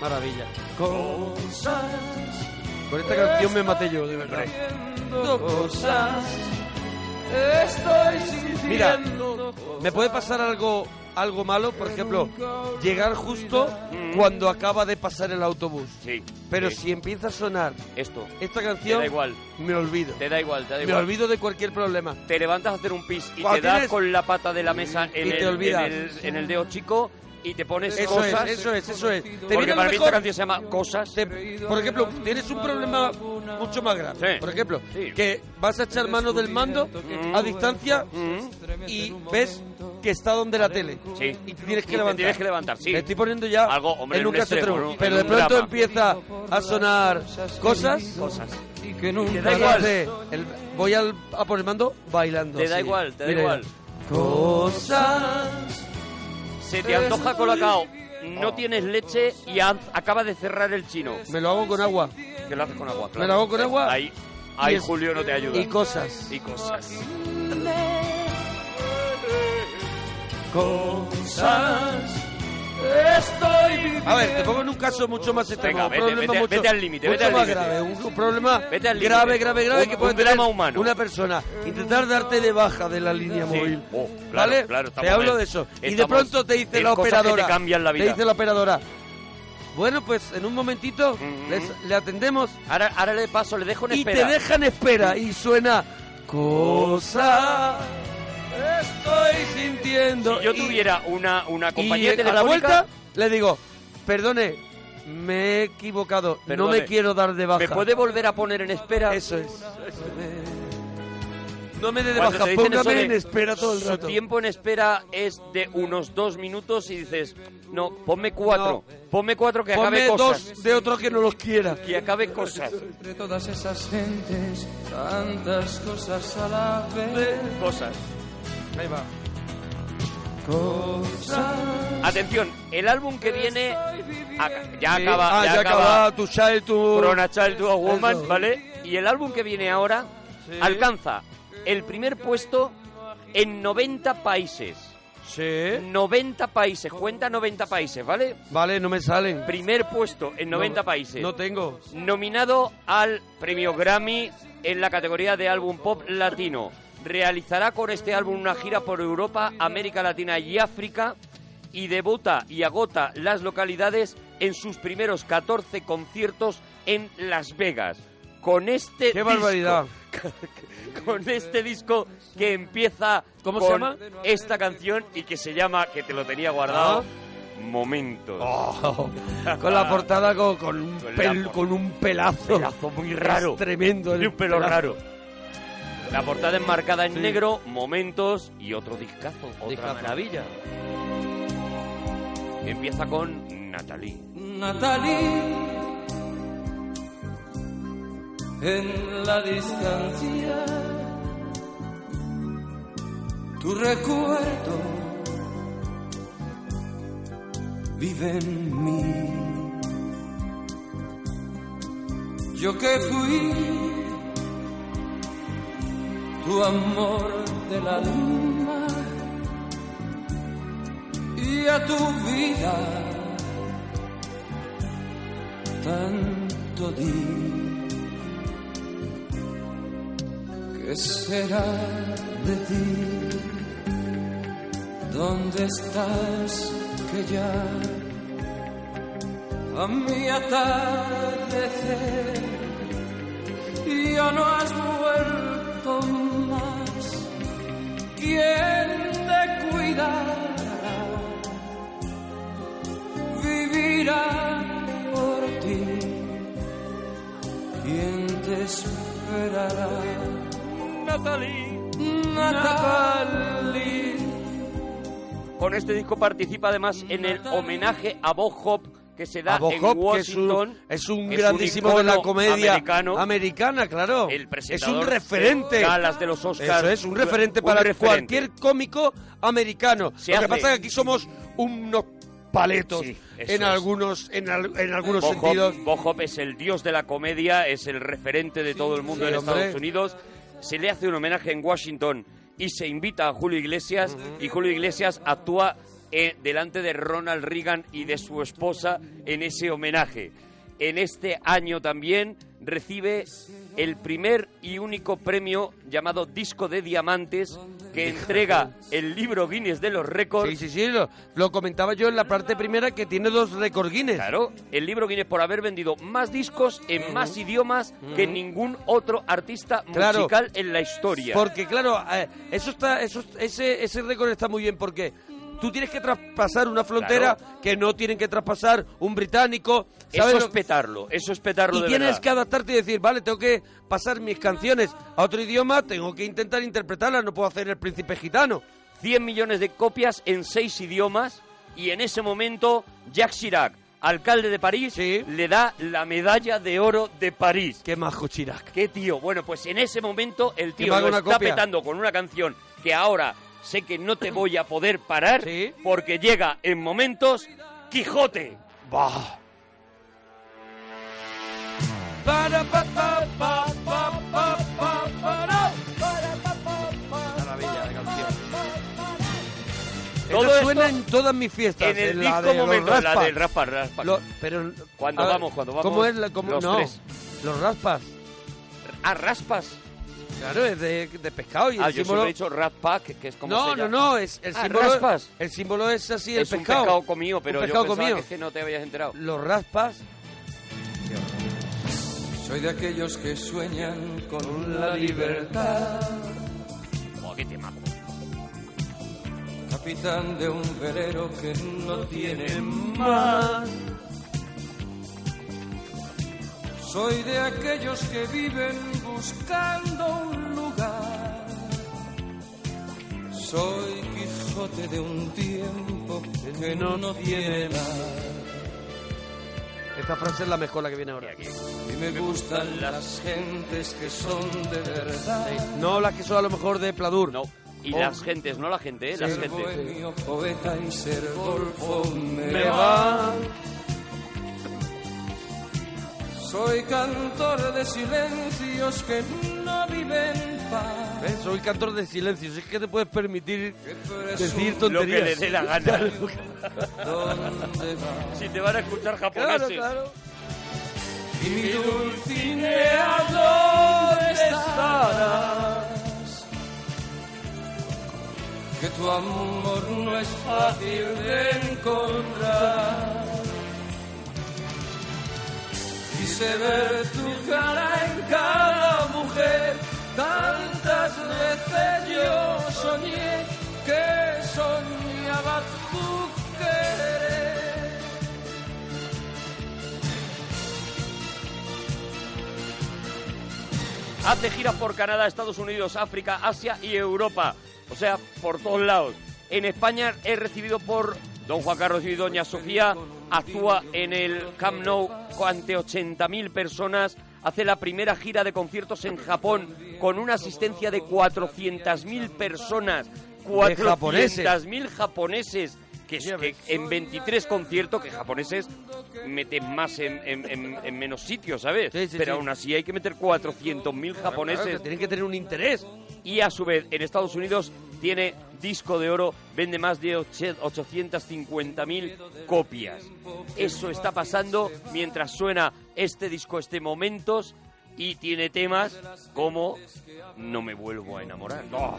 Speaker 2: Maravilla.
Speaker 3: Cosas.
Speaker 2: Con esta canción me maté yo, de verdad.
Speaker 3: sintiendo cosas. Estoy sintiendo
Speaker 2: Mira, ¿me puede pasar algo, algo malo? Por ejemplo, llegar justo cuando acaba de pasar el autobús.
Speaker 1: Sí.
Speaker 2: Pero
Speaker 1: sí.
Speaker 2: si empieza a sonar
Speaker 1: esto,
Speaker 2: esta canción,
Speaker 1: da igual.
Speaker 2: me olvido.
Speaker 1: Te da igual, te da
Speaker 2: Me
Speaker 1: igual.
Speaker 2: olvido de cualquier problema.
Speaker 1: Te levantas a hacer un pis y
Speaker 2: Cuando
Speaker 1: te das
Speaker 2: tienes-
Speaker 1: con la pata de la mesa en,
Speaker 2: Y
Speaker 1: el,
Speaker 2: te olvidas.
Speaker 1: en el- en el dedo chico y te pones
Speaker 2: Eso
Speaker 1: cosas.
Speaker 2: es, eso es, eso es. Te viene
Speaker 1: Porque
Speaker 2: a lo
Speaker 1: para mí
Speaker 2: mejor-
Speaker 1: esta canción se llama Cosas.
Speaker 2: Por ejemplo, tienes un problema mucho más grave. Por ejemplo, que vas a echar mano del mando a distancia y ves que está donde la tele. Y te tienes
Speaker 1: Y
Speaker 2: que
Speaker 1: te
Speaker 2: levantar.
Speaker 1: tienes que levantar, sí.
Speaker 2: Me estoy poniendo ya
Speaker 1: Algo, hombre,
Speaker 2: en
Speaker 1: en
Speaker 2: un
Speaker 1: un
Speaker 2: caso
Speaker 1: extremo,
Speaker 2: extremo.
Speaker 1: en un-
Speaker 2: Pero de
Speaker 1: en un
Speaker 2: pronto
Speaker 1: drama.
Speaker 2: empieza a sonar cosas. Cosas.
Speaker 3: Y que
Speaker 1: nunca-
Speaker 2: da igual. El- voy al, a por el mando bailando.
Speaker 1: Te da
Speaker 2: así.
Speaker 1: igual, te da
Speaker 2: Mira,
Speaker 1: igual.
Speaker 2: Cosas.
Speaker 1: Se te antoja colacao, no tienes leche y haz- acaba de cerrar el chino.
Speaker 2: Oh. Me lo hago con agua.
Speaker 1: Que lo haces con agua, claro.
Speaker 2: Me lo hago con agua.
Speaker 1: Ahí, ahí
Speaker 2: Y es-
Speaker 1: Julio no te ayuda.
Speaker 2: Y cosas.
Speaker 1: Y cosas.
Speaker 3: Cosas. Estoy viviendo.
Speaker 2: A ver, te pongo en un caso mucho más
Speaker 1: Venga,
Speaker 2: extremo. un
Speaker 1: vete,
Speaker 2: problema
Speaker 1: vete,
Speaker 2: mucho-
Speaker 1: vete al límite,
Speaker 2: mucho
Speaker 1: vete al
Speaker 2: más
Speaker 1: límite.
Speaker 2: grave, un, un problema
Speaker 1: Vete al límite.
Speaker 2: grave, grave, grave
Speaker 1: Un-
Speaker 2: que puede
Speaker 1: un drama
Speaker 2: tener
Speaker 1: humano.
Speaker 2: una persona. Intentar darte de baja de la línea
Speaker 1: Sí.
Speaker 2: móvil.
Speaker 1: Oh, claro,
Speaker 2: ¿Vale?
Speaker 1: claro,
Speaker 2: te
Speaker 1: estamos
Speaker 2: hablo
Speaker 1: en-
Speaker 2: de eso. Y de
Speaker 1: estamos
Speaker 2: pronto te dice
Speaker 1: en
Speaker 2: la
Speaker 1: cosas que te
Speaker 2: operadora.
Speaker 1: cambian la vida.
Speaker 2: dice la operadora. Bueno, pues en un momentito les- le atendemos.
Speaker 1: Ahora, ahora le paso, le dejo en
Speaker 2: y
Speaker 1: espera.
Speaker 2: te dejan espera y suena cosa. Estoy sintiendo.
Speaker 1: Si yo tuviera una, una
Speaker 2: Y
Speaker 1: compañía
Speaker 2: a la
Speaker 1: telefónica...
Speaker 2: vuelta le digo, perdone, me he equivocado, no me
Speaker 1: Perdone.
Speaker 2: quiero dar de baja.
Speaker 1: ¿Me puede volver a poner en espera?
Speaker 2: Eso es. No me dé de
Speaker 1: Cuando
Speaker 2: baja,
Speaker 1: te dicen eso
Speaker 2: póngame
Speaker 1: de-
Speaker 2: en espera todo el
Speaker 1: su
Speaker 2: rato.
Speaker 1: tiempo en espera es de unos dos minutos y dices, no, ponme cuatro. Ponme cuatro que
Speaker 2: Ponme
Speaker 1: acabe cosas.
Speaker 2: dos de otro que no los quiera.
Speaker 1: Que acabe cosas.
Speaker 3: Entre todas esas gentes, tantas cosas a la vez.
Speaker 1: Cosas.
Speaker 2: Ahí va.
Speaker 1: Atención, el álbum que viene ac- ya
Speaker 2: Sí.
Speaker 1: acaba,
Speaker 2: Ah,
Speaker 1: ya,
Speaker 2: ya
Speaker 1: acaba
Speaker 2: acaba tu child, tu...
Speaker 1: Corona Child to a Woman,
Speaker 2: Eso.
Speaker 1: ¿vale? Y el álbum que viene ahora alcanza el primer puesto en 90 países.
Speaker 2: Sí.
Speaker 1: 90 países, cuenta 90 países, ¿vale?
Speaker 2: Vale, no me salen.
Speaker 1: Primer puesto en 90 países.
Speaker 2: No tengo.
Speaker 1: Nominado al premio Grammy en la categoría de álbum pop latino. Realizará con este álbum una gira por Europa, América Latina y África y debuta y agota las localidades en sus primeros 14 conciertos en Las Vegas. Con este
Speaker 2: ¡Qué barbaridad!
Speaker 1: *laughs* con este disco que empieza
Speaker 2: ¿Cómo se
Speaker 1: con
Speaker 2: llama?
Speaker 1: esta canción y que se llama que te lo tenía guardado Oh. Momentos.
Speaker 2: Ah. Con la portada con, con un,
Speaker 1: Con la
Speaker 2: pel-
Speaker 1: por-
Speaker 2: con un pelazo.
Speaker 1: Pelazo muy raro.
Speaker 2: Es tremendo. el
Speaker 1: Y un pelo
Speaker 2: pelazo.
Speaker 1: raro. La portada enmarcada en
Speaker 2: Sí.
Speaker 1: negro, momentos y otro discazo, otra maravilla. Empieza con Natalie.
Speaker 3: Natalie, en la distancia, tu recuerdo vive en mí. Yo que fui tu amor del alma y a tu vida tanto di que será de ti dónde estás sellar a mi atardecer. Ya no has vuelto más. ¿Quién te cuidará? Vivirá por ti. ¿Quién te esperará? Natalie. Natalie.
Speaker 2: Con este disco participa además en el homenaje a Bob Hope que se da
Speaker 17: A Bob
Speaker 2: Ah, en
Speaker 17: Hope, que es un-
Speaker 2: Washington.
Speaker 17: es un
Speaker 2: que
Speaker 17: grandísimo
Speaker 2: icono
Speaker 17: de la comedia
Speaker 2: americano.
Speaker 17: americana, claro.
Speaker 2: El
Speaker 17: es
Speaker 2: presentador
Speaker 17: un referente.
Speaker 2: de galas de los Oscars.
Speaker 17: Eso es, un referente
Speaker 2: Un
Speaker 17: para
Speaker 2: referente.
Speaker 17: cualquier cómico americano. Lo
Speaker 2: hace.
Speaker 17: que pasa es que aquí somos unos paletos
Speaker 2: Sí, eso
Speaker 17: en
Speaker 2: es.
Speaker 17: algunos en, al- en algunos
Speaker 2: Bob Hope-
Speaker 17: sentidos.
Speaker 2: Bob Hope es el dios de la comedia, es el referente de todo el mundo
Speaker 17: sí,
Speaker 2: en
Speaker 17: hombre.
Speaker 2: Estados Unidos. Se le hace un homenaje en Washington y se invita a Julio Iglesias y Julio Iglesias actúa eh, delante de Ronald Reagan y de su esposa en ese homenaje. En este año también recibe el primer y único premio llamado Disco de Diamantes que entrega el libro Guinness de los récords
Speaker 17: Sí, sí, sí, lo, lo comentaba yo en la parte primera que tiene dos récord Guinness.
Speaker 2: Claro, el libro Guinness por haber vendido más discos en más idiomas que
Speaker 17: Ujú.
Speaker 2: ningún otro artista
Speaker 17: Claro.
Speaker 2: musical en la historia.
Speaker 17: Porque claro, eh, eso está, eso, ese, ese récord está muy bien porque tú tienes que traspasar una frontera que no tienen que traspasar un británico.
Speaker 2: Eso
Speaker 17: ¿sabes
Speaker 2: es
Speaker 17: lo-
Speaker 2: petarlo, eso es petarlo
Speaker 17: y
Speaker 2: de
Speaker 17: tienes
Speaker 2: verdad.
Speaker 17: que adaptarte y decir, vale, tengo que pasar mis canciones a otro idioma, tengo que intentar interpretarlas, no puedo hacer el príncipe gitano.
Speaker 2: 100 millones de copias en seis idiomas y en ese momento Jacques Chirac, alcalde de París, le da la medalla de oro de París.
Speaker 17: Qué majo Chirac.
Speaker 2: Qué tío. Bueno, pues en ese momento el
Speaker 17: Que
Speaker 2: tío
Speaker 17: me haga
Speaker 2: lo
Speaker 17: una
Speaker 2: está
Speaker 17: copia.
Speaker 2: petando con una canción que ahora sé que no te voy a poder parar porque llega en momentos Quijote.
Speaker 17: Bah.
Speaker 3: Para pa pa pa pa pa pa para para pa pa pa.
Speaker 17: Maravilla de canción.
Speaker 2: Todo
Speaker 17: Eso
Speaker 2: esto
Speaker 17: suena en todas mis fiestas.
Speaker 2: en el
Speaker 17: en la
Speaker 2: disco
Speaker 17: de los
Speaker 2: momento, la
Speaker 17: raspas.
Speaker 2: del raspa, raspa.
Speaker 17: Lo- pero,
Speaker 2: Cuando
Speaker 17: ah,
Speaker 2: vamos, cuando vamos,
Speaker 17: ¿Cómo es? la- cómo-
Speaker 2: los
Speaker 17: no,
Speaker 2: tres.
Speaker 17: los raspas.
Speaker 2: Ah, raspas.
Speaker 17: Claro, es de, de pescado y
Speaker 2: Ah,
Speaker 17: el
Speaker 2: yo
Speaker 17: símbolo...
Speaker 2: siempre he dicho raspa, que, que es como
Speaker 17: no,
Speaker 2: se
Speaker 17: no,
Speaker 2: llama.
Speaker 17: no, es el
Speaker 2: Ah,
Speaker 17: símbolo.
Speaker 2: raspas.
Speaker 17: El símbolo es así, el
Speaker 2: es
Speaker 17: pescado.
Speaker 2: un pescado comido, pero
Speaker 17: Un pescado
Speaker 2: yo pensaba
Speaker 17: comido.
Speaker 2: que es que no te habías enterado.
Speaker 17: Los raspas.
Speaker 3: Soy de aquellos que sueñan con la libertad.
Speaker 2: Buah, qué temazo.
Speaker 3: Capitán de un velero que no tiene mar. Soy de aquellos que viven buscando un lugar. Soy Quijote de un tiempo que no, tiene mar.
Speaker 17: Esta frase es la mejor la que viene ahora.
Speaker 3: Y me gustan las gentes que son de verdad.
Speaker 17: Sí, No las que son a lo mejor de Pladur. Oh. No.
Speaker 2: Y las gentes, no la gente, eh, las
Speaker 3: Ser
Speaker 2: gentes.
Speaker 3: bohemio, poeta y ser golfo me,
Speaker 2: Me
Speaker 3: va. Soy cantor de silencios que no viven paz.
Speaker 17: ¿Ves? Eh, Soy cantor de silencio. Si es que te puedes permitir
Speaker 3: eres
Speaker 17: decir
Speaker 3: un-
Speaker 17: tonterías.
Speaker 2: Lo que le dé la *laughs* gana.
Speaker 17: Claro.
Speaker 3: ¿Dónde
Speaker 17: *laughs*
Speaker 3: va?
Speaker 2: Si te van a escuchar
Speaker 3: Claro,
Speaker 2: japoneses.
Speaker 3: claro. Y mi dulcinea, ¿dónde estarás? Que tu amor no es fácil de encontrar. Quise ver tu cara en cada mujer. Tantas veces yo soñé que soñaba tu querer.
Speaker 2: Hace giras por Canadá, Estados Unidos, África, Asia y Europa. O sea, por todos lados. En España es recibido por Don Juan Carlos y Doña Sofía. Actúa en el Camp Nou ante 80.000 personas. Hace la primera gira de conciertos en Japón con una asistencia de 400.000 personas.
Speaker 17: De japoneses.
Speaker 2: 400.000 japoneses. Que, es- que en 23 conciertos, que japoneses meten más en, en- en- en menos sitios, ¿sabes? Pero
Speaker 17: sí.
Speaker 2: aún así hay que meter 400.000 japoneses.
Speaker 17: Claro, que tienen que tener un interés.
Speaker 2: Y a su vez, en Estados Unidos tiene disco de oro, vende más de oche- 850.000 copias. Eso está pasando mientras suena este disco, este Momentos, y tiene temas como No me vuelvo a enamorar. ¡Oh!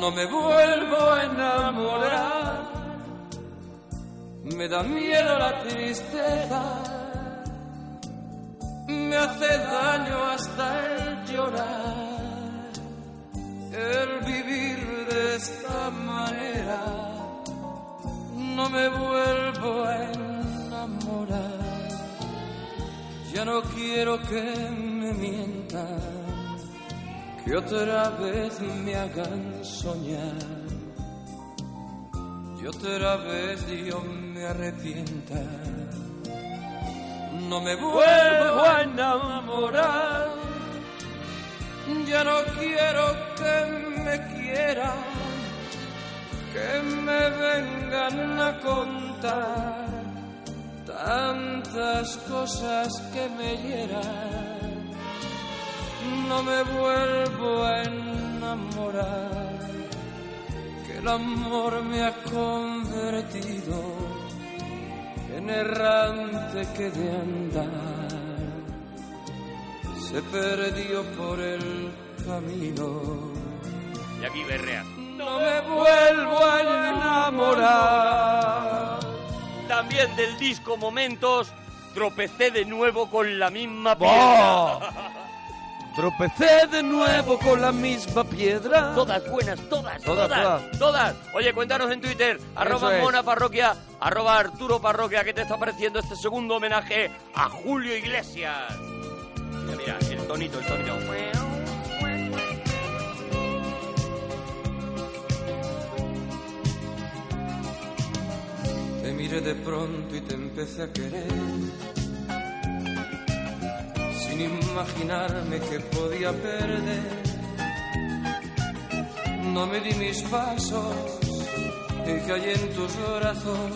Speaker 3: no me vuelvo a enamorar. Me da miedo la tristeza, me hace daño hasta el llorar. El vivir de esta manera, no me vuelvo a enamorar. Ya no quiero que me mientan que otra vez me hagan soñar y otra vez yo me arrepienta. No me vuelvo a enamorar, ya no quiero que me quieran, que me vengan a contar tantas cosas que me hieran no me vuelvo a enamorar, que el amor me ha convertido en errante que de andar se perdió por el camino.
Speaker 1: Y aquí berreas.
Speaker 3: No me vuelvo a enamorar.
Speaker 1: También del disco Momentos, tropecé de nuevo con la misma
Speaker 2: ¡Bah!
Speaker 1: piedra.
Speaker 2: Tropecé de nuevo con la misma piedra.
Speaker 1: Todas buenas, todas,
Speaker 2: Todas,
Speaker 1: todas, todas. Oye, cuéntanos en Twitter, arroba
Speaker 2: es.
Speaker 1: Mona Parroquia, arroba Arturo Parroquia, ¿qué te está pareciendo este segundo homenaje a Julio Iglesias? Mira, mira, el tonito, el tonito.
Speaker 3: Te miré de pronto y te empecé a querer. Sin imaginarme que podía perder. No me di mis pasos y caí en tus brazos.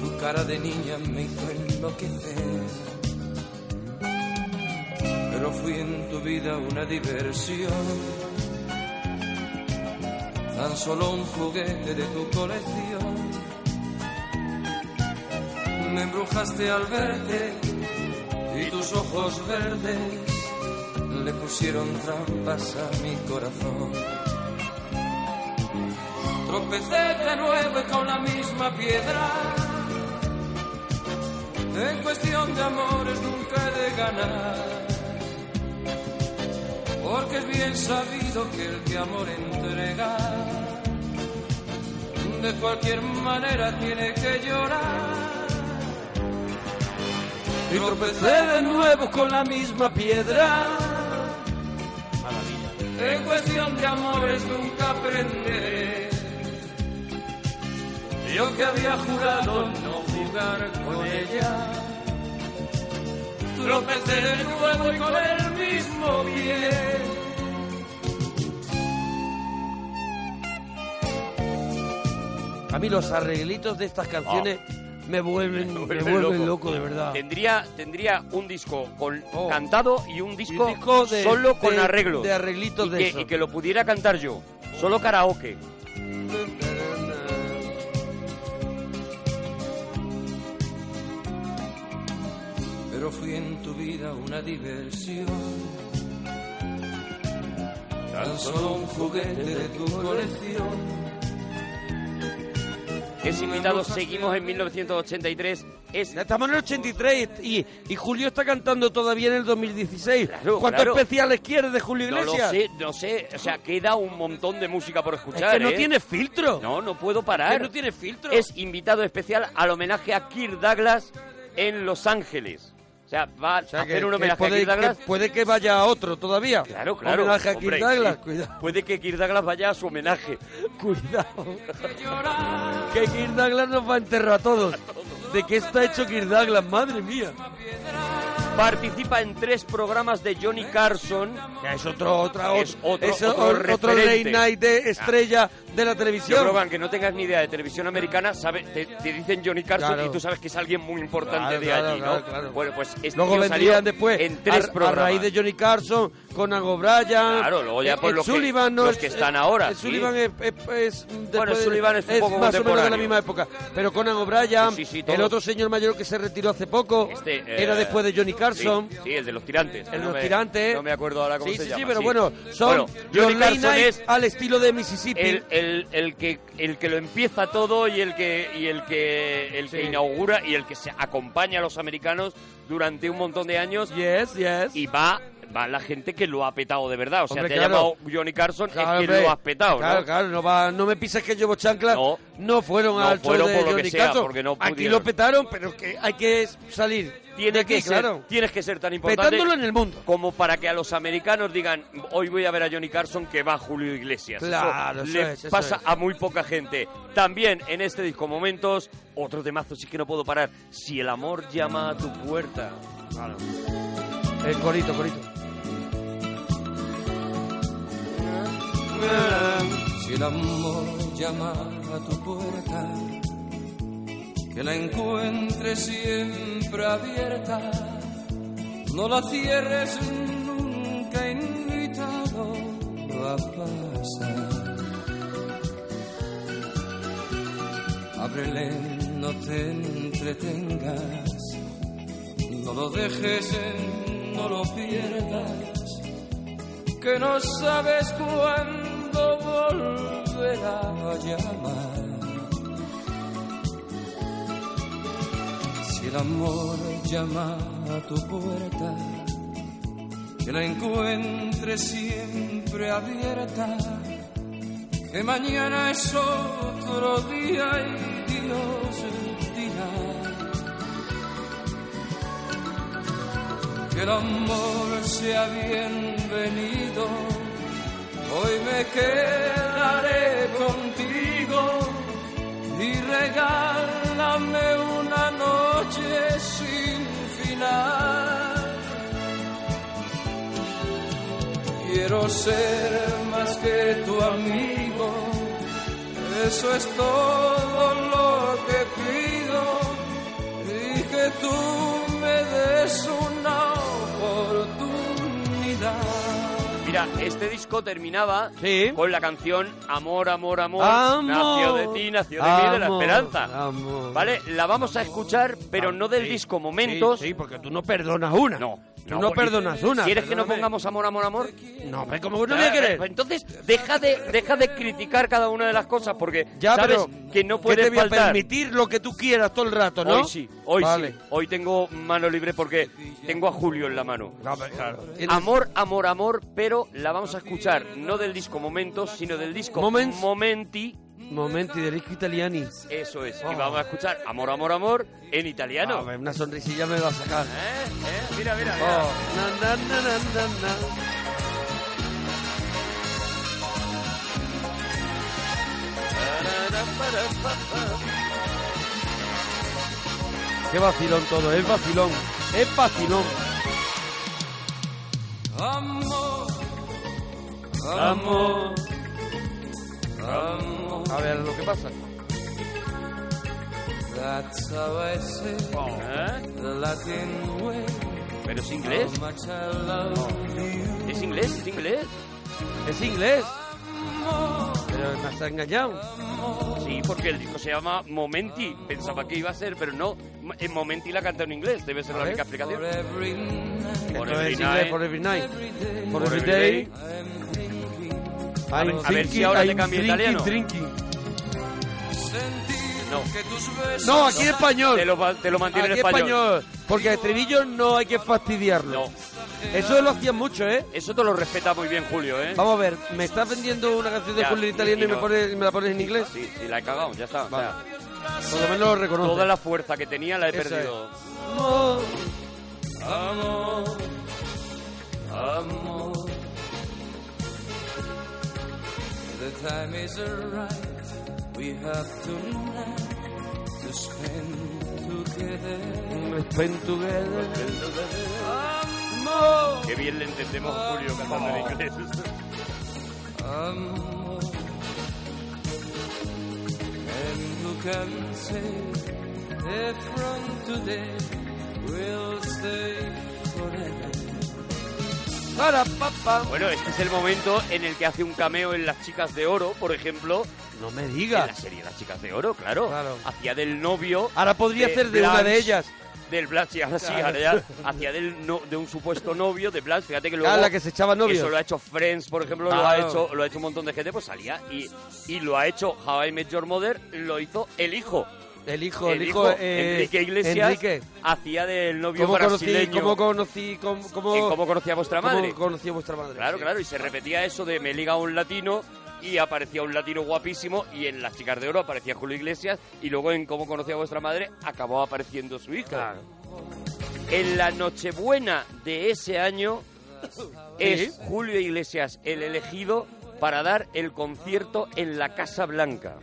Speaker 3: Tu cara de niña me hizo enloquecer. Pero fui en tu vida una diversión. Tan solo un juguete de tu colección. Me embrujaste al verte y tus ojos verdes le pusieron trampas a mi corazón. Tropecé de nuevo y con la misma piedra. En cuestión de amores nunca he de ganar. Porque es bien sabido que el que amor entrega de cualquier manera tiene que llorar. Y tropecé de nuevo con la misma piedra. En cuestión de amores nunca aprenderé. Yo que había jurado no jugar con ella. Tropecé de nuevo y con el mismo bien.
Speaker 2: A mí los arreglitos de estas canciones me
Speaker 1: *laughs*
Speaker 2: vuelven, me
Speaker 1: Oh. vuelven
Speaker 2: vuelven
Speaker 1: loco.
Speaker 2: loco. de verdad. Oh.
Speaker 1: Tendría, tendría un disco con, cantado y un disco,
Speaker 2: un disco de-
Speaker 1: solo con
Speaker 2: de-
Speaker 1: arreglos.
Speaker 2: de arreglitos
Speaker 1: y
Speaker 2: de
Speaker 1: que,
Speaker 2: esos.
Speaker 1: y que lo pudiera cantar yo. Solo karaoke.
Speaker 3: Pero fui en tu vida una diversión. Tan solo un juguete de tu colección.
Speaker 1: Es invitado, seguimos en 1983. Es...
Speaker 2: Estamos en el 83 y, y Julio está cantando todavía en el 2016. ¿Cuántos
Speaker 1: claro.
Speaker 2: especiales quieres de Julio
Speaker 1: No lo
Speaker 2: Iglesias?
Speaker 1: sé, no sé. O sea, queda un montón de música por escuchar.
Speaker 2: Es que no
Speaker 1: ¿eh?
Speaker 2: tiene filtro.
Speaker 1: No, no puedo parar.
Speaker 2: Que no tiene filtro.
Speaker 1: Es invitado especial al homenaje a Kirk Douglas en Los Ángeles. O sea, va a
Speaker 2: Que-
Speaker 1: hacer un
Speaker 2: que
Speaker 1: homenaje a
Speaker 2: puede,
Speaker 1: Kirk Douglas.
Speaker 2: que puede que vaya a otro todavía.
Speaker 1: Claro, claro.
Speaker 2: Homenaje a Kirk
Speaker 1: hombre,
Speaker 2: Douglas.
Speaker 1: sí.
Speaker 2: Cuidado,
Speaker 1: Puede que Kirk Douglas vaya a su homenaje.
Speaker 2: *laughs* cuidado. que Kirk Douglas nos va a enterrar a todos. ¿De qué está hecho Kirk Douglas? Madre mía.
Speaker 1: Participa en tres programas de Johnny Carson.
Speaker 2: es otro, otra,
Speaker 1: es otro,
Speaker 2: es
Speaker 1: otro
Speaker 2: otro, late
Speaker 1: referente. Ah.
Speaker 2: night de estrella de la
Speaker 1: Yo
Speaker 2: televisión.
Speaker 1: creo, Van, que no tengas ni idea de televisión americana, sabe- te, te dicen Johnny Carson
Speaker 2: Claro.
Speaker 1: y tú sabes que es alguien muy importante
Speaker 2: Claro,
Speaker 1: de
Speaker 2: claro,
Speaker 1: allí, ¿no?
Speaker 2: claro, claro.
Speaker 1: Bueno, pues este
Speaker 2: Luego
Speaker 1: tío
Speaker 2: vendrían
Speaker 1: salió
Speaker 2: después
Speaker 1: en tres
Speaker 2: a- a,
Speaker 1: programas.
Speaker 2: raíz de Johnny Carson, con O'Brien.
Speaker 1: Claro, luego ya
Speaker 2: eh,
Speaker 1: por
Speaker 2: Ed
Speaker 1: los que-
Speaker 2: Sullivan, ¿no?
Speaker 1: los
Speaker 2: Es-
Speaker 1: que
Speaker 17: eh,
Speaker 1: están ahora,
Speaker 2: Ed
Speaker 1: sí.
Speaker 2: Sullivan es, es- es después
Speaker 1: Bueno,
Speaker 2: de-
Speaker 1: Sullivan es un poco
Speaker 2: más o menos de la
Speaker 1: contemporáneo.
Speaker 2: misma época. Pero Conan O'Brien,
Speaker 1: Sí, sí, todos.
Speaker 2: el otro señor mayor que se retiró hace poco,
Speaker 1: Este, eh,
Speaker 2: era después de Johnny
Speaker 17: Carson.
Speaker 2: Sí, sí, el de los tirantes.
Speaker 17: El de
Speaker 2: No
Speaker 17: los
Speaker 2: me-
Speaker 17: tirantes.
Speaker 2: No me acuerdo ahora cómo
Speaker 17: Sí,
Speaker 2: se
Speaker 17: sí,
Speaker 2: llama.
Speaker 17: sí, pero bueno, son los
Speaker 2: Johnny
Speaker 17: late
Speaker 2: Carson
Speaker 17: nights
Speaker 2: es
Speaker 17: al estilo de Mississippi.
Speaker 2: el, el- el que, el que lo empieza todo y el que, y el que, el que
Speaker 17: Sí.
Speaker 2: inaugura y el que se acompaña a los americanos durante un montón de años. Y va, va la gente que lo ha petado de verdad. O sea,
Speaker 17: Hombre,
Speaker 2: te ha
Speaker 17: claro.
Speaker 2: llamado Johnny Carson,
Speaker 17: Claro,
Speaker 2: es que
Speaker 17: hombre.
Speaker 2: lo has petado,
Speaker 17: Claro,
Speaker 2: ¿no?
Speaker 17: claro, no, va- no me pises que llevo chanclas. No, fueron
Speaker 2: No
Speaker 17: al show
Speaker 2: fueron
Speaker 17: de
Speaker 2: por lo que
Speaker 17: Johnny
Speaker 2: sea,
Speaker 17: Carson.
Speaker 2: porque no
Speaker 17: Aquí
Speaker 2: pudieron.
Speaker 17: lo petaron, pero es que hay que salir.
Speaker 2: Tienes
Speaker 17: De aquí,
Speaker 2: que, ser,
Speaker 17: claro.
Speaker 2: tienes que ser tan importante
Speaker 17: Petándolo en el mundo.
Speaker 2: como para que a los americanos digan hoy voy a ver a Johnny Carson que va Julio Iglesias. Eso
Speaker 17: Claro, eso
Speaker 2: le
Speaker 17: es, eso
Speaker 2: pasa
Speaker 17: es.
Speaker 2: a muy poca gente. También en este disco momentos otro temazo sí que no puedo parar. Si el amor llama a tu puerta.
Speaker 17: El corito, corito.
Speaker 3: Si el amor llama a tu puerta, que la encuentres siempre abierta, no la cierres nunca invitado a pasar. Ábrele, no te entretengas, no lo dejes, eh, no lo pierdas que no sabes cuándo volverá a llamar. Si el amor llama a tu puerta, que la encuentres siempre abierta, que mañana es otro día y Dios dirá. que el amor sea bienvenido. Hoy me quedaré contigo y regálame una noche sin final. Quiero ser más que tu amigo, eso es todo lo que pido y que tú me des una oportunidad.
Speaker 2: Mira, este disco terminaba con la canción Amor, amor, amor. Nació
Speaker 17: Amor,
Speaker 2: de ti, nació de mí, de la
Speaker 17: amor,
Speaker 2: esperanza.
Speaker 17: amor.
Speaker 2: Vale, la vamos a escuchar, pero no del
Speaker 17: Sí,
Speaker 2: disco Momentos.
Speaker 17: Sí, sí, porque tú no perdonas una.
Speaker 2: No.
Speaker 17: Tú no,
Speaker 2: porque-
Speaker 17: perdonas una.
Speaker 2: ¿Quieres que no
Speaker 17: perdóname.
Speaker 2: pongamos amor, amor, amor?
Speaker 17: No, hombre, ¿cómo no voy a querer?
Speaker 2: Pues Entonces, deja de, deja de criticar cada una de las cosas porque
Speaker 17: Ya,
Speaker 2: sabes
Speaker 17: pero
Speaker 2: que no
Speaker 17: que
Speaker 2: puedes
Speaker 17: te voy a
Speaker 2: faltar.
Speaker 17: permitir lo que tú quieras todo el rato, ¿no?
Speaker 2: Hoy sí, hoy
Speaker 17: Vale.
Speaker 2: sí. Hoy tengo mano libre porque tengo a Julio en la mano.
Speaker 17: Tienes-
Speaker 2: Amor, amor, amor, pero la vamos a escuchar no del disco Momentos, sino del disco
Speaker 17: Moments.
Speaker 2: Momenti.
Speaker 17: Momenti del disco italiani.
Speaker 2: Eso es. Y
Speaker 17: Oh.
Speaker 2: vamos a escuchar Amor, amor, amor en italiano. ¿Eh?
Speaker 17: A ver, una sonrisilla me va a sacar.
Speaker 2: Mira, mira, mira.
Speaker 17: Oh, na, na, na, na, na, na. Qué vacilón todo, es vacilón, es vacilón.
Speaker 3: Amor, amor, amor.
Speaker 17: A ver lo que pasa.
Speaker 3: That's how I say
Speaker 17: Oh.
Speaker 3: the Latin way.
Speaker 2: Pero es inglés.
Speaker 3: How much I love you.
Speaker 2: ¿Es inglés? ¿Es inglés?
Speaker 17: Es inglés. Pero me has engañado.
Speaker 2: Sí, porque el disco se llama Momenti. Pensaba que iba a ser, pero no. En Momenti la canta en inglés. Debe ser la única explicación. Por
Speaker 17: Esto
Speaker 2: every
Speaker 17: es inglés,
Speaker 2: night.
Speaker 17: for every night. For
Speaker 2: For
Speaker 17: every
Speaker 2: every
Speaker 17: day.
Speaker 2: A ver-
Speaker 17: I'm
Speaker 2: a ver si
Speaker 17: thinking,
Speaker 2: ahora te
Speaker 17: I'm
Speaker 2: cambia
Speaker 17: drinking,
Speaker 2: italiano.
Speaker 17: drinking.
Speaker 2: No.
Speaker 17: No, aquí en español.
Speaker 2: Te lo, te lo mantiene
Speaker 17: Aquí
Speaker 2: en español.
Speaker 17: Porque el estribillo no hay que fastidiarlo. Eso lo hacían mucho, ¿eh?
Speaker 2: Eso te lo respeta muy bien Julio, ¿eh?
Speaker 17: Vamos a ver, ¿me estás vendiendo una canción de
Speaker 2: Ya,
Speaker 17: Julio
Speaker 2: y-
Speaker 17: Italiano y,
Speaker 2: y
Speaker 17: me,
Speaker 2: no-
Speaker 17: pones- me la pones en inglés?
Speaker 2: Sí, sí, la he cagado, ya está. o sea,
Speaker 17: Por lo menos lo reconoce.
Speaker 2: Toda la fuerza que tenía la he
Speaker 17: Eso es.
Speaker 2: perdido.
Speaker 17: Amor,
Speaker 3: amor, amor. The time is right, we have tonight to spend together.
Speaker 17: Spend together.
Speaker 3: Amor,
Speaker 2: Qué bien le entendemos a Julio cantando en inglés.
Speaker 3: amor. And who can say that from today we'll stay forever?
Speaker 17: Para, papá.
Speaker 2: Bueno, este es el momento en el que hace un cameo en Las Chicas de Oro, por ejemplo.
Speaker 17: No me digas.
Speaker 2: En la serie Las Chicas de Oro, claro. Hacía del novio.
Speaker 17: Ahora podría
Speaker 2: ser
Speaker 17: hacer de una de ellas.
Speaker 2: del Blas, sí, ahora sí, ahora ya, hacia del no- de un supuesto novio de Blas, fíjate que luego...
Speaker 17: Ah, la que se echaba novios.
Speaker 2: Eso lo ha hecho Friends, por ejemplo, lo,
Speaker 17: Ah.
Speaker 2: ha hecho, lo ha hecho un montón de gente, pues salía, y, y lo ha hecho How I Met Your Mother, lo hizo el hijo.
Speaker 17: El hijo, el hijo, eh,
Speaker 2: Enrique Iglesias
Speaker 17: Enrique.
Speaker 2: hacía del novio
Speaker 17: ¿Cómo conocí,
Speaker 2: brasileño.
Speaker 17: cómo conocí, cómo, cómo,
Speaker 2: ¿En cómo conocí a vuestra
Speaker 17: cómo
Speaker 2: madre?
Speaker 17: conocí a vuestra madre?
Speaker 2: Claro,
Speaker 17: sí.
Speaker 2: claro, y se repetía eso de me liga un latino y aparecía un latino guapísimo y en Las Chicas de Oro aparecía Julio Iglesias y luego en Cómo conocía a vuestra madre acabó apareciendo su hija. En la Nochebuena de ese año es Julio Iglesias el elegido para dar el concierto en la Casa Blanca.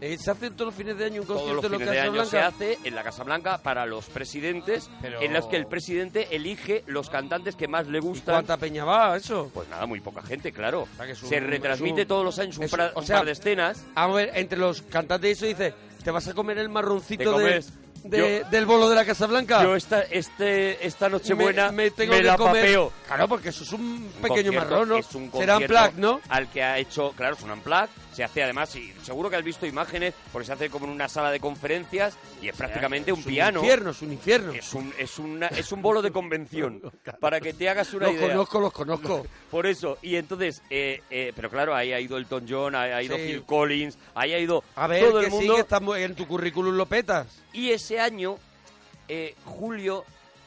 Speaker 17: Eh, ¿Se hacen todos los fines de año un
Speaker 2: Todos los
Speaker 17: concierto en
Speaker 2: fines
Speaker 17: la
Speaker 2: de
Speaker 17: Casa
Speaker 2: año
Speaker 17: Blanca?
Speaker 2: se hace en la Casa Blanca para los presidentes,
Speaker 17: Pero-
Speaker 2: en las que el presidente elige los cantantes que más le gustan.
Speaker 17: ¿Cuánta peña va eso?
Speaker 2: Pues nada, muy poca gente, claro.
Speaker 17: que es un-
Speaker 2: se retransmite
Speaker 17: es un-
Speaker 2: todos los años un,
Speaker 17: es un-
Speaker 2: pra-
Speaker 17: o
Speaker 2: un
Speaker 17: sea,
Speaker 2: par de escenas.
Speaker 17: A ver, entre los cantantes y eso dice, ¿te vas a comer el marroncito
Speaker 2: Te
Speaker 17: de,
Speaker 2: comes-
Speaker 17: de-
Speaker 2: yo-
Speaker 17: del bolo de la Casa Blanca?
Speaker 2: Yo esta, este, esta Nochebuena
Speaker 17: me, me tengo que
Speaker 2: la
Speaker 17: comer.
Speaker 2: papeo.
Speaker 17: Claro, porque eso es un
Speaker 2: Un
Speaker 17: pequeño
Speaker 2: concierto,
Speaker 17: marrón, ¿no?
Speaker 2: es un
Speaker 17: Será
Speaker 2: concierto
Speaker 17: Unplugged, ¿no?
Speaker 2: Al que ha hecho, claro, es un unplug. Se hace además, y seguro que has visto imágenes, porque se hace como en una sala de conferencias y es prácticamente un
Speaker 17: es
Speaker 2: piano.
Speaker 17: Un infierno, es un infierno.
Speaker 2: Es un, es, una- es un bolo de convención. Para que te hagas una
Speaker 17: los
Speaker 2: idea.
Speaker 17: conozco, los *laughs* conozco.
Speaker 2: Por eso, y entonces, eh, eh, pero claro, ahí ha ido Elton John, ha, ha ido
Speaker 17: Sí.
Speaker 2: Phil Collins, ahí ha ido
Speaker 17: A ver,
Speaker 2: todo
Speaker 17: que
Speaker 2: el
Speaker 17: sí,
Speaker 2: mundo.
Speaker 17: que está mu- en tu currículum lo petas.
Speaker 2: Y ese año, eh, Julio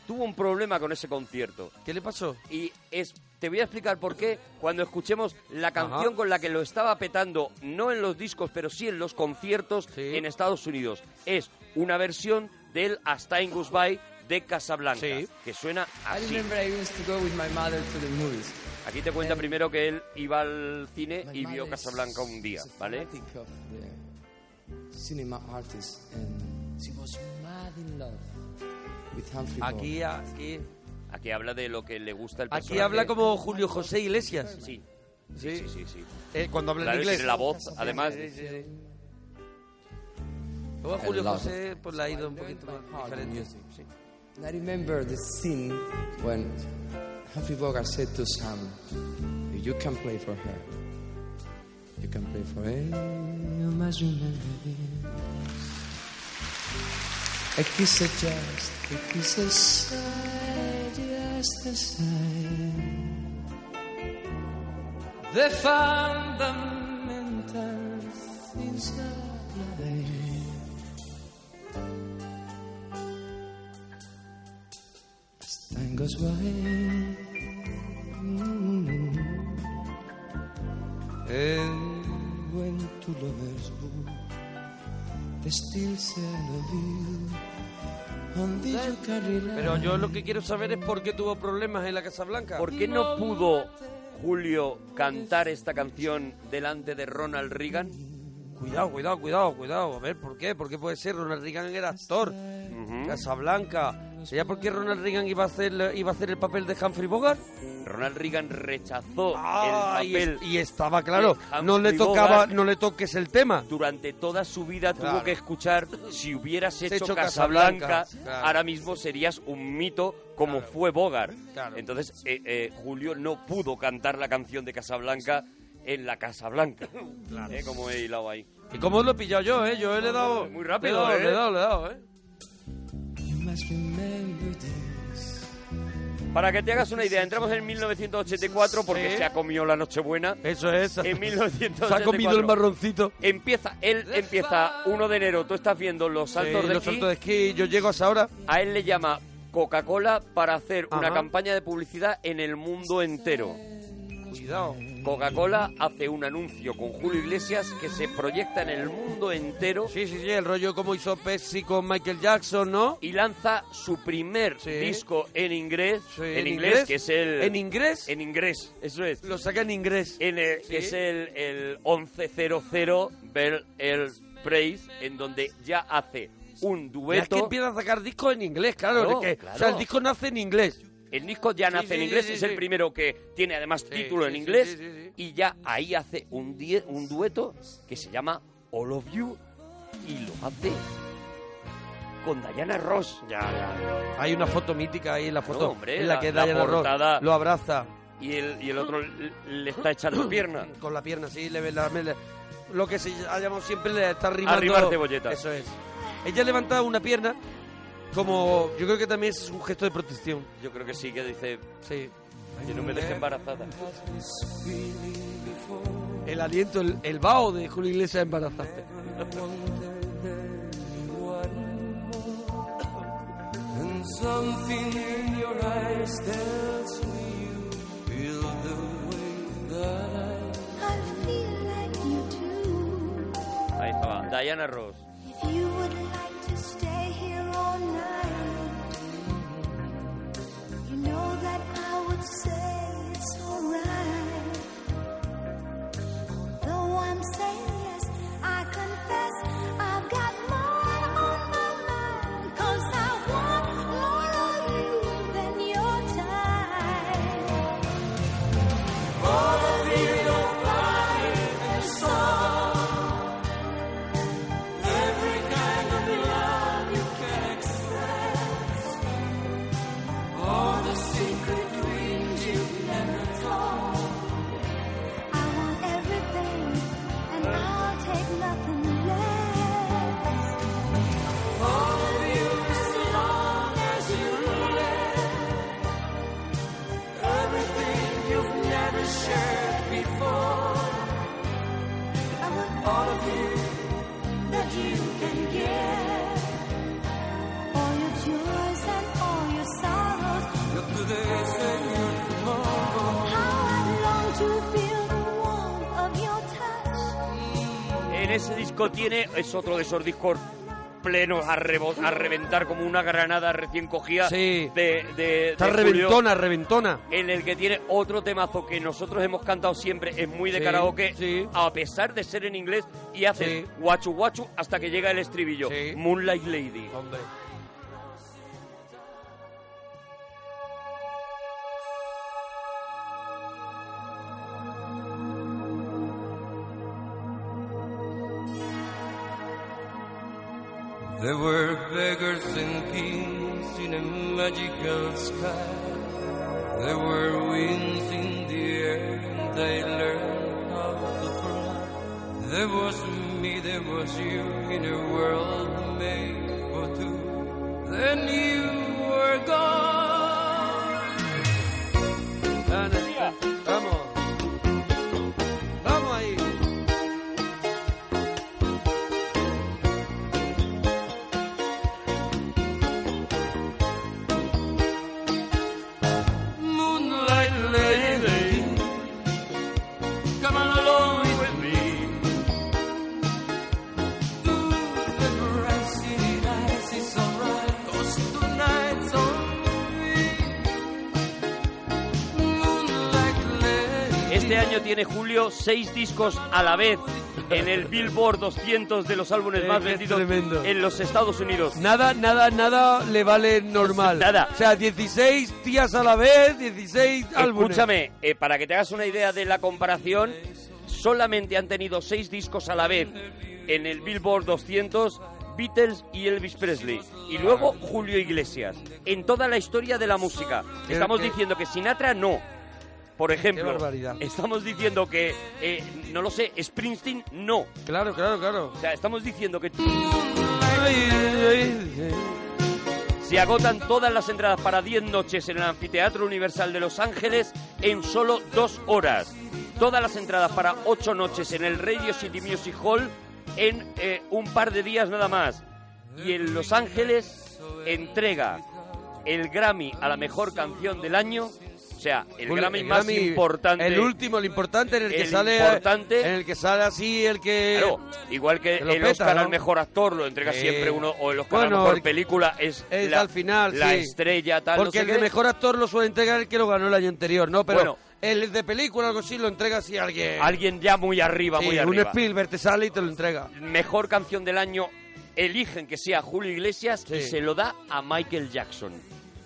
Speaker 2: tuvo un problema con ese concierto.
Speaker 17: ¿Qué le pasó?
Speaker 2: Y es, te voy a explicar por qué cuando escuchemos la canción con la que lo estaba petando, no en los discos, pero sí en los conciertos en Estados Unidos. Es una versión del Hasta in Goodbye de Casablanca, que suena
Speaker 3: I
Speaker 2: así.
Speaker 3: remember I used to go with my mother to the movies.
Speaker 2: Aquí te cuenta primero que él iba al cine y vio Casablanca un día, ¿vale?
Speaker 3: Of the cinema artist and she was mad in love with Humphrey Bogart.
Speaker 17: Aquí, aquí,
Speaker 2: Aquí habla de lo que le gusta el personaje.
Speaker 17: aquí habla como Julio José Iglesias.
Speaker 2: Sí. Sí, sí, sí. sí.
Speaker 17: Eh, cuando habla en
Speaker 2: Claro,
Speaker 17: inglés.
Speaker 2: tiene la voz, además.
Speaker 17: Sí, sí, sí. Luego
Speaker 3: I
Speaker 17: Julio
Speaker 3: love
Speaker 17: José pues la ha ido un poquito más diferente. Sí.
Speaker 3: And I remember the scene when Humphrey Bogart said to Sam, "You can play for her. You can play for her, mas you never will." A kiss is just a kiss aside, just aside. The fundamentals inside life. Time goes by. Mm. And when two lovers woo, they still say I love you. On this you can rely.
Speaker 17: Pero yo lo que quiero saber es por qué tuvo problemas en la Casa Blanca.
Speaker 2: ¿Por qué no pudo Julio cantar esta canción delante de Ronald Reagan?
Speaker 17: Cuidado, cuidado, cuidado, cuidado. A ver, ¿por qué? ¿Por qué puede ser? Ronald Reagan era actor. Casablanca. ¿Sería por qué Ronald Reagan iba a hacer iba a hacer el papel de Humphrey Bogart?
Speaker 2: Ronald Reagan rechazó
Speaker 17: Ah,
Speaker 2: el
Speaker 17: y,
Speaker 2: papel.
Speaker 17: es- y estaba claro,
Speaker 2: de
Speaker 17: no le
Speaker 2: Humphrey
Speaker 17: tocaba,
Speaker 2: Bogart.
Speaker 17: no le toques el tema.
Speaker 2: Durante toda su vida tuvo
Speaker 17: Claro.
Speaker 2: que escuchar si hubieras hecho,
Speaker 17: hecho
Speaker 2: Casablanca,
Speaker 17: Casablanca, claro.
Speaker 2: ahora mismo serías un mito como fue Bogart. Entonces eh, eh, Julio no pudo cantar la canción de Casablanca en la Casablanca. Claro. como he hilado ahí.
Speaker 17: ¿Y cómo lo he pillado yo, eh? Yo le he dado
Speaker 2: Muy rápido,
Speaker 17: le he dado,
Speaker 2: ¿eh?
Speaker 17: le he dado, le he dado, eh.
Speaker 3: You must remember this.
Speaker 2: Para que te hagas una idea, entramos en 1984 porque
Speaker 17: Sí.
Speaker 2: se ha comido la Nochebuena.
Speaker 17: Eso es.
Speaker 2: En 1984.
Speaker 17: Se ha comido el marroncito.
Speaker 2: Empieza, él empieza 1 de enero. Tú estás viendo los saltos
Speaker 17: Sí,
Speaker 2: de
Speaker 17: los
Speaker 2: esquí.
Speaker 17: saltos de esquí, yo llego hasta ahora.
Speaker 2: A él le llama Coca-Cola para hacer una
Speaker 17: Ajá.
Speaker 2: campaña de publicidad en el mundo entero.
Speaker 17: Cuidado.
Speaker 2: Coca-Cola hace un anuncio con Julio Iglesias que se proyecta en el mundo entero.
Speaker 17: Sí, sí, sí, el rollo como hizo Pepsi con Michael Jackson, ¿no?
Speaker 2: Y lanza su primer disco en inglés. en,
Speaker 17: en
Speaker 2: inglés,
Speaker 17: inglés.
Speaker 2: que es el.
Speaker 17: ¿En inglés?
Speaker 2: En inglés, eso es.
Speaker 17: Lo saca en inglés.
Speaker 2: En el- Que es el, el 1100 Bell Air Praise, en donde ya hace
Speaker 17: Mira,
Speaker 2: un
Speaker 17: Es que
Speaker 2: dueto.
Speaker 17: empieza a sacar discos en inglés, claro.
Speaker 2: Claro,
Speaker 17: es que-
Speaker 2: claro.
Speaker 17: O sea, el disco nace en inglés.
Speaker 2: El disco ya
Speaker 17: Sí,
Speaker 2: nace en
Speaker 17: sí,
Speaker 2: inglés,
Speaker 17: sí,
Speaker 2: es
Speaker 17: sí,
Speaker 2: el
Speaker 17: sí.
Speaker 2: primero que tiene además título
Speaker 17: sí,
Speaker 2: en
Speaker 17: sí,
Speaker 2: inglés.
Speaker 17: sí, sí, sí.
Speaker 2: Y ya ahí hace un, die- un dueto que se llama All of You y lo hace con Diana Ross. Ya, ya.
Speaker 17: Hay una foto mítica ahí, la
Speaker 2: Claro,
Speaker 17: foto
Speaker 2: hombre,
Speaker 17: en la,
Speaker 2: la-
Speaker 17: que
Speaker 2: la
Speaker 17: Diana Ross
Speaker 2: portada.
Speaker 17: lo abraza.
Speaker 2: Y el, y el otro le, le está echando pierna.
Speaker 17: Mm. *clears throat* Con la pierna, sí, le, la- me- le- lo que se ha llamado siempre le está arrimando.
Speaker 2: Arrimar cebolleta.
Speaker 17: Eso es. Ella levanta una pierna Como yo creo que también es un gesto de protección.
Speaker 2: Yo creo que sí, que dice.
Speaker 17: Sí.
Speaker 2: Que no me deje embarazada.
Speaker 17: El aliento, el, el vaho de Julio Iglesias embarazante. ¿eh?
Speaker 1: And something in your eyes tells me you feel the way that I. I feel like you do.
Speaker 2: Ahí estaba. Diana Ross.
Speaker 1: If you would like to stay here all night, you know that I would say it's alright. Though I'm saying yes, I confess I've got more on my mind. 'Cause I want more of you than your time. All of you, your body and soul. Every kind of love you can express. All the secret dreams you've never told. I want everything, and I'll take nothing less. All of you, so long as you live. Everything you've never shared before. I want all of you that you can give. All your joys and all your sorrows. Look today, Señor, tomorrow. How I long to feel the warmth of your touch.
Speaker 2: En ese disco tiene, es otro de esos discos plenos a, rebo- a reventar como una granada recién cogida.
Speaker 17: Sí.
Speaker 2: De, de-
Speaker 17: Está
Speaker 2: de Julio,
Speaker 17: reventona, reventona.
Speaker 2: En el que tiene otro temazo que nosotros hemos cantado siempre, es muy de
Speaker 17: Sí,
Speaker 2: karaoke, a pesar de ser en inglés, y hace
Speaker 17: Sí.
Speaker 2: guachu guachu hasta que llega el estribillo. Moonlight Lady.
Speaker 3: There were beggars and kings in a magical sky. There were winds in the air, and I learned how to fly. There was me, there was you in a world made for two. Then you were gone.
Speaker 17: Vamos. Vamos ahí.
Speaker 3: Moonlight lady, come on along with me. To the bright city lights, it's alright, 'cause tonight's on me. Moonlight lady.
Speaker 2: Este año tiene Julio seis discos a la vez en el Billboard 200 de los álbumes
Speaker 17: Eh, *laughs*
Speaker 2: más
Speaker 17: es
Speaker 2: vendidos
Speaker 17: tremendo.
Speaker 2: en los Estados Unidos.
Speaker 17: Nada, nada, nada le vale normal.
Speaker 2: Nada.
Speaker 17: O sea, 16 tías a la vez, 16 álbumes.
Speaker 2: Escúchame, eh, para que te hagas una idea de la comparación, solamente han tenido seis discos a la vez en el Billboard 200, Beatles y Elvis Presley, y luego Julio Iglesias, en toda la historia de la música.
Speaker 17: Qué-
Speaker 2: Estamos
Speaker 17: qué-
Speaker 2: diciendo que Sinatra no. Por ejemplo,
Speaker 17: barbaridad.
Speaker 2: estamos diciendo que, eh, no lo sé, Springsteen no.
Speaker 17: Claro, claro, claro.
Speaker 2: O sea, estamos diciendo que... Se agotan todas las entradas para 10 noches en el Anfiteatro Universal de Los Ángeles en solo dos horas. Todas las entradas para 8 noches en el Radio City Music Hall en eh, un par de días nada más. Y en Los Ángeles entrega el Grammy a la mejor canción del año. O sea, el
Speaker 17: Julio,
Speaker 2: Grammy más importante.
Speaker 17: El último, el importante, en el, que
Speaker 2: El
Speaker 17: sale.
Speaker 2: importante.
Speaker 17: En el que sale así, el que.
Speaker 2: Claro, igual que
Speaker 17: Que lo
Speaker 2: el
Speaker 17: peta,
Speaker 2: Oscar
Speaker 17: ¿no?
Speaker 2: al mejor actor lo entrega
Speaker 17: Sí.
Speaker 2: siempre uno, o el Oscar a
Speaker 17: Bueno,
Speaker 2: la mejor
Speaker 17: el-
Speaker 2: película es,
Speaker 17: es
Speaker 2: la,
Speaker 17: al final,
Speaker 2: la
Speaker 17: sí.
Speaker 2: estrella, tal. no
Speaker 17: Porque
Speaker 2: sé
Speaker 17: el
Speaker 2: qué.
Speaker 17: de mejor actor lo suele entregar el que lo ganó el año anterior, ¿no? Pero
Speaker 2: Bueno.
Speaker 17: el de película o algo así lo entrega así a alguien.
Speaker 2: Alguien ya muy arriba,
Speaker 17: Sí,
Speaker 2: muy
Speaker 17: un
Speaker 2: arriba.
Speaker 17: Spielberg te sale y te lo entrega.
Speaker 2: Mejor canción del año, eligen que sea Julio Iglesias y se lo da a Michael Jackson.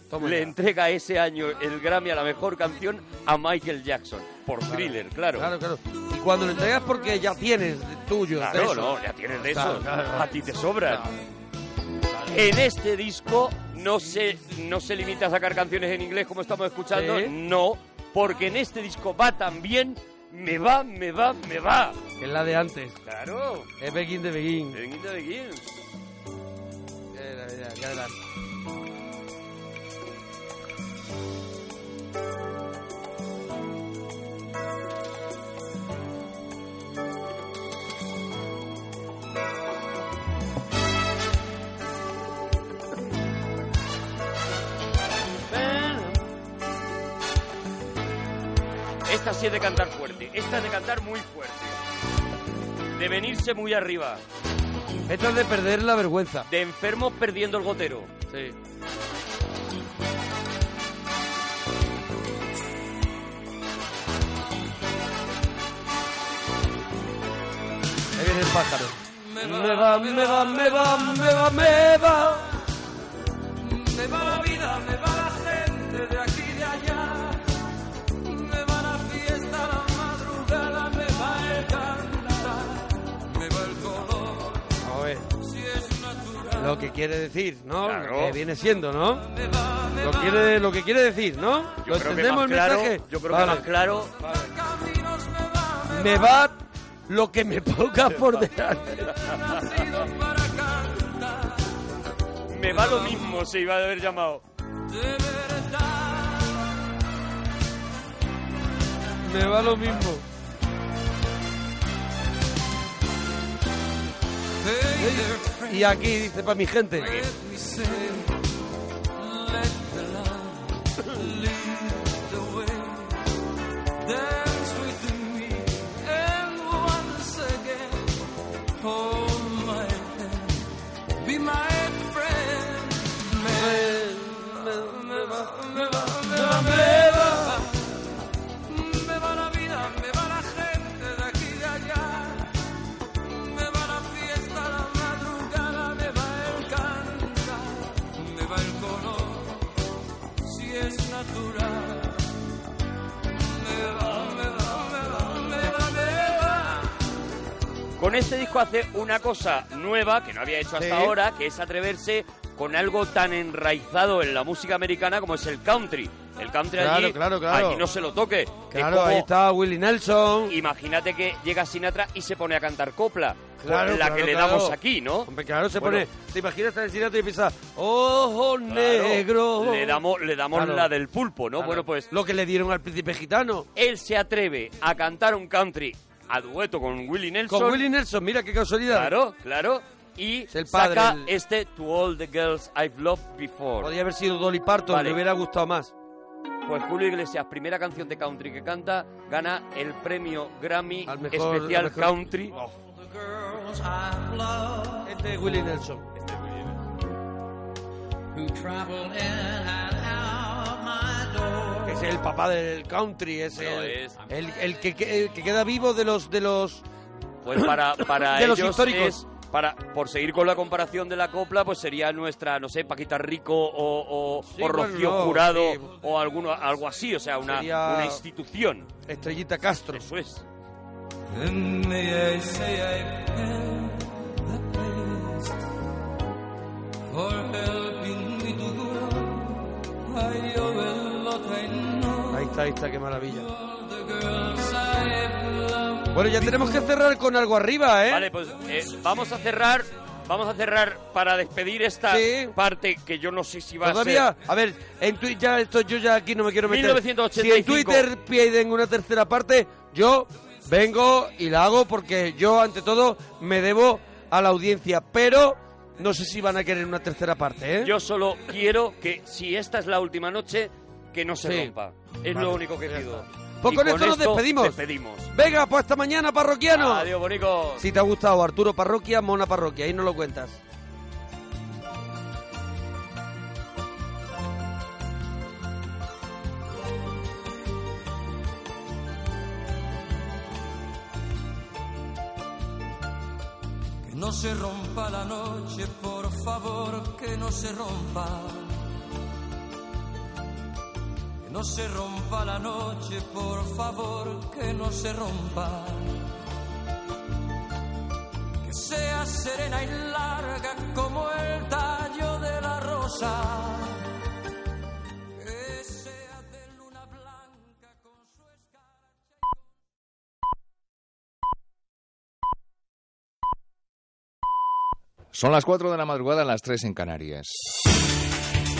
Speaker 17: Toma
Speaker 2: Le
Speaker 17: ya.
Speaker 2: entrega ese año el Grammy a la mejor canción a Michael Jackson. Por thriller, claro.
Speaker 17: Claro, claro. Y cuando lo entregas porque ya tienes tuyo.
Speaker 2: Claro, no, ya tienes de
Speaker 17: eso.
Speaker 2: esos. A ti te sobran. En este disco no se, no se limita a sacar canciones en inglés como estamos escuchando,
Speaker 17: Sí.
Speaker 2: no, porque en este disco va también Me va, me va, me va.
Speaker 17: Es la de antes.
Speaker 2: Claro.
Speaker 17: Es Begin de Begin.
Speaker 2: Begin de Begin.
Speaker 17: Qué adelante.
Speaker 2: Esta sí es de cantar fuerte. Esta es de cantar muy fuerte. De venirse muy arriba.
Speaker 17: Esta es de perder la vergüenza.
Speaker 2: De enfermos perdiendo el gotero.
Speaker 17: Sí. Ahí viene el pájaro.
Speaker 3: Me va, me va, me va, me va, me va. Me va la vida, me va la gente de aquí y de allá. Me va la fiesta, la madrugada, me va el cantar. Me va el *laughs* color,
Speaker 17: A ver,
Speaker 3: si es natural.
Speaker 17: lo que quiere decir, ¿no?
Speaker 2: Claro.
Speaker 17: Lo que viene siendo, ¿no? Lo, quiere, lo que quiere decir, ¿no? ¿Lo
Speaker 2: creo que
Speaker 17: entendemos
Speaker 2: más
Speaker 17: el
Speaker 2: claro,
Speaker 17: mensaje?
Speaker 2: yo creo que más claro.
Speaker 17: Me va lo que me pongas por delante.
Speaker 2: Me va lo mismo, se iba a haber llamado.
Speaker 17: Me va lo mismo. Y aquí dice para mi gente.
Speaker 3: Me va la vida, me va la gente de aquí y de allá. Me va la fiesta, la madrugada, me va el cantar, me va el color, si es natural. Me va, me va, me va, me va, me va.
Speaker 2: Con este disco hace una cosa nueva que no había hecho hasta
Speaker 17: Sí.
Speaker 2: ahora, que es atreverse con algo tan enraizado en la música americana como es el country. El country
Speaker 17: Claro,
Speaker 2: allí,
Speaker 17: claro, claro.
Speaker 2: allí no se lo toque. Es
Speaker 17: Claro,
Speaker 2: como-
Speaker 17: ahí está Willie Nelson.
Speaker 2: Imagínate que llega Sinatra y se pone a cantar copla,
Speaker 17: Claro,
Speaker 2: con la
Speaker 17: claro,
Speaker 2: que le
Speaker 17: claro.
Speaker 2: damos aquí, ¿no?
Speaker 17: Claro, se
Speaker 2: Bueno,
Speaker 17: pone. Te imaginas estar en Sinatra y piensas, ojo negro.
Speaker 2: Le damos, le damos
Speaker 17: Claro.
Speaker 2: la del pulpo, ¿no?
Speaker 17: Claro.
Speaker 2: Bueno, pues
Speaker 17: Lo que le dieron al príncipe gitano.
Speaker 2: él se atreve a cantar un country a dueto con Willie Nelson.
Speaker 17: Con Willie Nelson, mira qué casualidad.
Speaker 2: Claro, claro. Y
Speaker 17: el padre,
Speaker 2: saca
Speaker 17: el-
Speaker 2: este To All the Girls I've Loved Before.
Speaker 17: Podría haber sido Dolly Parton,
Speaker 2: Vale.
Speaker 17: le hubiera gustado más.
Speaker 2: Pues Julio Iglesias, primera canción de country que canta, gana el premio Grammy
Speaker 17: mejor-
Speaker 2: Especial
Speaker 17: al mejor-
Speaker 2: Country.
Speaker 17: Este es Willie Nelson. Es el papá del country, es,
Speaker 2: No,
Speaker 17: el,
Speaker 2: es-
Speaker 17: el- el que, que- el que queda vivo de los de los *coughs*
Speaker 2: Pues para, para
Speaker 17: de los
Speaker 2: ellos
Speaker 17: históricos.
Speaker 2: es- para, por seguir con la comparación de la copla, pues sería nuestra, no sé, Paquita Rico o, o, o
Speaker 17: bueno,
Speaker 2: Rocío
Speaker 17: pues no,
Speaker 2: Jurado
Speaker 17: sí.
Speaker 2: o alguno, algo así, o sea, una,
Speaker 17: Sería-
Speaker 2: una institución.
Speaker 17: Estrellita Castro.
Speaker 2: Eso es.
Speaker 3: In the ACA pen, the place for helping me to grow. I owe a lot, I know.
Speaker 17: Ahí está, ahí está, qué maravilla.
Speaker 3: The girls I have loved.
Speaker 17: Bueno, ya tenemos que cerrar con algo arriba, ¿eh?
Speaker 2: Vale, pues eh, vamos a cerrar, vamos a cerrar para despedir esta parte que yo no sé si va a
Speaker 17: Todavía,
Speaker 2: ser.
Speaker 17: a ver, en Twitter ya esto yo ya aquí no me quiero meter.
Speaker 2: 1985.
Speaker 17: Si en Twitter piden una tercera parte, yo vengo y la hago porque yo ante todo me debo a la audiencia, pero no sé si van a querer una tercera parte, ¿eh?
Speaker 2: Yo solo quiero que si esta es la última noche, que no se
Speaker 17: Sí.
Speaker 2: rompa. Es
Speaker 17: Vale,
Speaker 2: lo único que pido.
Speaker 17: Pues
Speaker 2: Y
Speaker 17: con esto nos despedimos.
Speaker 2: despedimos.
Speaker 17: Venga, pues hasta mañana, parroquiano.
Speaker 2: Adiós, bonicos.
Speaker 17: Si te ha gustado Arturo Parroquia, Mona Parroquia, ahí no lo cuentas.
Speaker 3: Que no se rompa la noche, por favor, que no se rompa. Que no se rompa la noche, por favor, que no se rompa. Que sea serena y larga como el tallo de la rosa. Que sea de luna blanca.
Speaker 16: Son las 4 de la madrugada, las 3 en Canarias.